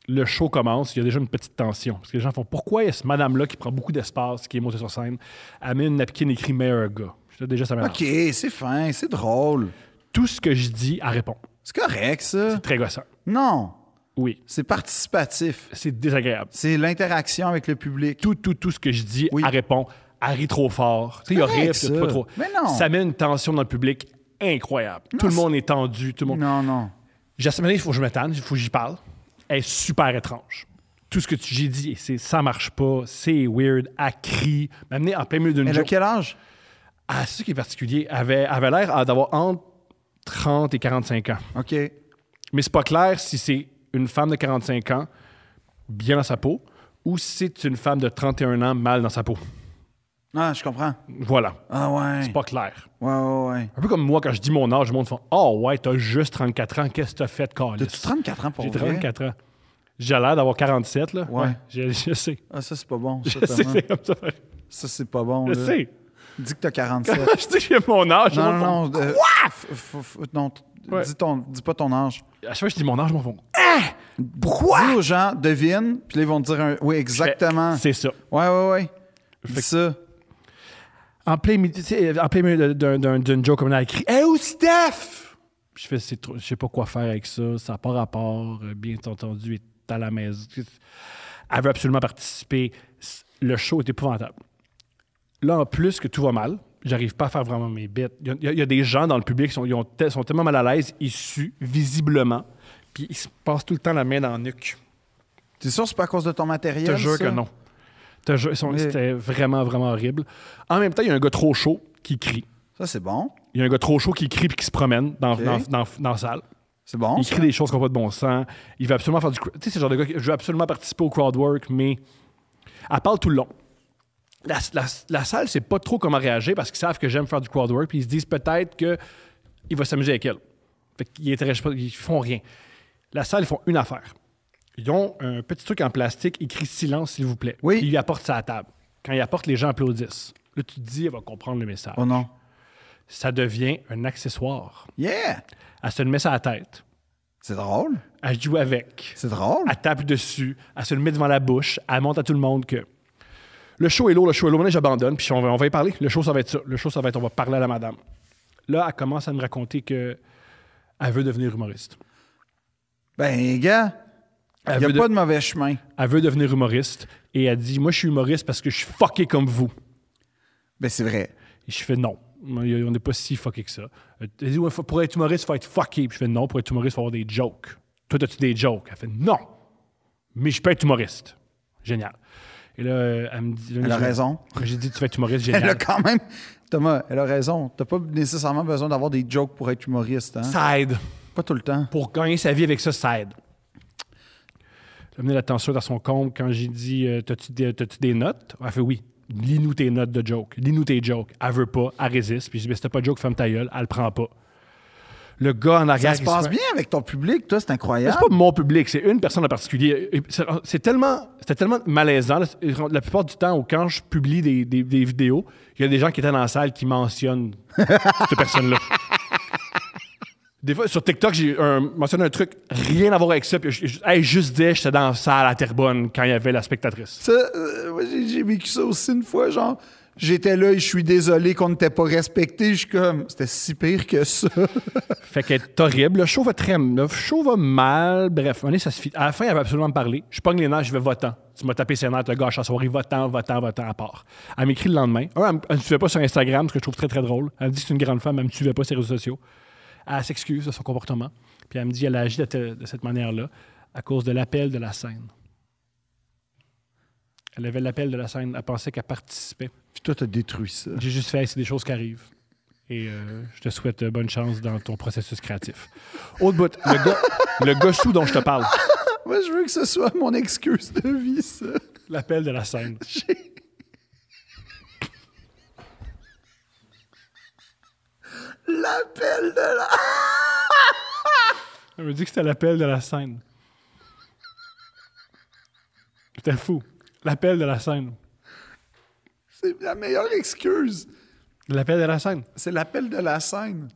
le show commence. Il y a déjà une petite tension. Parce que les gens font Pourquoi est-ce madame-là qui prend beaucoup d'espace, qui est montée sur scène, amène une napkin écrit meilleur gars Là, Déjà, ça m'énerve. OK, c'est fin, c'est drôle. Tout ce que je dis, elle répond. C'est correct, ça. C'est très gossant. Non, Oui. c'est participatif. C'est désagréable. C'est l'interaction avec le public. Tout, tout, tout ce que je dis, Oui. elle répond. Elle rit trop fort. Tu sais, il y a correct, rire, ça. puis il y a pas trop. Mais non. Ça met une tension dans le public incroyable. tout le monde est tendu. Tout le monde. Non, non. J'ai assimilé, il faut que je me tanne, il faut que j'y parle. Elle est super étrange. Tout ce que tu- j'ai dit, c'est ça marche pas, c'est weird, elle crie, m'amener en plein milieu d'une Elle a joke. quel âge? Ah, c'est ça qui est particulier, elle avait, elle avait l'air à- d'avoir entre 30 et 45 ans. OK. Mais c'est pas clair si c'est une femme de 45 ans, bien dans sa peau, ou si c'est une femme de 31 ans, mal dans sa peau. Ah, je comprends. Voilà, Ah ouais. c'est pas clair. Ouais, ouais, ouais. Un peu comme moi, quand je dis mon âge, le monde fait « Oh ouais, t'as juste 34 ans, qu'est-ce que t'as fait, Carlis? T'as-tu 34 ans pour J'ai vrai? 34 ans. J'ai l'air d'avoir 47, là. Ouais. je, je sais. Ah, ça, c'est pas bon. Ça, Je sais, Thomas. c'est comme ça. Ça, c'est pas bon. Je là. sais. Dis que t'as 47. Je dis que j'ai mon âge. non, mon- non, non. euh, f- f- f- non, t- Ouais. dis, ton- dis pas ton âge. À chaque fois que je dis mon âge, mon fond. Pourquoi? Dis aux gens, devine, puis là, ils vont te dire un... Oui, exactement. C'est ça. Ouais, ouais, ouais. Fait Dis que- ça. En plein midi, tu sais, en plein milieu d'un- d'un- d'une joke, comme elle a écrit Hey, où Steph Je fais, c'est trop- je sais pas quoi faire avec ça. Ça n'a pas rapport. euh, Bien entendu, elle est à la maison. Elle veut absolument participer. C- Le show est épouvantable. Là, en plus que tout va mal, j'arrive pas à faire vraiment mes bêtes. Il y a- il y, a- il y a des gens dans le public qui sont, ils ont te- sont tellement mal à l'aise, ils suent visiblement, puis ils se passent tout le temps la main dans le nuque. T'es sûr que c'est pas à cause de ton matériel? Je te jure ça? que non. Je te jure, ils sont- Mais- C'était vraiment, vraiment horrible. En même temps, il y a un gars trop chaud qui crie. Ça, c'est bon. Il y a un gars trop chaud qui crie puis qui se promène dans, Ok. dans, dans- dans la salle. C'est bon. Il crie des choses qui n'ont pas de bon sens. Il veut absolument faire du. cr- Tu sais, c'est le genre de gars qui veut absolument participer au crowd work, mais elle parle tout le long. La, la- la salle, c'est pas trop comment réagir parce qu'ils savent que j'aime faire du crowd work puis ils se disent peut-être que il va s'amuser avec elle. Fait qu'ils intéressent pas, ils font rien. La salle, ils font une affaire. Ils ont un petit truc en plastique écrit silence, s'il vous plaît. Oui. Puis ils apportent ça à la table. Quand ils apportent, les gens applaudissent. Là, tu te dis, elle va comprendre le message. Oh non. Ça devient un accessoire. Yeah! Elle se le met sur la tête. C'est drôle. Elle joue avec. C'est drôle. Elle tape dessus. Elle se le met devant la bouche. Elle montre à tout le monde que. Le show est lourd, le show est lourd. Maintenant, j'abandonne. Puis on va, on va y parler. Le show, ça va être ça. Le show, ça va être on va parler à la madame. Là, elle commence à me raconter que elle veut devenir humoriste. Ben, gars, il Elle n'y a veut, de- pas de mauvais chemin. elle veut devenir humoriste. Et elle dit Moi, je suis humoriste parce que je suis fucké comme vous. Ben, c'est vrai. Et je fais non. On n'est pas si fucké que ça. Euh, Elle dit, ouais, faut- pour être humoriste, il faut être fucké. Puis je fais non, pour être humoriste, il faut avoir des jokes. Toi, as-tu des jokes? Elle fait non. Mais je peux être humoriste. Génial. Et là, euh, elle me dit. là, Elle a je- raison. J'ai dit, tu vas être humoriste Elle a génial. quand même. Thomas, elle a raison. T'as pas nécessairement besoin d'avoir des jokes pour être humoriste. Hein? Ça aide. Pas tout le temps. Pour gagner sa vie avec ça, ça aide. Elle a mené l'attention dans son compte quand j'ai dit euh, T'as-tu des, t'as-tu des notes Elle fait oui. Lis-nous tes notes de joke. Lis-nous tes jokes. Elle veut pas. Elle résiste. Puis je dis Mais si t'as pas de joke, ferme ta gueule. Elle le prend pas. Le gars en arrière. Ça se il passe fait- bien avec ton public, toi, c'est Mais incroyable. C'est pas mon public, c'est une personne en particulier. Et c'est- ah, C'est tellement, c'était tellement malaisant. là. La plupart du temps, quand je publie des, des- des vidéos, il y a des gens qui étaient dans la salle qui mentionnent cette personne-là. Des fois, sur TikTok, j'ai un- mentionné un truc, rien à voir avec ça. Puis, je- je- hey, juste dire, j'étais dans la salle à Terrebonne quand il y avait la spectatrice. Ça, euh, moi, j'ai j'ai vécu ça aussi une fois, genre. J'étais là et je suis désolé qu'on ne t'ait pas respecté. Je suis comme, c'était si pire que ça. Fait qu'elle est horrible. Le show va très. Le show va mal. Bref, un moment donné, ça se fit. À la fin, elle va absolument me parler. Je pogne les nerfs, je vais votant. Tu m'as tapé ses nerfs, te gâche à soirée, votant, votant, votant à part. Elle m'écrit le lendemain. Un, elle me- elle ne me suivait pas sur Instagram, ce que je trouve très, très drôle. Elle me dit que c'est une grande femme, elle ne me suivait pas sur les réseaux sociaux. Elle s'excuse de son comportement. Puis elle me dit qu'elle a agi de, te- de cette manière-là à cause de l'appel de la scène. Elle avait l'appel de la scène. Elle pensait qu'elle participait. Puis toi, t'as détruit ça. J'ai juste fait, c'est des choses qui arrivent. Et euh, je te souhaite euh, bonne chance dans ton processus créatif. Autre bout, le gars, le gars sous dont je te parle. Moi, je veux que ce soit mon excuse de vie, ça. L'appel de la scène. J'ai- L'appel de la. Elle me dit que c'était l'appel de la scène. C'était fou. L'appel de la scène. C'est la meilleure excuse. L'appel de la scène. C'est l'appel de la scène.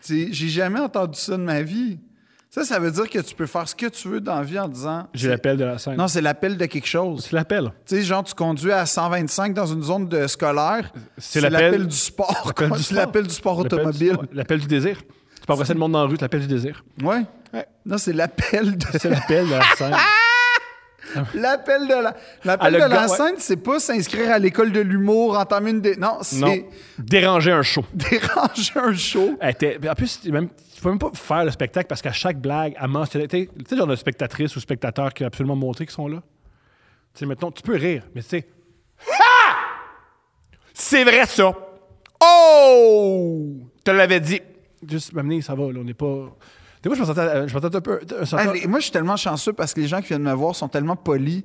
C'est- J'ai jamais entendu ça de ma vie. Ça, ça veut dire que tu peux faire ce que tu veux dans la vie en disant. J'ai l'appel de la scène. Non, c'est l'appel de quelque chose. c'est l'appel. Tu sais, genre, tu conduis à 125 dans une zone de scolaire. C'est l'appel- l'appel du sport. L'appel quoi. du C'est sport. l'appel du sport L'appel du automobile. sport. L'appel du désir. Tu peux embrasser le monde dans la rue, c'est l'appel du désir. Ouais. Ouais. Non, c'est l'appel de C'est l'appel de la scène. L'appel de la, l'appel Ah, le de la gars, ouais. scène, c'est pas s'inscrire à l'école de l'humour, entamer une... dé- Non, Non. c'est Déranger un show. déranger un show. Elle était- puis en plus, tu ne pouvais même pas faire le spectacle parce qu'à chaque blague, elle mentionnait. Tu sais, tu sais, genre de spectatrice ou spectateur qui a absolument montré qu'ils sont là. Tu sais, maintenant, tu peux rire, mais tu sais. Ah! C'est vrai ça! Oh! Je Te l'avais dit. Juste m'amener, ça va, là, on n'est pas. Des fois, je me sentais, euh, je me sentais un peu. un senteur- Allez, moi, je suis tellement chanceux parce que les gens qui viennent me voir sont tellement polis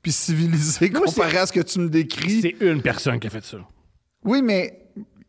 puis civilisés Moi, comparé c'est- à ce que tu me décris. C'est une personne qui a fait ça. Oui, mais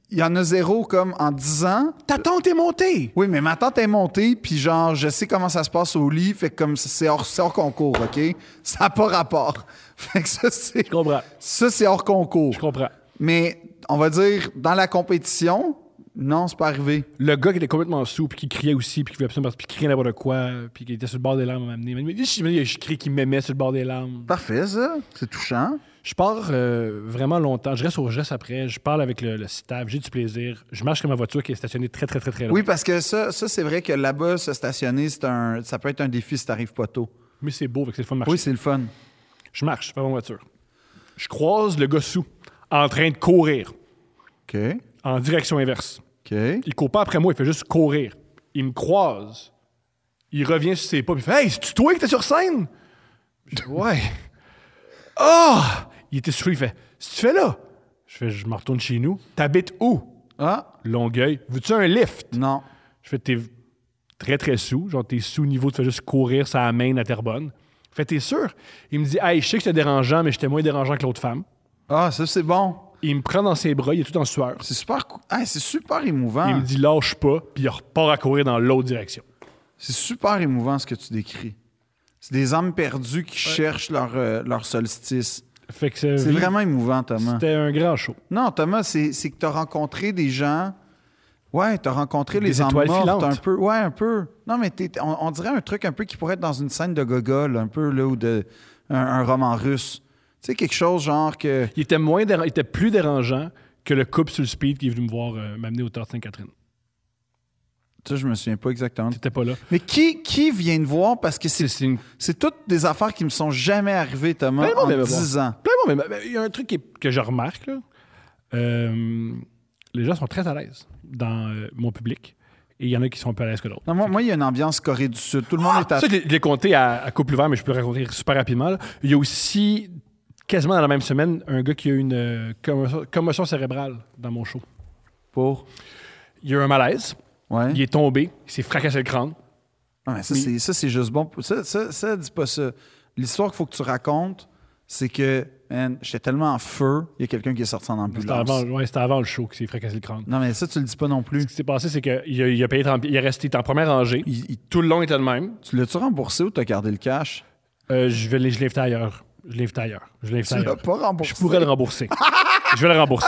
il y en a zéro comme en 10 ans. Ta tante est montée! Oui, mais ma tante est montée, puis genre, je sais comment ça se passe au lit, fait que comme c'est hors, c'est hors concours, OK? Ça n'a pas rapport. Fait que ça, c'est... Je comprends. Ça, c'est hors concours. Je comprends. Mais on va dire, dans la compétition, non, c'est pas arrivé. Le gars qui était complètement sous, puis qui criait aussi, puis qui voulait absolument puis qui criait n'importe quoi, puis qui était sur le bord des larmes à m'amener. Mais- mais- Je, je crie qu'il m'aimait sur le bord des larmes. Parfait, ça. C'est touchant. Je pars euh, vraiment longtemps. Je reste au geste après. Je parle avec le, le staff. J'ai du plaisir. Je marche comme ma voiture qui est stationnée très, très, très, très loin. Oui, parce que ça, ça c'est vrai que là-bas, se stationner, c'est un, ça peut être un défi si t'arrives pas tôt. Mais c'est beau, fait que c'est le fun de marcher. Oui, c'est le fun. Je marche, je fais ma voiture. Je croise le gars sous, en train de courir, OK. en direction inverse. OK. Il court pas après moi, il fait juste courir. Il me croise. Il revient sur ses pas, puis il fait Hey, c'est-tu toi qui étais sur scène Je dis, Ouais. Oh Il était sur il fait Si tu fais là Je fais Je me retourne chez nous. T'habites où Ah, Longueuil. Veux-tu un lift non. Je fais, t'es très, très sous. Genre, t'es sous niveau, tu fais juste courir ça amène à Terrebonne. Je fais, t'es sûr? Il me dit, hey, je sais que c'était dérangeant, mais j'étais moins dérangeant que l'autre femme. Ah, ça, c'est bon. Il me prend dans ses bras, il est tout en sueur. C'est super, cou- ah, c'est super émouvant. Il me dit, lâche pas, puis il repart à courir dans l'autre direction. C'est super émouvant ce que tu décris. C'est des âmes perdues qui cherchent leur, euh, leur solstice. Fait que c'est C'est vraiment émouvant, Thomas. C'était un grand show. Non, Thomas, c'est c'est que tu as rencontré des gens. Ouais, tu as rencontré Des les âmes étoiles mortes filantes. un peu. Ouais, un peu. Non, mais t'es- on, on dirait un truc un peu qui pourrait être dans une scène de gogol, un peu, là, ou de, un, un roman russe. Tu sais, quelque chose genre que. Il était, moins déra- il était plus dérangeant que le couple sur le speed qui est venu me voir euh, m'amener au Théâtre Sainte-Catherine. Tu sais, je me souviens pas exactement. T'étais pas là. Mais qui, qui vient de voir? Parce que c'est C'est Ben, une c'est toutes des affaires qui me sont jamais arrivées, Thomas, Plein de monde en aimait 10 ans. Plein de monde, mais- mais il y a un truc qui est- que je remarque, là. Euh, les gens sont très à l'aise dans euh, mon public. Et il y en a qui sont un peu à l'aise que d'autres. Non, moi, moi, il y a une ambiance Corée du Ah, Sud. Tout le monde est à Ça, je l'ai- je l'ai compté à, à Couple Ouvert, mais je peux le raconter super rapidement. là. Il y a aussi quasiment dans la même semaine, un gars qui a eu une euh, commotion, commotion cérébrale dans mon show. Pour. Il a eu un malaise, Ouais. il est tombé, il s'est fracassé le crâne. Ah, mais ça, c'est, ça, c'est juste bon. pour- Ça, ça, ça, dis pas ça. L'histoire qu'il faut que tu racontes, c'est que, man, j'étais tellement en feu, il y a quelqu'un qui est sorti en C'était ambulance. avant, ouais, c'était avant le show qu'il s'est fracassé le crâne. Non, mais ça, tu le dis pas non plus. Ce qui s'est passé, c'est qu'il a, il a payé trente- il est resté il était en première rangée. Il- il- Tout le long, il était le même. tu l'as-tu remboursé ou t'as gardé le cash? Euh, je vais l'ai- je l'invite ailleurs. Je l'invite ailleurs. Je l'invite Tu l'as ailleurs. pas remboursé. Ben, Je pourrais le rembourser. je vais le rembourser.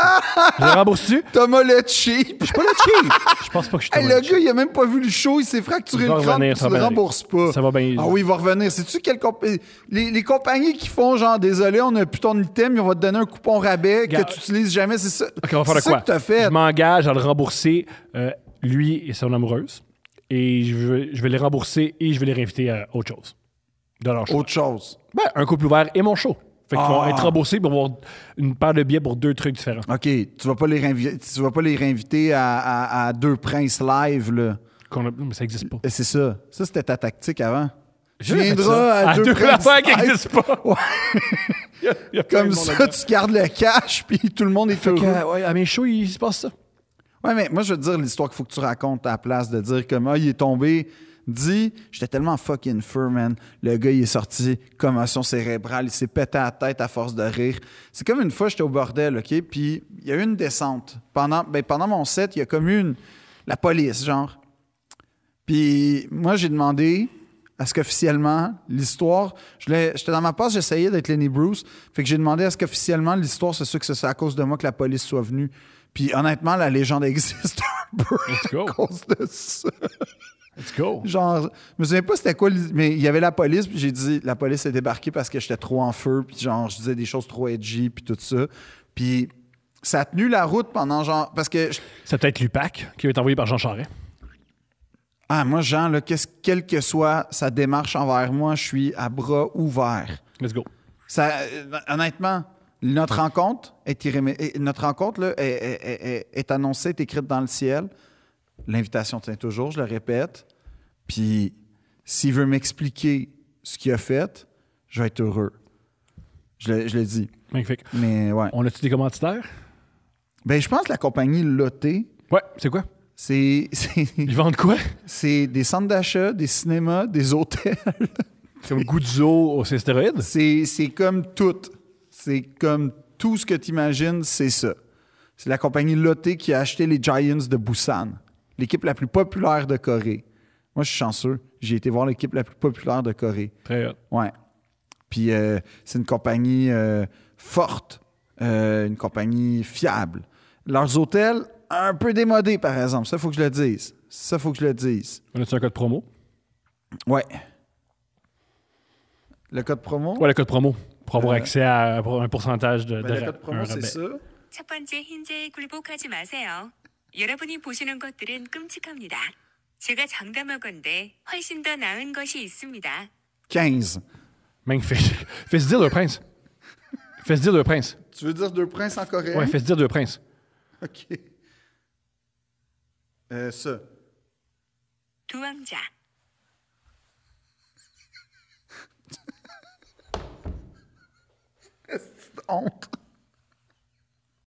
Je le rembourse-tu? Thomas le cheap. Je suis pas le cheap. Je pense pas que je suis Hey, Thomas le gars, il a même pas vu le show, il s'est fracturé Il va le crâne, revenir, puis ça tu le va aller. rembourses pas. Ça va bien. Ah oui, il va revenir. Sais-tu quelle compagnie... Les, les compagnies qui font genre, désolé, on n'a plus ton item, mais on va te donner un coupon rabais Gars- que tu utilises jamais, c'est ça. OK, on va faire c'est de ça quoi? que t'as fait. Je m'engage à le rembourser, euh, lui et son amoureuse. Et je vais, je vais les rembourser et je vais les réinviter à autre chose. De leur choix. Autre chose. Ben, un couple ouvert et mon show. Fait qu'ils vont Ah. être remboursés pour avoir une paire de billets pour deux trucs différents. OK, tu vas pas les réinviter, tu vas pas les réinviter à, à- à deux princes live, là. Qu'on a- Mais ça existe pas. Et C'est ça. Ça, c'était ta tactique avant. Tu J'ai fait viendras ça. à, deux, princes affaires qui live. n'existent pas. Il y a- il y a plein Comme de monde ça, là-dedans. tu gardes le cash, puis tout le monde est Fait que, heureux. euh, ouais, à mes shows, il se passe ça. Ouais, mais moi, je veux te dire l'histoire qu'il faut que tu racontes à la place de dire comme, ah, il est tombé. Dis, j'étais tellement fucking fur, man. Le gars, il est sorti, commotion cérébrale, il s'est pété à la tête à force de rire. C'est comme une fois, j'étais au bordel, OK? Puis il y a eu une descente. Pendant, ben, pendant mon set, il y a comme eu une. La police, genre. Puis moi, j'ai demandé à ce qu'officiellement l'histoire. je l'ai- J'étais dans ma passe, j'essayais d'être Lenny Bruce. Fait que j'ai demandé à ce qu'officiellement l'histoire, c'est sûr que c'est à cause de moi que la police soit venue. Puis honnêtement, la légende existe un peu Let's à go. cause de ça. Let's go. Genre, je me souviens pas c'était quoi, l'hi- mais il y avait la police, puis j'ai dit, la police est débarquée parce que j'étais trop en feu, puis genre, je disais des choses trop edgy, puis tout ça. Puis ça a tenu la route pendant genre. Parce que je- C'est peut-être Lupac qui a été envoyé par Jean Charest. Ah, moi, Jean, là, qu'est-ce- quelle que soit sa démarche envers moi, je suis à bras ouverts. Let's go. Ça, euh, honnêtement, notre rencontre est irrémé- et Notre rencontre là, est, est- est- est annoncée, est écrite dans le ciel. L'invitation tient toujours, je le répète. Puis, s'il veut m'expliquer ce qu'il a fait, je vais être heureux. Je le, je le dis. Magnifique. Mais ouais. On a-tu des commanditaires? Ben, je pense que la compagnie Loté, Ouais, c'est quoi? c'est- c'est Ils vendent quoi? c'est des centres d'achat, des cinémas, des hôtels. Comme Guzzo, c'est stéroïdes? C'est, c'est comme tout. C'est comme tout ce que tu imagines, c'est ça. C'est la compagnie Lotte qui a acheté les Giants de Busan, l'équipe la plus populaire de Corée. Moi, je suis chanceux. J'ai été voir l'équipe la plus populaire de Corée. Très hot. Ouais. Puis euh, c'est une compagnie euh, forte, euh, une compagnie fiable. Leurs hôtels, un peu démodés, par exemple. Ça, faut que je le dise. Ça, faut que je le dise. On a-tu un code promo? Ouais. Le code promo? Ouais, le code promo. Pour avoir accès à pour un pourcentage de, Ben, de le code promo, un c'est rabais. ça. 첫 번째 흰자에 굴복하지 마세요. 여러분이 보시는 것들은 끔찍합니다. 제가 장담하건대 훨씬 더 나은 것이 있습니다. 15. Magnifique. Fais se dire deux princes. Fais se dire deux princes. Tu veux dire deux princes en coréen? Ouais, fais se dire deux princes. OK. Euh, ça. 두 왕자. Honte.